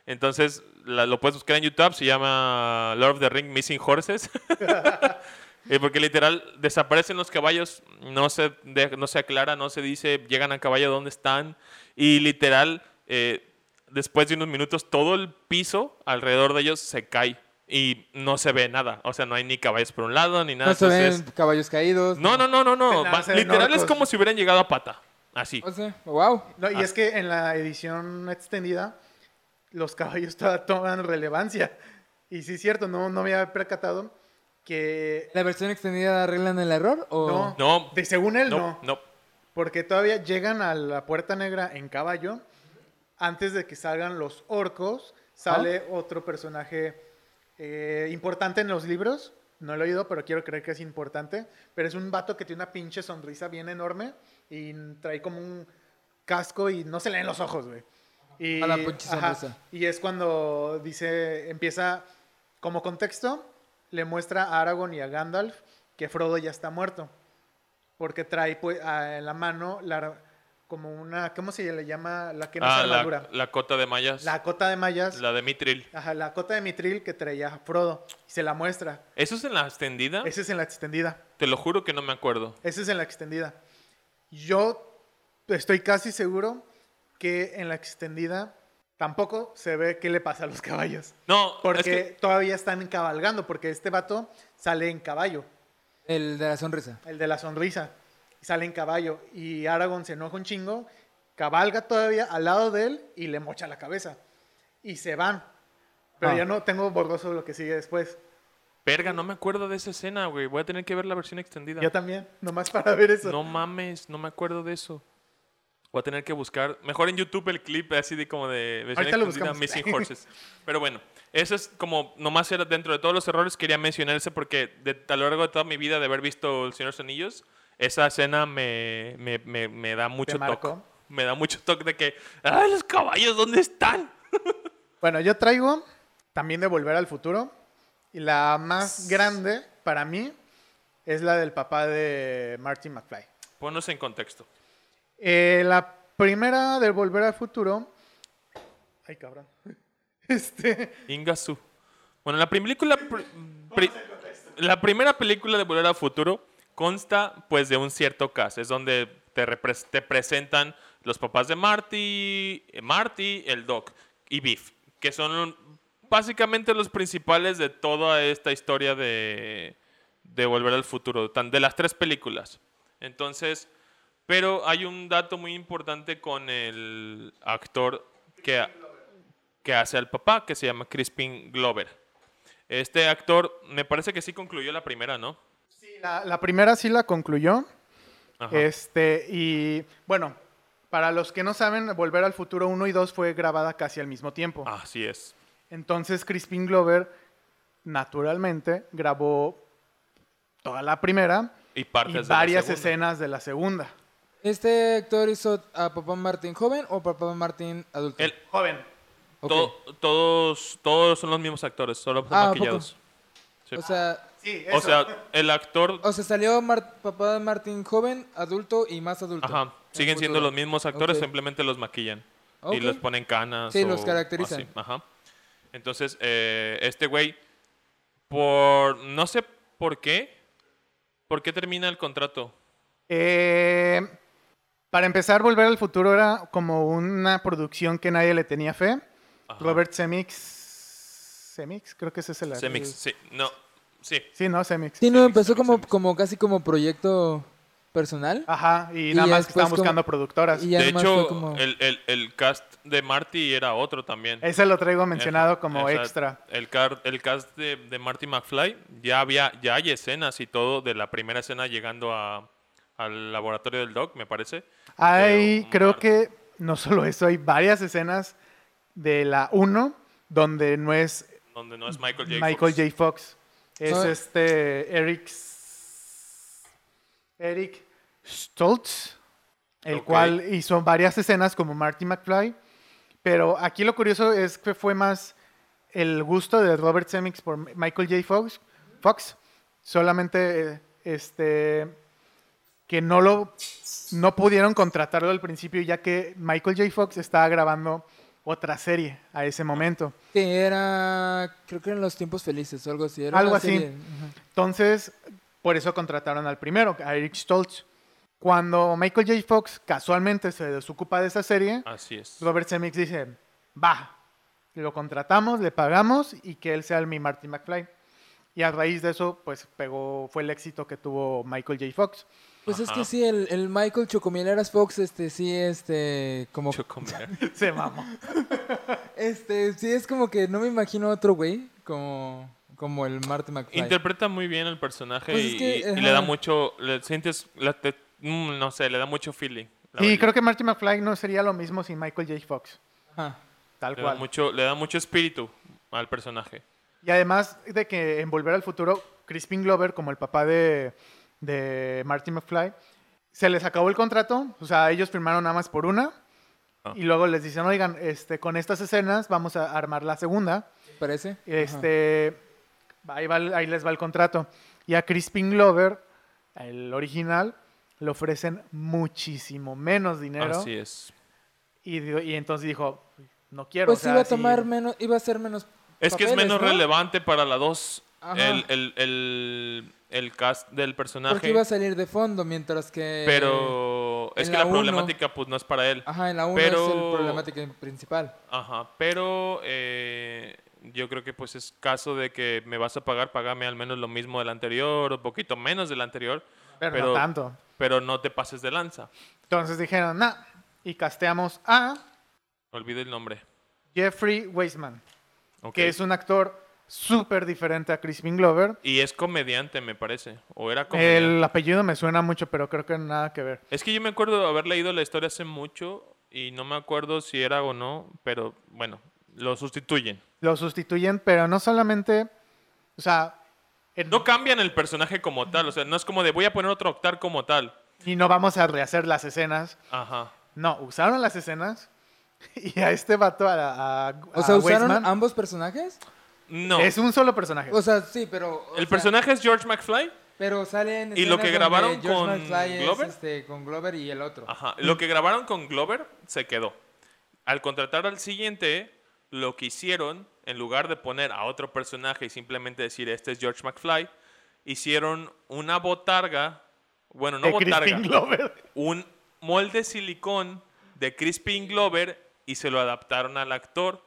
S4: Entonces, la- lo puedes buscar en YouTube, se llama Lord of the Ring Missing Horses. Eh, porque literal desaparecen los caballos, no se, de- no se aclara, no se dice, llegan a caballo dónde están. Y literal, eh, después de unos minutos, todo el piso alrededor de ellos se cae y no se ve nada. O sea, no hay ni caballos por un lado ni nada.
S5: No se ven
S4: entonces-
S5: caballos caídos.
S4: no, no, no, no, no.
S3: Nada,
S4: va-
S3: se ven
S4: literal es
S3: orcos.
S4: como si hubieran llegado a pata. Así.
S5: O sea, wow.
S3: No, y
S4: Ah.
S3: es que en la edición extendida, los caballos todavía toman relevancia. Y sí, es cierto, no, no me había percatado que.
S5: ¿La versión extendida arreglan el error o...?
S3: No,
S4: No.
S3: de- según él, no,
S4: No, no.
S3: Porque todavía llegan a la Puerta Negra en caballo. Antes de que salgan los orcos, sale
S5: Ah.
S3: otro personaje eh, importante en los libros. No lo he oído, pero quiero creer que es importante. Pero es un vato que tiene una pinche sonrisa bien enorme y trae como un casco y no se le ven los ojos, güey. Y,
S5: A la pinche
S3: ajá,
S5: sonrisa.
S3: y es cuando dice, empieza como contexto, le muestra a Aragorn y a Gandalf que Frodo ya está muerto porque trae pues, a- en la mano la, como una, ¿cómo se le llama? La que no
S4: Ah,
S3: se
S4: la,
S3: la,
S4: la cota de mallas. La,
S3: la cota de mallas.
S4: de Mitril.
S3: Ajá, la cota de mitril que traía Frodo. Y se la muestra.
S4: ¿Eso es en la extendida?
S3: Esa es en la extendida.
S4: Te lo juro que no me acuerdo.
S3: Esa es en la extendida. Yo estoy casi seguro que en la extendida tampoco se ve qué le pasa a los caballos.
S4: No,
S3: Porque
S4: es que
S3: todavía están cabalgando, porque este vato sale en caballo,
S5: El de la sonrisa.
S3: el de la sonrisa, sale en caballo. Y Aragorn se enoja un chingo, cabalga todavía al lado de él y le mocha la cabeza. Y se van. Pero
S5: Ah.
S3: ya no tengo borroso lo que sigue después.
S4: verga, no me acuerdo de esa escena, güey. Voy a tener que ver la versión extendida.
S3: Yo también, nomás para ver eso.
S4: No mames, no me acuerdo de eso. Voy a tener que buscar, mejor en YouTube el clip así de como de versión
S3: Ahorita lo
S4: extendida,
S3: buscamos.
S4: Missing Horses. Pero bueno, eso es como nomás era dentro de todos los errores quería mencionar ese porque de- a lo largo de toda mi vida de haber visto El Señor de los Anillos, esa escena me, me, me- me da mucho toque.
S3: marcó?
S4: Me da mucho toque de que, ¡ay, los caballos, ¿dónde están?
S3: Bueno, yo traigo también de Volver al Futuro. Y la más grande para mí es la del papá de Martin McFly.
S4: Ponnos en contexto.
S3: Eh, la primera de Volver al Futuro. Ay, cabrón. Este.
S4: Ingasu. Bueno, la película. pr- pri- la primera película de Volver al Futuro consta, pues, de un cierto caso. Es donde te, repres- te presentan los papás de Marty, eh, Marty, el Doc y Biff, que son básicamente los principales de toda esta historia de, de Volver al Futuro, tan- de las tres películas. Entonces, pero hay un dato muy importante con el actor que que hace al papá, que se llama Crispin Glover. Este actor, me parece que sí concluyó la primera, ¿no?
S3: La, la primera sí la concluyó.
S4: Ajá.
S3: Este. Y bueno, para los que no saben, Volver al Futuro 1 y 2 fue grabada casi al mismo tiempo.
S4: Así es.
S3: Entonces Crispin Glover, naturalmente, grabó toda la primera.
S4: Y
S3: y
S4: partes de la
S3: varias
S4: segunda.
S3: escenas de la segunda.
S5: ¿Este actor hizo a Papá Martín joven o Papá Martín adulto?
S4: Él-
S3: Joven.
S5: Ok.
S4: to- todos, todos son los mismos actores, solo
S5: Ah, ¿a
S4: maquillados. Sí.
S5: O sea,
S3: Sí,
S4: O sea, el actor,
S5: o sea, salió Mar- Papá Martín joven, adulto y más adulto.
S4: ajá,
S5: En
S4: siguen
S5: el
S4: siendo
S5: futuro.
S4: los mismos actores,
S5: Ok.
S4: simplemente los maquillan. Y
S5: Ok.
S4: los ponen canas.
S5: Sí,
S4: o
S5: los caracterizan.
S4: así, Ajá. Entonces, eh, este güey, por, no sé por qué, ¿por qué termina el contrato?
S3: Eh, para empezar, Volver al Futuro era como una producción que nadie le tenía fe.
S4: Ajá.
S3: Robert Semix. Semix, creo que ese es el.
S4: Semix, sí, no, sí,
S3: Sí, no, Semix.
S5: Sí, Ah, no,
S4: Sí,
S5: empezó
S4: sí,
S5: como,
S4: sí.
S5: como casi como proyecto personal.
S3: Ajá, y
S5: Y
S3: nada
S5: ya
S3: más que estaban
S5: después
S3: buscando
S5: como-
S3: productoras.
S5: y ya
S4: de
S5: nomás
S4: hecho,
S5: fue como-
S4: el, el- el cast de Marty era otro también.
S3: Ese lo traigo mencionado
S4: Ajá,
S3: como
S4: esa-
S3: extra.
S4: El, car- el cast de, de Marty McFly, ya había, ya hay escenas y todo de la primera escena llegando a- al laboratorio del Doc, me parece.
S3: Hay,
S4: Pero
S3: creo
S4: Marty-
S3: que no solo eso, hay varias escenas de la 1 donde no es
S4: Donde no es Michael J.
S3: Michael
S4: Fox.
S3: J. Fox. Es
S5: Ah.
S3: este Eric S- Eric Stoltz, el
S4: Ok.
S3: cual hizo varias escenas como Marty McFly, pero aquí lo curioso es que fue más el gusto de Robert Zemeckis por M- Michael J. Fox, Fox solamente eh, este que no lo no pudieron contratarlo al principio ya que Michael J. Fox estaba grabando otra serie a ese momento.
S5: Que era, creo que eran los tiempos felices o algo así. era
S3: Algo
S5: una
S3: así.
S5: serie, ajá.
S3: Entonces, por eso contrataron al primero, a Eric Stoltz. Cuando Michael J. Fox casualmente se desocupa de esa serie,
S4: Así es.
S3: Robert Zemeckis dice, va, lo contratamos, le pagamos y que él sea el mi Marty McFly. Y a raíz de eso, pues pegó, fue el éxito que tuvo Michael J. Fox.
S5: Pues es
S4: Ajá.
S5: que sí, el, el Michael Chocomieleras Fox, este, sí, este, como,
S4: Chocomel.
S3: Se mamó.
S5: este, sí, es como que no me imagino otro güey como, como el Marty McFly.
S4: Interpreta muy bien el personaje
S5: Pues es
S4: y,
S5: que,
S4: y- y le da
S5: ajá.
S4: mucho, le sientes, la te- mm, no sé, le da mucho feeling. la
S3: Y
S4: verdad.
S3: creo que Marty McFly no sería lo mismo sin Michael J. Fox.
S5: Ajá.
S3: Tal
S4: le da
S3: cual.
S4: mucho, le da mucho espíritu al personaje.
S3: Y además de que en Volver al Futuro, Crispin Glover, como el papá de, de Marty McFly, se les acabó el contrato, o sea, ellos firmaron nada más por una,
S4: Ah.
S3: y luego les dicen, oigan, este, con estas escenas vamos a armar la segunda,
S5: ¿Parece? Ajá.
S3: este, ahí, va el- ahí les va el contrato. Y a Crispin Glover, el original, le ofrecen muchísimo menos dinero.
S4: Así es.
S3: Y, di- y entonces dijo, no quiero.
S5: Pues
S3: o sea,
S5: iba a
S3: sí,
S5: tomar menos, iba a ser menos.
S4: Es que es
S5: papeles,
S4: menos
S5: ¿no?
S4: relevante para la 2
S5: Ajá.
S4: el, el, el, el cast del
S5: Porque
S4: personaje.
S5: iba a salir de fondo, mientras que.
S4: Pero es
S5: en
S4: que
S5: la
S4: la,
S5: uno. Ah.
S4: problemática pues no es para él.
S5: Ajá, en la 1 es el
S4: Pero-
S5: problemática principal.
S4: Ajá, pero eh, yo creo que pues es caso de que me vas a pagar, pagame al menos lo mismo del anterior o poquito menos del anterior,
S3: Pero, no
S4: pero-
S3: tanto.
S4: pero no te pases de lanza.
S3: Entonces dijeron, no. Y casteamos a
S4: Olvide el nombre.
S3: Jeffrey Weisman,
S4: Ok.
S3: que es un actor súper diferente a Crispin Glover.
S4: Y es comediante, me parece. O era comediante.
S3: El apellido me suena mucho, pero creo que nada que ver.
S4: Es que yo me acuerdo haber leído la historia hace mucho y no me acuerdo si era o no, pero bueno, lo sustituyen.
S3: Lo sustituyen, pero no solamente. O sea. en-
S4: No cambian el personaje como tal, o sea, no es como de voy a poner otro octar como tal.
S3: y no vamos a rehacer las escenas.
S4: Ajá.
S3: No, usaron las escenas. Y a este vato, a. a-
S5: O sea,
S3: a
S5: ¿usaron
S3: Weisman,
S5: ambos personajes?
S4: No.
S3: Es un solo personaje.
S5: O sea, sí, pero. o
S4: el
S5: sea,
S4: personaje es George McFly.
S5: Pero salen.
S4: ¿Y lo que
S5: escenas donde
S4: grabaron
S5: George
S4: con
S5: McFly es,
S4: Glover?
S5: este, con Glover y el otro.
S4: Ajá. Lo que grabaron con Glover se quedó. Al contratar al siguiente, lo que hicieron, en lugar de poner a otro personaje y simplemente decir este es George McFly, hicieron una botarga. Bueno, no
S3: de
S4: botarga.
S3: Crispin Glover.
S4: un molde silicón de Crispin Glover y se lo adaptaron al actor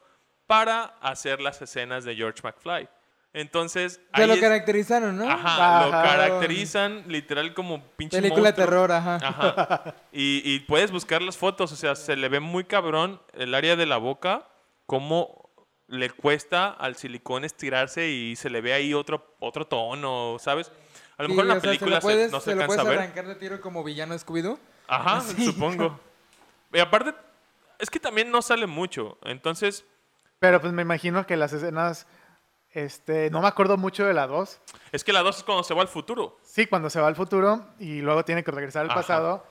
S4: para hacer las escenas de George McFly. Entonces,
S5: Ya lo
S4: es-
S5: caracterizaron, ¿no?
S4: ajá, lo
S3: Bajaron.
S4: caracterizan literal como pinche
S5: Película de
S4: monstruo.
S5: terror, ajá.
S4: Ajá. Y, y puedes buscar las fotos, o sea, se le ve muy cabrón el área de la boca, cómo le cuesta al silicón estirarse y se le ve ahí otro, otro tono, ¿sabes? A lo mejor en la
S5: Sí, o sea,
S4: película
S5: se
S4: se
S5: lo puedes,
S4: no se,
S5: se lo
S4: alcanza a
S5: puedes
S4: ver.
S5: arrancar de tiro como villano Scooby-Doo.
S4: Ajá,
S5: Así.
S4: supongo. Y aparte, es que también no sale mucho. Entonces,
S3: Pero pues me imagino que las escenas. Este, no me acuerdo mucho de la 2.
S4: es que la 2 es cuando se va al futuro.
S3: Sí, cuando se va al futuro y luego tiene que regresar al
S4: Ajá.
S3: pasado.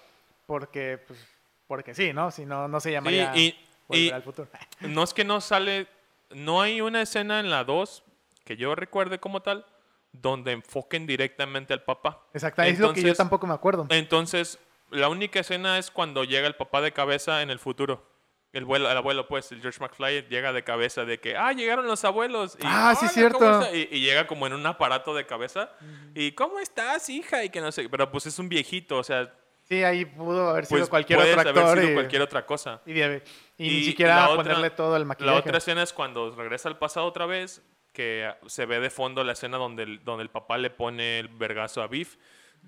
S3: Porque, pues, porque sí, ¿no? Si no, no se llamaría
S4: y-
S3: Volver
S4: y-
S3: al futuro.
S4: No es que no sale. No hay una escena en la 2 que yo recuerde como tal donde enfoquen directamente al papá.
S3: Exactamente, es lo que yo
S4: Entonces- eh,
S3: tampoco me acuerdo.
S4: Entonces, la única escena es cuando llega el papá de cabeza en el futuro. El, vuelo- el abuelo, pues, el George McFly llega de cabeza de que, ah, llegaron los abuelos. Y,
S3: Ah, sí,
S4: "Hola,
S3: cierto.
S4: ¿cómo está?" Y, y llega como en un aparato de cabeza. Y, ¿cómo estás, hija? Y que no sé. Pero pues es un viejito, o sea,
S3: Sí, ahí pudo haber sido
S4: pues
S3: cualquier
S4: puedes
S3: otro actor.
S4: haber sido
S3: y,
S4: cualquier otra cosa.
S3: y de- y ni
S4: Y
S3: siquiera
S4: la otra-
S3: ponerle todo el maquillaje.
S4: La otra escena es cuando regresa al pasado otra vez, que se ve de fondo la escena donde el, donde el papá le pone el vergazo a Biff.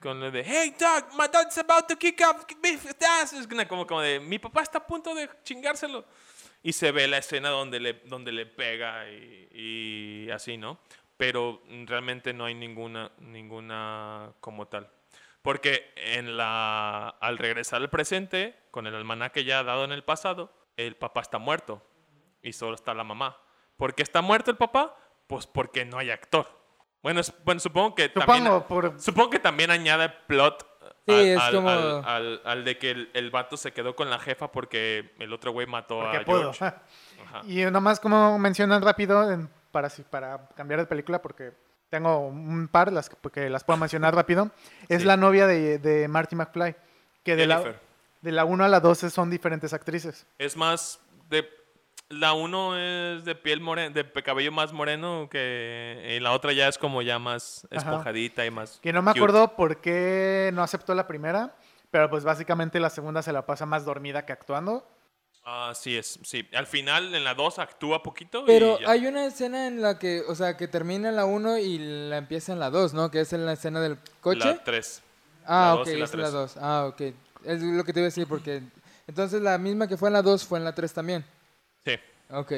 S4: Con lo de, hey dog, my dog's about to kick off Biff. ass." Es una- como, como de, mi papá está a punto de chingárselo. Y se ve la escena donde le, donde le pega y, y así, ¿no? Pero mm, realmente no hay ninguna, ninguna como tal. Porque en la, al regresar al presente, con el almanaque ya dado en el pasado, el papá está muerto y solo está la mamá. ¿Por qué está muerto el papá? Pues porque no hay actor. Bueno, es- bueno supongo que
S3: Supongo,
S4: también...
S3: por...
S4: Supongo que también añade plot
S5: Sí,
S4: al,
S5: es
S4: al-
S5: como-
S4: al- al- al de que el, el vato se quedó con la jefa porque el otro güey mató
S3: porque
S4: a
S3: pudo.
S4: George. Ajá.
S3: Y nomás como mencionan rápido, en- para, si- para cambiar de película, porque tengo un par las que, que las puedo mencionar rápido, es
S4: Sí.
S3: la novia de, de Marty McFly, que de la,
S4: Jennifer.
S3: de la 1 a la 12 son diferentes actrices.
S4: Es más de la uno es de piel morena, de pe- cabello más moreno que y la otra ya es como ya más
S3: Ajá.
S4: esponjadita y más.
S3: Que no me
S4: cute.
S3: acuerdo por qué no aceptó la primera, pero pues básicamente la segunda se la pasa más dormida que actuando.
S4: Ah, sí es, sí. Al final en la dos actúa poquito. y
S5: Pero
S4: ya.
S5: hay una escena en la que, o sea, que termina en la 1 y la empieza en la 2, ¿no? Que es en la escena del coche.
S4: la tres.
S5: ah,
S4: la
S5: ok,
S4: dos y la
S5: es la
S4: tres.
S5: 2. Ah, ok. Es lo que te iba a decir porque... Entonces la misma que fue en la 2 fue en la 3 también.
S4: Sí.
S5: Ok.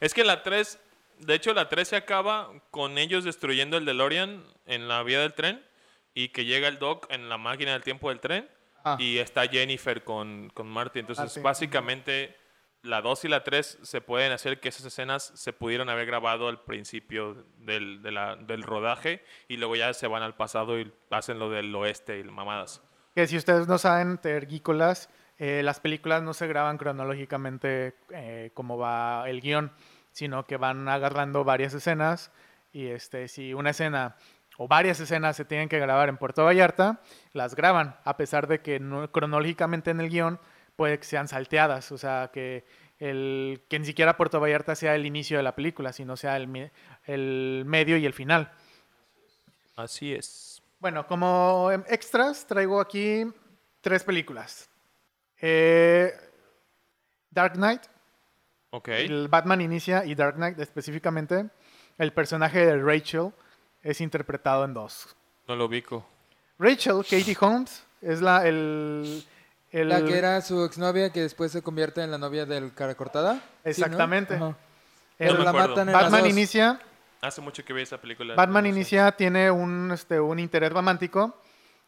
S4: Es que la 3, de hecho la 3 se acaba con ellos destruyendo el DeLorean en la vía del tren y que llega el Doc en la máquina del tiempo del tren
S5: Ah.
S4: y está Jennifer con, con Marty. Entonces
S3: Marty, ujú.
S4: básicamente la 2 y la 3 se pueden hacer que esas escenas se pudieron haber grabado al principio del, de la- del rodaje y luego ya se van al pasado y hacen lo del oeste y mamadas.
S3: Que si ustedes no saben, tergícolas, eh, las películas no se graban cronológicamente eh, como va el guión, sino que van agarrando varias escenas y este, si una escena o varias escenas se tienen que grabar en Puerto Vallarta, las graban, a pesar de que no- cronológicamente en el guión puede que sean salteadas, o sea, que, el, que ni siquiera Puerto Vallarta sea el inicio de la película, sino sea el, mi- el medio y el final.
S4: Así es.
S3: Bueno, como em, extras traigo aquí tres películas. Eh, Dark Knight,
S4: Ok.
S3: el Batman inicia y Dark Knight específicamente, el personaje de Rachel es interpretado en dos.
S4: No lo ubico.
S3: Rachel, Katie Holmes, es la el, el-
S5: La que era su exnovia que después se convierte en la novia del cara cortada. Sí, ¿no?
S3: Exactamente.
S5: Ajá.
S3: el-
S5: Pero
S4: me
S5: la
S4: acuerdo.
S5: matan en las
S3: Batman
S5: dos.
S3: inicia,
S4: Hace mucho que vi esa película.
S3: Batman
S4: no sé.
S3: inicia tiene un este un interés romántico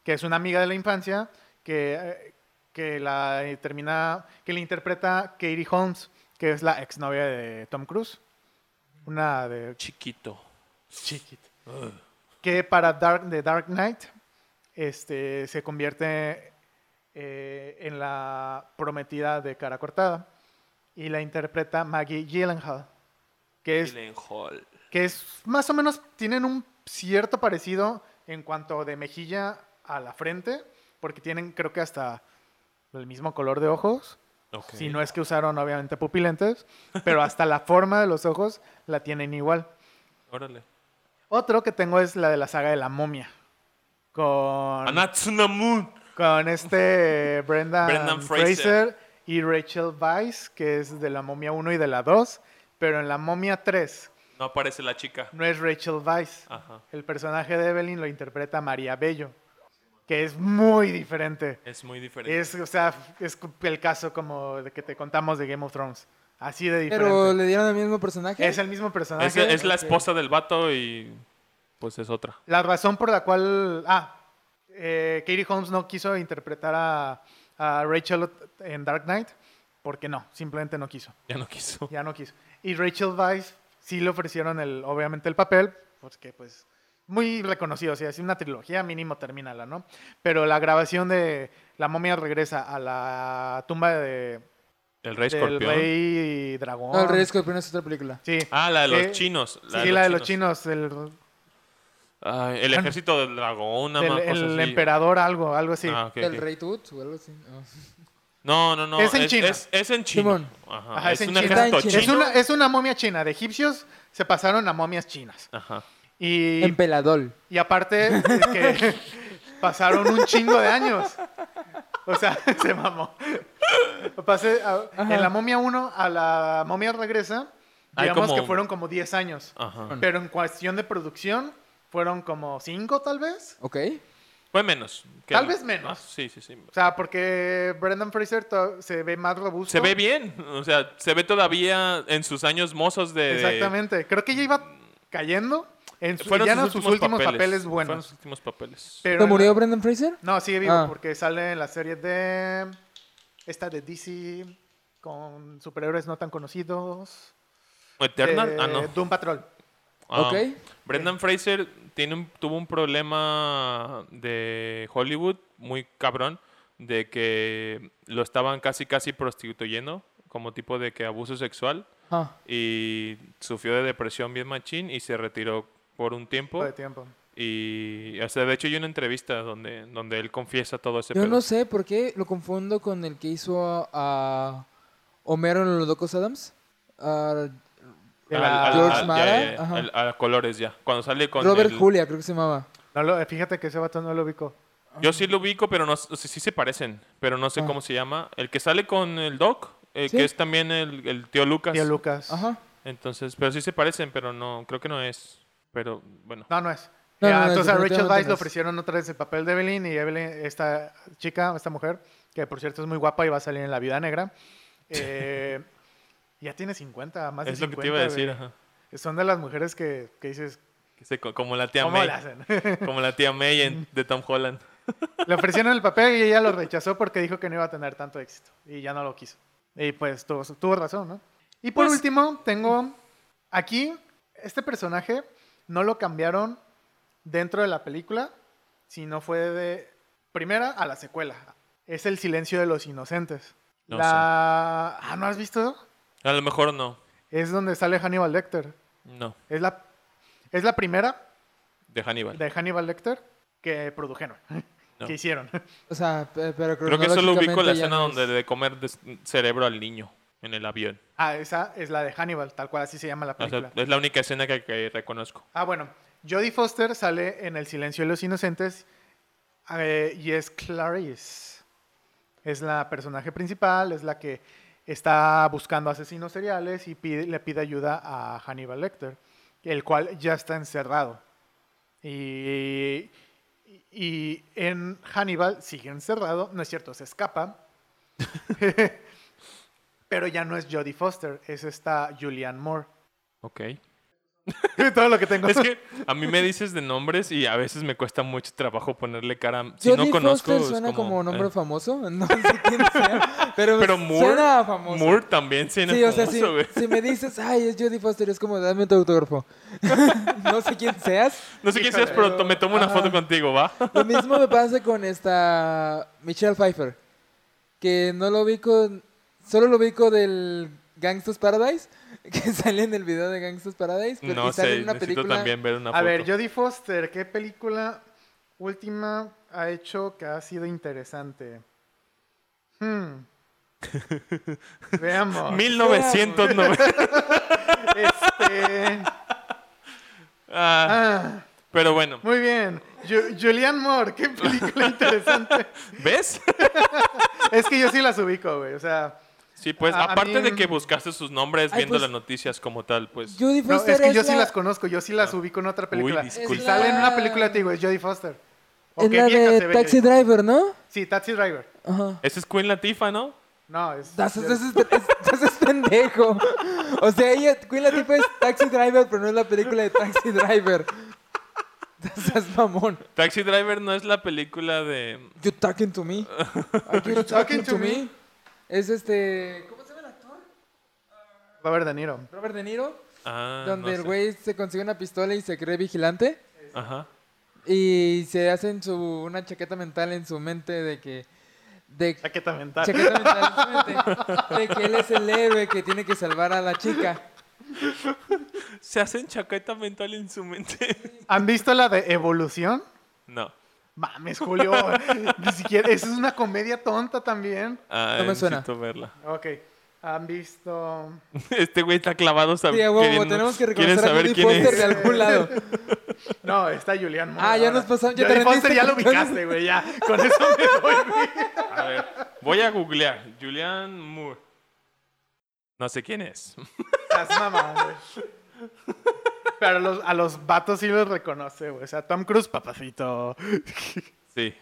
S3: que es una amiga de la infancia que eh, que la eh, termina que le interpreta Katie Holmes, que es la exnovia de Tom Cruise, una de
S4: Chiquito.
S3: Chiquit. Que para Dark, The Dark Knight este, se convierte eh, en la prometida de cara cortada. Y la interpreta Maggie Gyllenhaal. Que es,
S4: Gyllenhaal.
S3: que es más o menos, tienen un cierto parecido en cuanto de mejilla a la frente. Porque tienen, creo que hasta el mismo color de ojos.
S4: Ok.
S3: Si no es que usaron, obviamente, pupilentes. Pero hasta la forma de los ojos la tienen igual.
S4: Órale.
S3: Otro que tengo es la de la saga de la momia. Con,
S4: Anatsuna Moon.
S3: con este Brendan,
S4: Brendan
S3: Fraser.
S4: Fraser.
S3: y Rachel Weisz, que es de la momia 1 y de la 2. Pero en la momia 3
S4: No aparece la chica.
S3: no es Rachel Weisz.
S4: Ajá.
S3: El personaje de Evelyn lo interpreta María Bello, que es muy diferente.
S4: Es muy diferente.
S3: Es, o sea, es el caso como de que te contamos de Game of Thrones. Así de diferente.
S5: Pero le dieron el mismo personaje.
S3: es el mismo personaje.
S4: Es, es la esposa del vato y pues es otra.
S3: La razón por la cual. Ah, eh, Katie Holmes no quiso interpretar a, a Rachel en Dark Knight porque no, simplemente no quiso.
S4: Ya no quiso.
S3: Ya no quiso. Y Rachel Weisz sí le ofrecieron, el, obviamente, el papel porque, pues, muy reconocido. O sea, es una trilogía, mínimo termínala, ¿no? Pero la grabación de La momia regresa a la tumba de,
S4: El rey
S3: del
S4: escorpión.
S3: rey dragón.
S5: No, el Rey Escorpión es otra película.
S3: Sí.
S4: Ah, la de
S3: Sí.
S4: los chinos.
S3: sí, la de los chinos. El,
S4: Ay, el ejército del dragón, una
S3: del-
S4: ma- cosa
S3: el
S4: así.
S3: emperador, algo, algo así.
S4: Ah, ok,
S5: El
S4: ok.
S5: Rey Tut o algo así. no.
S4: No, no, no.
S3: Es en China.
S4: Es, es en China.
S5: Simón.
S4: Ajá,
S3: Ajá,
S4: ah, es,
S3: es en
S4: un
S3: China.
S4: ejército
S5: Está en China.
S3: Es
S4: chino.
S3: una, es una momia china. De egipcios se pasaron a momias chinas.
S4: Ajá.
S3: Y,
S5: En Peladol.
S3: y aparte, es que pasaron un chingo de años. O sea, se mamó. Pasé a- en la momia 1 a la momia regresa.
S4: Hay
S3: Digamos
S4: como- Ah,
S3: que fueron como 10 años.
S4: Ajá.
S3: Pero en cuestión de producción, fueron como 5 tal vez.
S5: ¿Ok?
S4: Fue menos. que
S3: Tal
S4: el-
S3: vez menos.
S4: Ah, sí, sí, sí.
S3: O sea, porque Brendan Fraser to- se ve más robusto.
S4: Se ve bien. O sea, se ve todavía en sus años mozos de. de-
S3: Exactamente. Creo que ya iba cayendo. En su-
S4: Fueron
S3: ya eran sus últimos papeles,
S4: Fueron
S3: buenos.
S4: sus últimos papeles.
S3: Pero
S5: ¿No
S3: en
S5: murió
S3: la-
S5: Brendan Fraser?
S3: No, sigue vivo
S5: Ah.
S3: porque sale en la serie de. Esta de DC con superhéroes no tan conocidos.
S4: Eternal.
S3: de
S4: ah, no.
S3: Doom Patrol.
S4: Ah,
S5: Ok.
S4: Brendan Fraser tiene un- tuvo un problema de Hollywood muy cabrón, de que lo estaban casi casi prostituyendo como tipo de que abuso sexual
S5: Ah.
S4: y sufrió de depresión bien machín y se retiró por un tiempo
S3: De tiempo.
S4: y o sea, de hecho hay una entrevista donde donde él confiesa todo ese
S5: Yo
S4: pedo.
S5: no sé por qué lo confundo con el que hizo a, a Homero en los Locos Adams. A
S3: De
S4: Al-
S3: la-
S4: al-
S5: George
S4: al- ya,
S5: Mara,
S4: ya, ya,
S5: ajá.
S4: al- a colores ya. Cuando sale con
S5: Robert
S4: el-
S5: Julia, creo que se llamaba.
S3: No lo- eh, fíjate que ese vato no lo ubicó.
S4: Yo sí lo ubico, pero no s- o sea, sí se parecen, pero no sé
S5: Ah.
S4: cómo se llama. El que sale con el Doc, eh,
S5: Sí.
S4: que es también el, el tío Lucas.
S3: Tío Lucas.
S5: Ajá.
S4: Entonces, pero sí se parecen, pero no, creo que no es. Pero bueno.
S3: No, no es.
S5: No,
S3: Ya,
S5: no, no,
S3: entonces a Rachel
S5: definitivamente
S3: Weisz
S5: no
S3: le
S5: es.
S3: ofrecieron otra vez el papel de Evelyn y Evelyn, esta chica, esta mujer, que por cierto es muy guapa y va a salir en La Vida Negra. eh, ya tiene 50, más de
S4: Es lo que
S3: 50.
S4: te iba a decir,
S3: güey.
S4: ajá.
S3: Son de las mujeres que, que dices,
S4: Que se co- como la tía
S3: ¿cómo
S4: May.
S3: la hacen?
S4: Como la tía May en- de Tom Holland.
S3: Le ofrecieron el papel y ella lo rechazó porque dijo que no iba a tener tanto éxito y ya no lo quiso. Y pues tuvo, tuvo razón, ¿no? Y por
S4: Pues-
S3: último, tengo aquí, este personaje no lo cambiaron dentro de la película, sino fue de primera a la secuela. Es El silencio de los inocentes.
S4: No
S3: la... Ah, ¿no has visto?
S4: A lo mejor no.
S3: Es donde sale Hannibal Lecter.
S4: No.
S3: Es la, es la primera
S4: de Hannibal.
S3: de Hannibal Lecter que produjeron,
S4: No.
S3: que hicieron.
S5: O sea, pe- pero
S4: Creo que solo ubico la
S5: cronológicamente ya
S4: escena
S5: no es-
S4: donde de comer des- cerebro al niño en el avión.
S3: Ah, esa es la de Hannibal, tal cual así se llama la
S4: O sea,
S3: película.
S4: es la única escena que, que reconozco.
S3: Ah, bueno, Jodie Foster sale en El silencio de los inocentes eh, y es Clarice. Es la personaje principal, es la que está buscando asesinos seriales y pide- le pide ayuda a Hannibal Lecter, el cual ya está encerrado. Y, y en Hannibal sigue encerrado, no es cierto, se escapa. Pero ya no es Jodie Foster, es esta Julianne Moore.
S4: Ok.
S3: Todo lo que tengo.
S4: Es que a mí me dices de nombres y a veces me cuesta mucho trabajo ponerle cara. Si
S5: Jodie
S4: no conozco.
S5: Foster
S4: es
S5: suena como, nombre
S4: eh.
S5: famoso, no sé quién sea, pero,
S4: Pero
S5: suena
S4: Moore,
S5: famoso.
S4: Moore también suena
S5: sí, o sea, si,
S4: famoso, güey.
S5: si me dices, ay, es Jodie Foster, es como, dame tu autógrafo. no sé quién seas.
S4: No sé quién seas, pero to- me tomo una
S5: Ajá.
S4: foto contigo, ¿va?
S5: Lo mismo me pasa con esta Michelle Pfeiffer, que no lo ubico, solo lo ubico del Gangsters Paradise, que sale en el video de Gangsters Paradise, pero
S4: No
S5: y sale
S4: sé,
S5: en una
S4: necesito
S5: película.
S4: también ver una
S3: A
S4: foto.
S3: ver, Jodie Foster, ¿qué película última ha hecho que ha sido interesante? Hmm. Veamos.
S4: 1990.
S3: Este,
S4: Ah,
S3: ah,
S4: pero bueno,
S3: muy bien. Ju- Julianne Moore, qué película interesante.
S4: ¿ves?
S3: Es que yo sí las ubico, güey. O sea,
S4: Sí, pues
S3: A- a
S4: aparte
S3: mí-
S4: de que buscaste sus nombres
S5: Ay,
S4: viendo
S5: pues-
S4: las noticias como tal, pues
S5: Jodie
S3: no,
S5: Foster
S3: es que yo sí
S5: la-
S3: las conozco, yo sí las
S4: Ah.
S3: ubico en otra película.
S4: disculpa.
S3: Si sale en una película, te digo, es Jodie Foster. O
S5: es
S3: qué
S5: la
S3: vieja
S5: de
S3: se ve
S5: Taxi
S3: Jodie-
S5: Driver, ¿no?
S3: Sí, Taxi Driver.
S5: Ajá.
S4: ese es Queen Latifah, ¿no?
S3: No, es.
S5: Das- das- das- das- das- pendejo. O sea, ella, Queen Latifah es Taxi Driver, pero no es la película de Taxi Driver. Estás mamón.
S4: Taxi Driver no es la película de
S5: You talking to me? Are you talking to me? Es este. ¿Cómo se llama el actor?
S3: Va a ver De Niro.
S5: Robert De Niro.
S4: ah,
S5: donde
S4: no
S5: el
S4: sé.
S5: güey se consigue una pistola y se cree vigilante.
S4: Ajá.
S5: Y se hacen su, una chaqueta mental en su mente de que. De,
S3: Chaqueta mental.
S5: chaqueta mental en su mente. De que él es el héroe que tiene que salvar a la chica.
S4: Se hacen chaqueta mental en su mente.
S3: ¿Han visto la de Evolución?
S4: no.
S3: Mames, Julio. Ni siquiera. Esa es una comedia tonta también.
S4: Ah,
S5: No me suena.
S4: necesito verla.
S3: Ok. Han visto.
S4: Este güey está clavado sab-
S5: Sí, a huevo,
S4: queriendo-
S5: tenemos que
S4: quieren
S5: reconocer a
S4: saber
S5: Jodie
S4: quién
S5: Foster
S4: es.
S5: de algún lado.
S3: No, está Julián Moore.
S5: Ah, ya
S3: ahora.
S5: nos pasamos- ya te
S3: Jodie Foster
S5: rendiste
S3: ya lo
S5: con-
S3: ubicaste, güey. Ya. Con eso me voy. güey.
S4: A ver, voy a googlear Julian Moore. No sé quién es.
S3: Estás mamando, güey. Pero a los, a los vatos sí los reconoce, güey. O sea, Tom Cruise, papacito.
S4: Sí.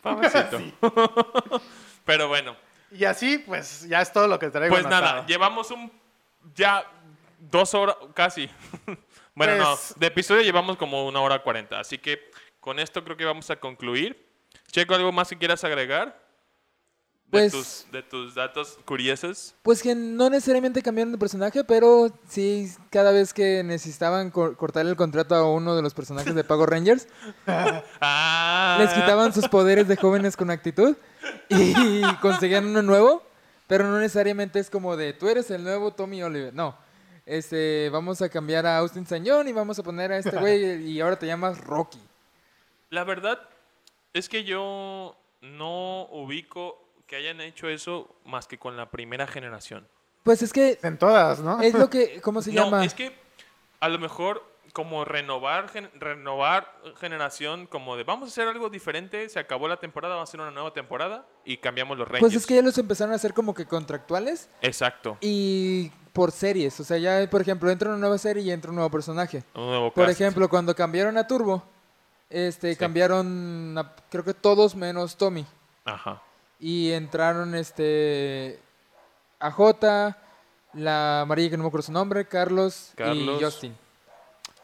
S4: Papacito. Pero bueno,
S3: Y así, pues, ya es todo lo que traigo.
S4: pues nada,
S3: anotado.
S4: llevamos un ya dos horas casi. bueno,
S3: Pues-
S4: no, de episodio llevamos como una hora cuarenta, así que con esto creo que vamos a concluir. Checo, ¿algo más que quieras agregar? De,
S5: Pues-
S4: tus, de tus datos curiosos.
S5: Pues que no necesariamente cambiaron de personaje, pero sí, cada vez que necesitaban cor- cortar el contrato a uno de los personajes de Pago Rangers,
S4: Ah,
S5: les quitaban sus poderes de jóvenes con actitud y conseguían uno nuevo, pero no necesariamente es como de tú eres el nuevo Tommy Oliver, no. Este, vamos a cambiar a Austin Sañón y vamos a poner a este güey y ahora te llamas Rocky.
S4: La verdad es que yo no ubico que hayan hecho eso más que con la primera generación.
S5: Pues es que
S3: En todas, ¿no?
S5: es lo que, ¿cómo se
S4: no,
S5: llama?
S4: es que a lo mejor como renovar, gen- renovar generación, como de vamos a hacer algo diferente, se acabó la temporada, vamos a hacer una nueva temporada y cambiamos los Rangers.
S5: Pues es que ya los empezaron a hacer como que contractuales
S4: Exacto.
S5: y por series. O sea, ya, por ejemplo, entra una nueva serie y entra un nuevo personaje.
S4: Un nuevo
S5: Por
S4: cast.
S5: ejemplo, cuando cambiaron a Turbo, este,
S4: Sí.
S5: cambiaron, a- creo que todos menos Tommy.
S4: Ajá.
S5: Y entraron, este, a J, la amarilla que no me acuerdo su nombre, Carlos,
S4: Carlos.
S5: y Justin.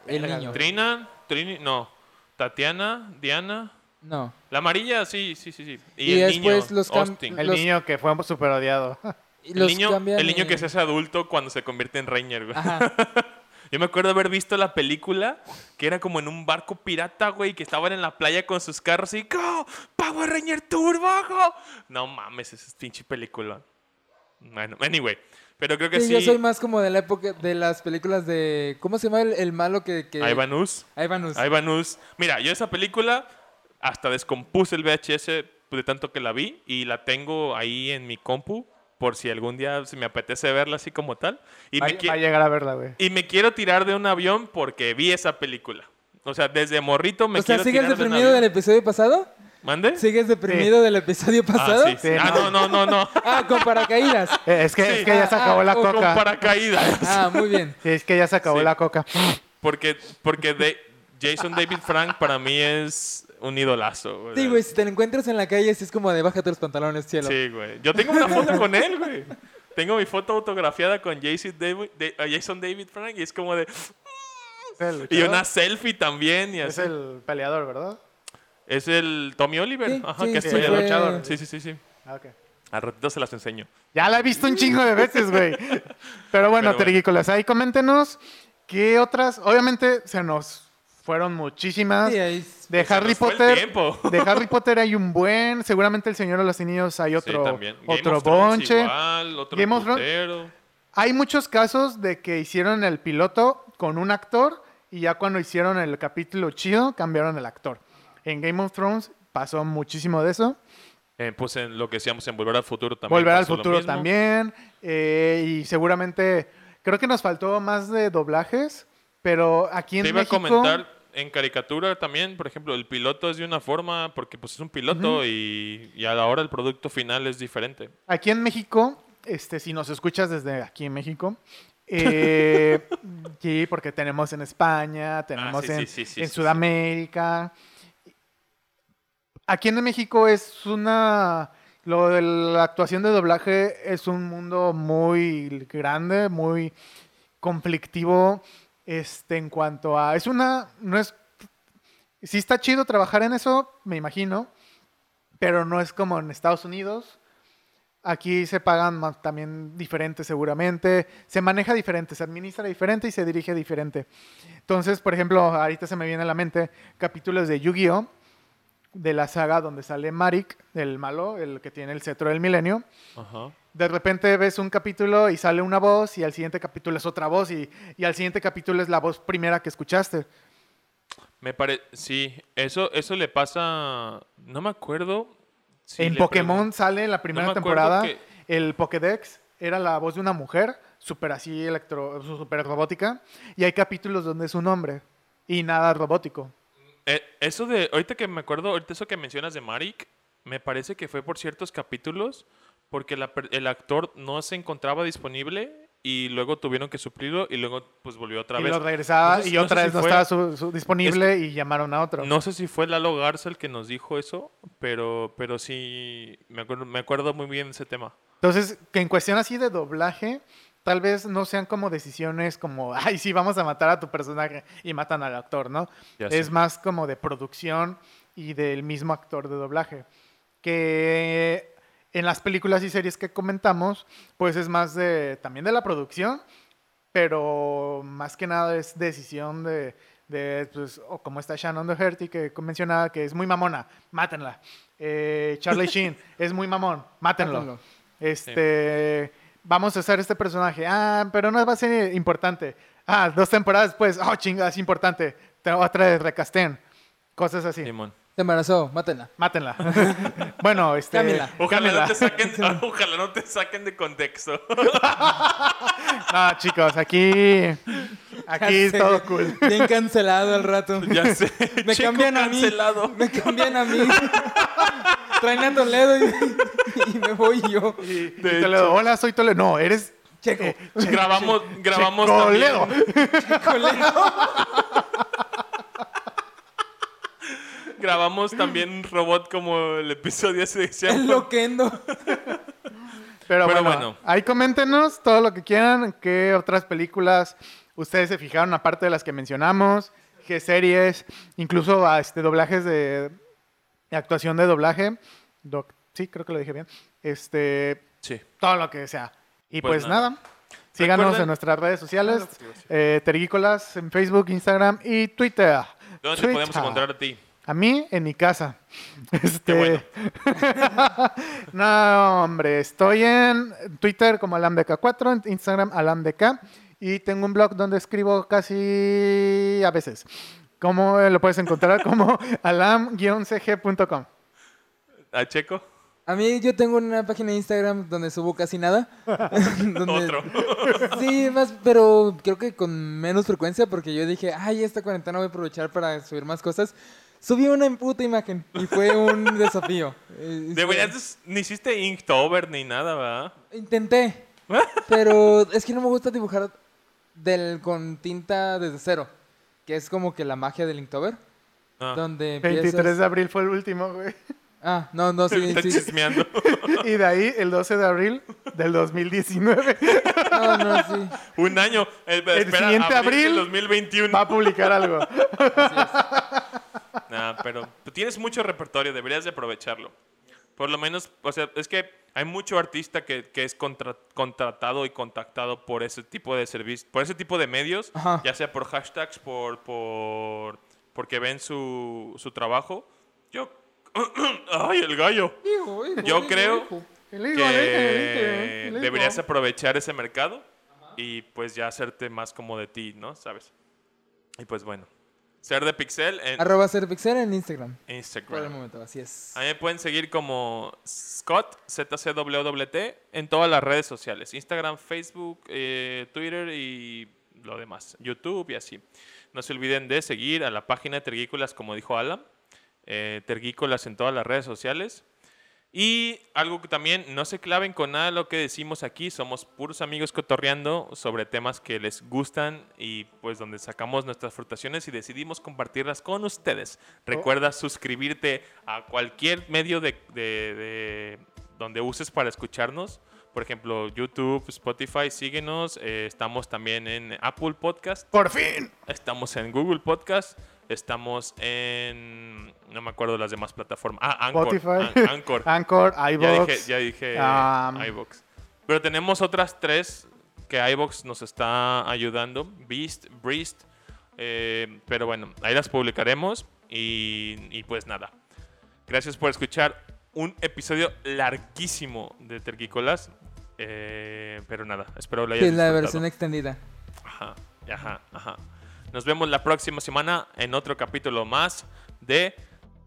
S5: El niño.
S4: Trina, Trini, no. Tatiana, Diana.
S5: No.
S4: La amarilla, sí, sí, sí, sí. Y,
S5: Y
S4: el
S5: después
S4: niño,
S5: los cam-
S4: Austin.
S3: El
S5: los-
S3: niño que fue súper odiado.
S5: Y
S4: El
S5: los
S4: niño,
S5: cambian
S4: el niño
S5: en-
S4: que se hace adulto cuando se convierte en Ranger, güey.
S5: Ajá.
S4: Yo me acuerdo haber visto la película que era como en un barco pirata, güey, que estaban en la playa con sus carros y ¡Go! ¡Power Ranger Turbo! go". No mames, esa es pinche película. Bueno, anyway. Pero creo que
S5: Sí,
S4: sí.
S5: Yo soy más como de la época de las películas de. ¿Cómo se llama el, el malo que. pues que...
S4: Ivanus.
S5: Ivanus.
S4: Ivanus. Mira, yo esa película hasta descompuse el VHS de tanto que la vi y la tengo ahí en mi compu por si algún día se me apetece verla así como tal. Y
S3: va,
S4: me qui-
S3: va a llegar a verla, güey.
S4: Y me quiero tirar de un avión porque vi esa película. O sea, desde morrito me
S5: o sea,
S4: quiero
S5: ¿sigues
S4: tirar de un
S5: deprimido del
S4: avión.
S5: episodio pasado?
S4: ¿Mande?
S5: ¿Sigues deprimido del episodio
S4: Ah,
S5: pasado?
S4: sí, sí.
S3: Sí,
S4: Ah, no, no, no, no.
S5: Ah, con paracaídas.
S3: Eh, es que,
S4: Sí.
S3: es que ya se
S5: Ah,
S3: acabó la
S5: ah, con
S4: Con
S3: coca.
S4: paracaídas.
S5: Ah, muy bien.
S3: Sí, es que ya se acabó
S4: Sí.
S3: la coca.
S4: Porque, porque de Jason David Frank para mí es un idolazo. güey.
S5: Sí, güey, si te lo encuentras en la calle, sí es como de bájate los pantalones, cielo.
S4: Sí, güey. Yo tengo una foto con él, güey. Tengo mi foto autografiada con Jason David, de- eh, Jason David Frank y es como de...
S3: Es el
S4: Y
S3: luchador,
S4: una selfie también y
S3: Es
S4: así.
S3: el peleador, ¿verdad?
S4: Es el Tommy Oliver.
S5: Sí,
S4: Ajá,
S5: sí,
S4: que es
S5: sí,
S4: el
S3: fue-
S4: luchador. Sí, sí, sí, sí.
S3: Ah, ok.
S4: Al ratito se las enseño.
S3: Ya la he visto un chingo de veces, güey. Pero bueno,
S4: bueno.
S3: Terguícolas, ahí coméntenos qué otras. Obviamente se nos fueron muchísimas.
S5: Sí, ahí es-
S3: De
S4: Se
S3: Harry
S4: nos fue el
S3: Potter.
S4: tiempo.
S3: De Harry Potter hay un buen. Seguramente El Señor de los Anillos hay
S4: Sí,
S3: otro,
S4: también. Game
S3: otro
S4: of Thrones
S3: bonche.
S4: igual, otro
S3: Game of Thrones.
S4: putero.
S3: Hay muchos casos de que hicieron el piloto con un actor y ya cuando hicieron el capítulo chido cambiaron el actor. En Game of Thrones pasó muchísimo de eso.
S4: Eh, pues en lo que decíamos, en Volver al Futuro también.
S3: Volver al
S4: pasó lo
S3: futuro
S4: mismo.
S3: también. eh, y seguramente creo que nos faltó más de doblajes, pero aquí en
S4: Te iba
S3: México
S4: a comentar en caricatura también, por ejemplo, el piloto es de una forma, porque pues es un piloto y, y a la hora el producto final es diferente.
S3: Aquí en México, este, si nos escuchas desde aquí en México, eh, sí, porque tenemos en España, tenemos
S4: sí,
S3: en,
S4: sí, sí, sí,
S3: en
S4: sí, sí.
S3: Sudamérica. Aquí en México es una... Lo de la actuación de doblaje es un mundo muy grande, muy conflictivo este, en cuanto a... Es una... No es, sí está chido trabajar en eso, me imagino, pero no es como en Estados Unidos. Aquí se pagan más, también diferente seguramente, se maneja diferente, se administra diferente y se dirige diferente. Entonces, por ejemplo, ahorita se me viene a la mente capítulos de Yu-Gi-Oh! de la saga donde sale Marik, el malo, el que tiene el cetro del milenio.
S4: Ajá.
S3: De repente ves un capítulo y sale una voz y al siguiente capítulo es otra voz y, y al siguiente capítulo es la voz primera que escuchaste.
S4: Me parece, sí, eso, eso le pasa, no me acuerdo. si
S3: en
S4: le
S3: Pokémon
S4: pregun-
S3: sale en la primera
S4: me acuerdo
S3: temporada
S4: que-
S3: el Pokédex era la voz de una mujer súper así electro súper robótica y hay capítulos donde es un hombre y nada robótico
S4: Eh, eso de, ahorita que me acuerdo, ahorita eso que mencionas de Marik, me parece que fue por ciertos capítulos, porque la per- el actor no se encontraba disponible y luego tuvieron que suplirlo y luego pues volvió otra
S3: y
S4: vez.
S3: lo regresaba
S4: No sé si-
S3: y otra
S4: sé si
S3: vez no
S4: fue-
S3: estaba su- su- disponible y llamaron a otro
S4: No sé si fue Lalo Garza el que nos dijo eso, pero, pero sí, me acuerdo, me acuerdo muy bien de ese tema.
S3: entonces que en cuestión así de doblaje tal vez no sean como decisiones como ay sí vamos a matar a tu personaje y matan al actor no
S4: Ya
S3: es
S4: sé.
S3: más como de producción y del mismo actor de doblaje. Que en las películas y series que comentamos, pues es más de también de la producción, pero más que nada es decisión de, de, pues, o como está Shannon Doherty, que mencionaba que es muy mamona, mátenla. Eh, Charlie Sheen es muy mamón, mátenlo.
S5: Háganlo.
S3: Este, vamos a hacer este personaje. Ah, pero no va a ser importante. Ah, dos temporadas después. Oh, chinga, es importante. Te- Otra vez recasten. Cosas así.
S4: Simón.
S5: Te embarazó, mátenla.
S3: Mátenla. bueno, este.
S5: Cámbiala.
S4: Ojalá no,
S3: cámbiala.
S4: te saquen, ojalá no te saquen de contexto.
S3: No, chicos, aquí. Aquí
S5: Ya
S3: es
S5: sé,
S3: todo cool.
S5: Bien cancelado al rato.
S4: ya sé.
S5: Me
S4: Checo
S5: cambian a mí.
S4: cancelado.
S5: Me cambian a mí. Traen a Toledo y, y me voy yo.
S3: Y te le doy, Hola, soy Toledo. No, eres.
S5: Checo.
S4: grabamos, grabamos también.
S3: Toledo.
S5: Toledo.
S4: Grabamos también un robot como el episodio ese de Sherlock.
S5: El loquendo.
S3: Pero,
S4: Pero
S3: bueno,
S4: bueno.
S3: ahí coméntenos todo lo que quieran, qué otras películas ustedes se fijaron, aparte de las que mencionamos, qué series, incluso a, este, doblajes de, de actuación de doblaje. Doc- sí, creo que lo dije bien. Este,
S4: Sí.
S3: todo lo que sea. Y
S4: Pues
S3: pues,
S4: nada.
S3: nada. Síganos
S4: Recuerden-
S3: en nuestras redes
S4: Ah, lo
S3: sociales,
S4: que te iba a decir.
S3: eh, Tergícolas en Facebook, Instagram y Twitter.
S4: ¿Dónde te
S3: Twitter.
S4: podemos encontrar a ti?
S3: A mí, en mi casa. Este...
S4: bueno.
S3: no, hombre, estoy en Twitter como alamdk4, en Instagram alamdk, y tengo un blog donde escribo casi a veces. ¿Cómo eh, lo puedes encontrar? Como alam-cg.com.
S4: ¿A Checo?
S5: A mí yo tengo una página de Instagram donde subo casi nada. Donde-
S4: Otro.
S5: Sí, más, pero creo que con menos frecuencia porque yo dije, ay, esta cuarentena voy a aprovechar para subir más cosas. Subí una en puta imagen y fue un desafío. Eh,
S4: Deberías, ni hiciste Inktober ni nada, ¿verdad?
S5: Intenté, pero es que no me gusta dibujar del, con tinta desde cero, que es como que la magia del Inktober,
S4: Ah,
S5: donde empiezas...
S3: 23 de abril fue el último, güey.
S5: Ah, no, no, sí,
S4: está
S5: sí.
S4: chismeando.
S3: Y de ahí, el 12 de abril del 2019,
S5: No, no, sí.
S4: Un año. El,
S3: El siguiente abril
S4: del 2021.
S3: va a publicar algo.
S4: Nah, pero tú tienes mucho repertorio, deberías de aprovecharlo. Por lo menos, o sea, es que hay mucho artista que, que es contra- contratado y contactado por ese tipo de servicios, por ese tipo de medios,
S5: Ajá.
S4: ya sea por hashtags, por, por porque ven su, su trabajo. Yo, ay, el gallo.
S5: Hijo, hijo,
S4: Yo
S5: hijo,
S4: creo
S5: hijo.
S3: El hijo, el
S4: Que
S3: hijo, el hijo.
S4: deberías aprovechar ese mercado y pues ya hacerte más como de ti, ¿no? ¿Sabes? Y pues bueno, ser de Pixel en
S5: Arroba Serpixera en Instagram. Por el
S4: Instagram.
S5: momento, así es.
S4: A mí me pueden seguir como Scott, ZCWWT, en todas las redes sociales. Instagram, Facebook, eh, Twitter y lo demás. YouTube y así. No se olviden de seguir a la página de Tergícolas, como dijo Alan. Eh, Tergícolas en todas las redes sociales. Y algo que también, no se claven con nada de lo que decimos aquí. Somos puros amigos cotorreando sobre temas que les gustan y pues donde sacamos nuestras frustraciones y decidimos compartirlas con ustedes. Recuerda suscribirte a cualquier medio de, de- de- donde uses para escucharnos. Por ejemplo, YouTube, Spotify, síguenos. Eh, estamos también en Apple Podcast.
S3: Por fin.
S4: Estamos en Google Podcast. Estamos en. No me acuerdo las demás plataformas. Ah, Anchor.
S3: Spotify,
S4: An- Anchor.
S3: Anchor,
S4: ya
S3: iVoox.
S4: dije, ya dije
S3: Am.
S4: iVox. Pero tenemos otras tres que iVox nos está ayudando: Beast, Breast. eh, pero bueno, ahí las publicaremos. Y, y pues nada. Gracias por escuchar un episodio larguísimo de Terquicolas. eh, pero nada, espero lo
S5: Que
S4: hayas
S5: es la
S4: disfrutado.
S5: versión extendida.
S4: Ajá, ajá, ajá. Nos vemos la próxima semana en otro capítulo más de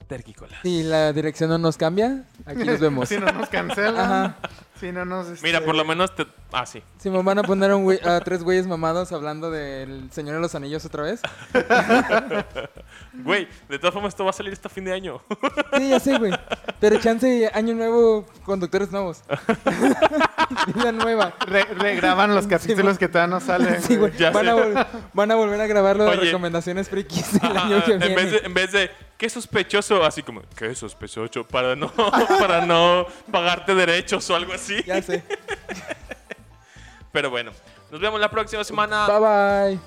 S4: Terquicolas.
S5: Si la dirección no nos cambia, aquí nos vemos.
S3: Si no nos cancelan.
S5: Ajá.
S3: Si no nos. este,
S4: Mira, por lo menos te... Ah, sí.
S5: Si me van a poner a un güey- a tres güeyes mamados hablando del Señor de los Anillos otra vez.
S4: Güey, de todas formas esto va a salir este fin de año.
S5: Sí, ya sé, güey. Pero chance, año nuevo, conductores nuevos. Vida nueva.
S3: re- regraban los capítulos que todavía no salen.
S5: Sí, güey.
S4: Ya
S5: Van,
S4: sé.
S5: a vol- van a volver a grabar lo de
S4: Oye.
S5: recomendaciones frikis el año
S4: Ajá,
S5: que
S4: en,
S5: viene.
S4: vez de, en vez de, qué sospechoso, así como, qué sospechoso, para no, para no pagarte derechos o algo así.
S5: Ya sé.
S4: Pero bueno, nos vemos la próxima semana.
S5: Bye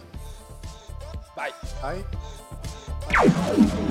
S5: bye.
S3: Ay.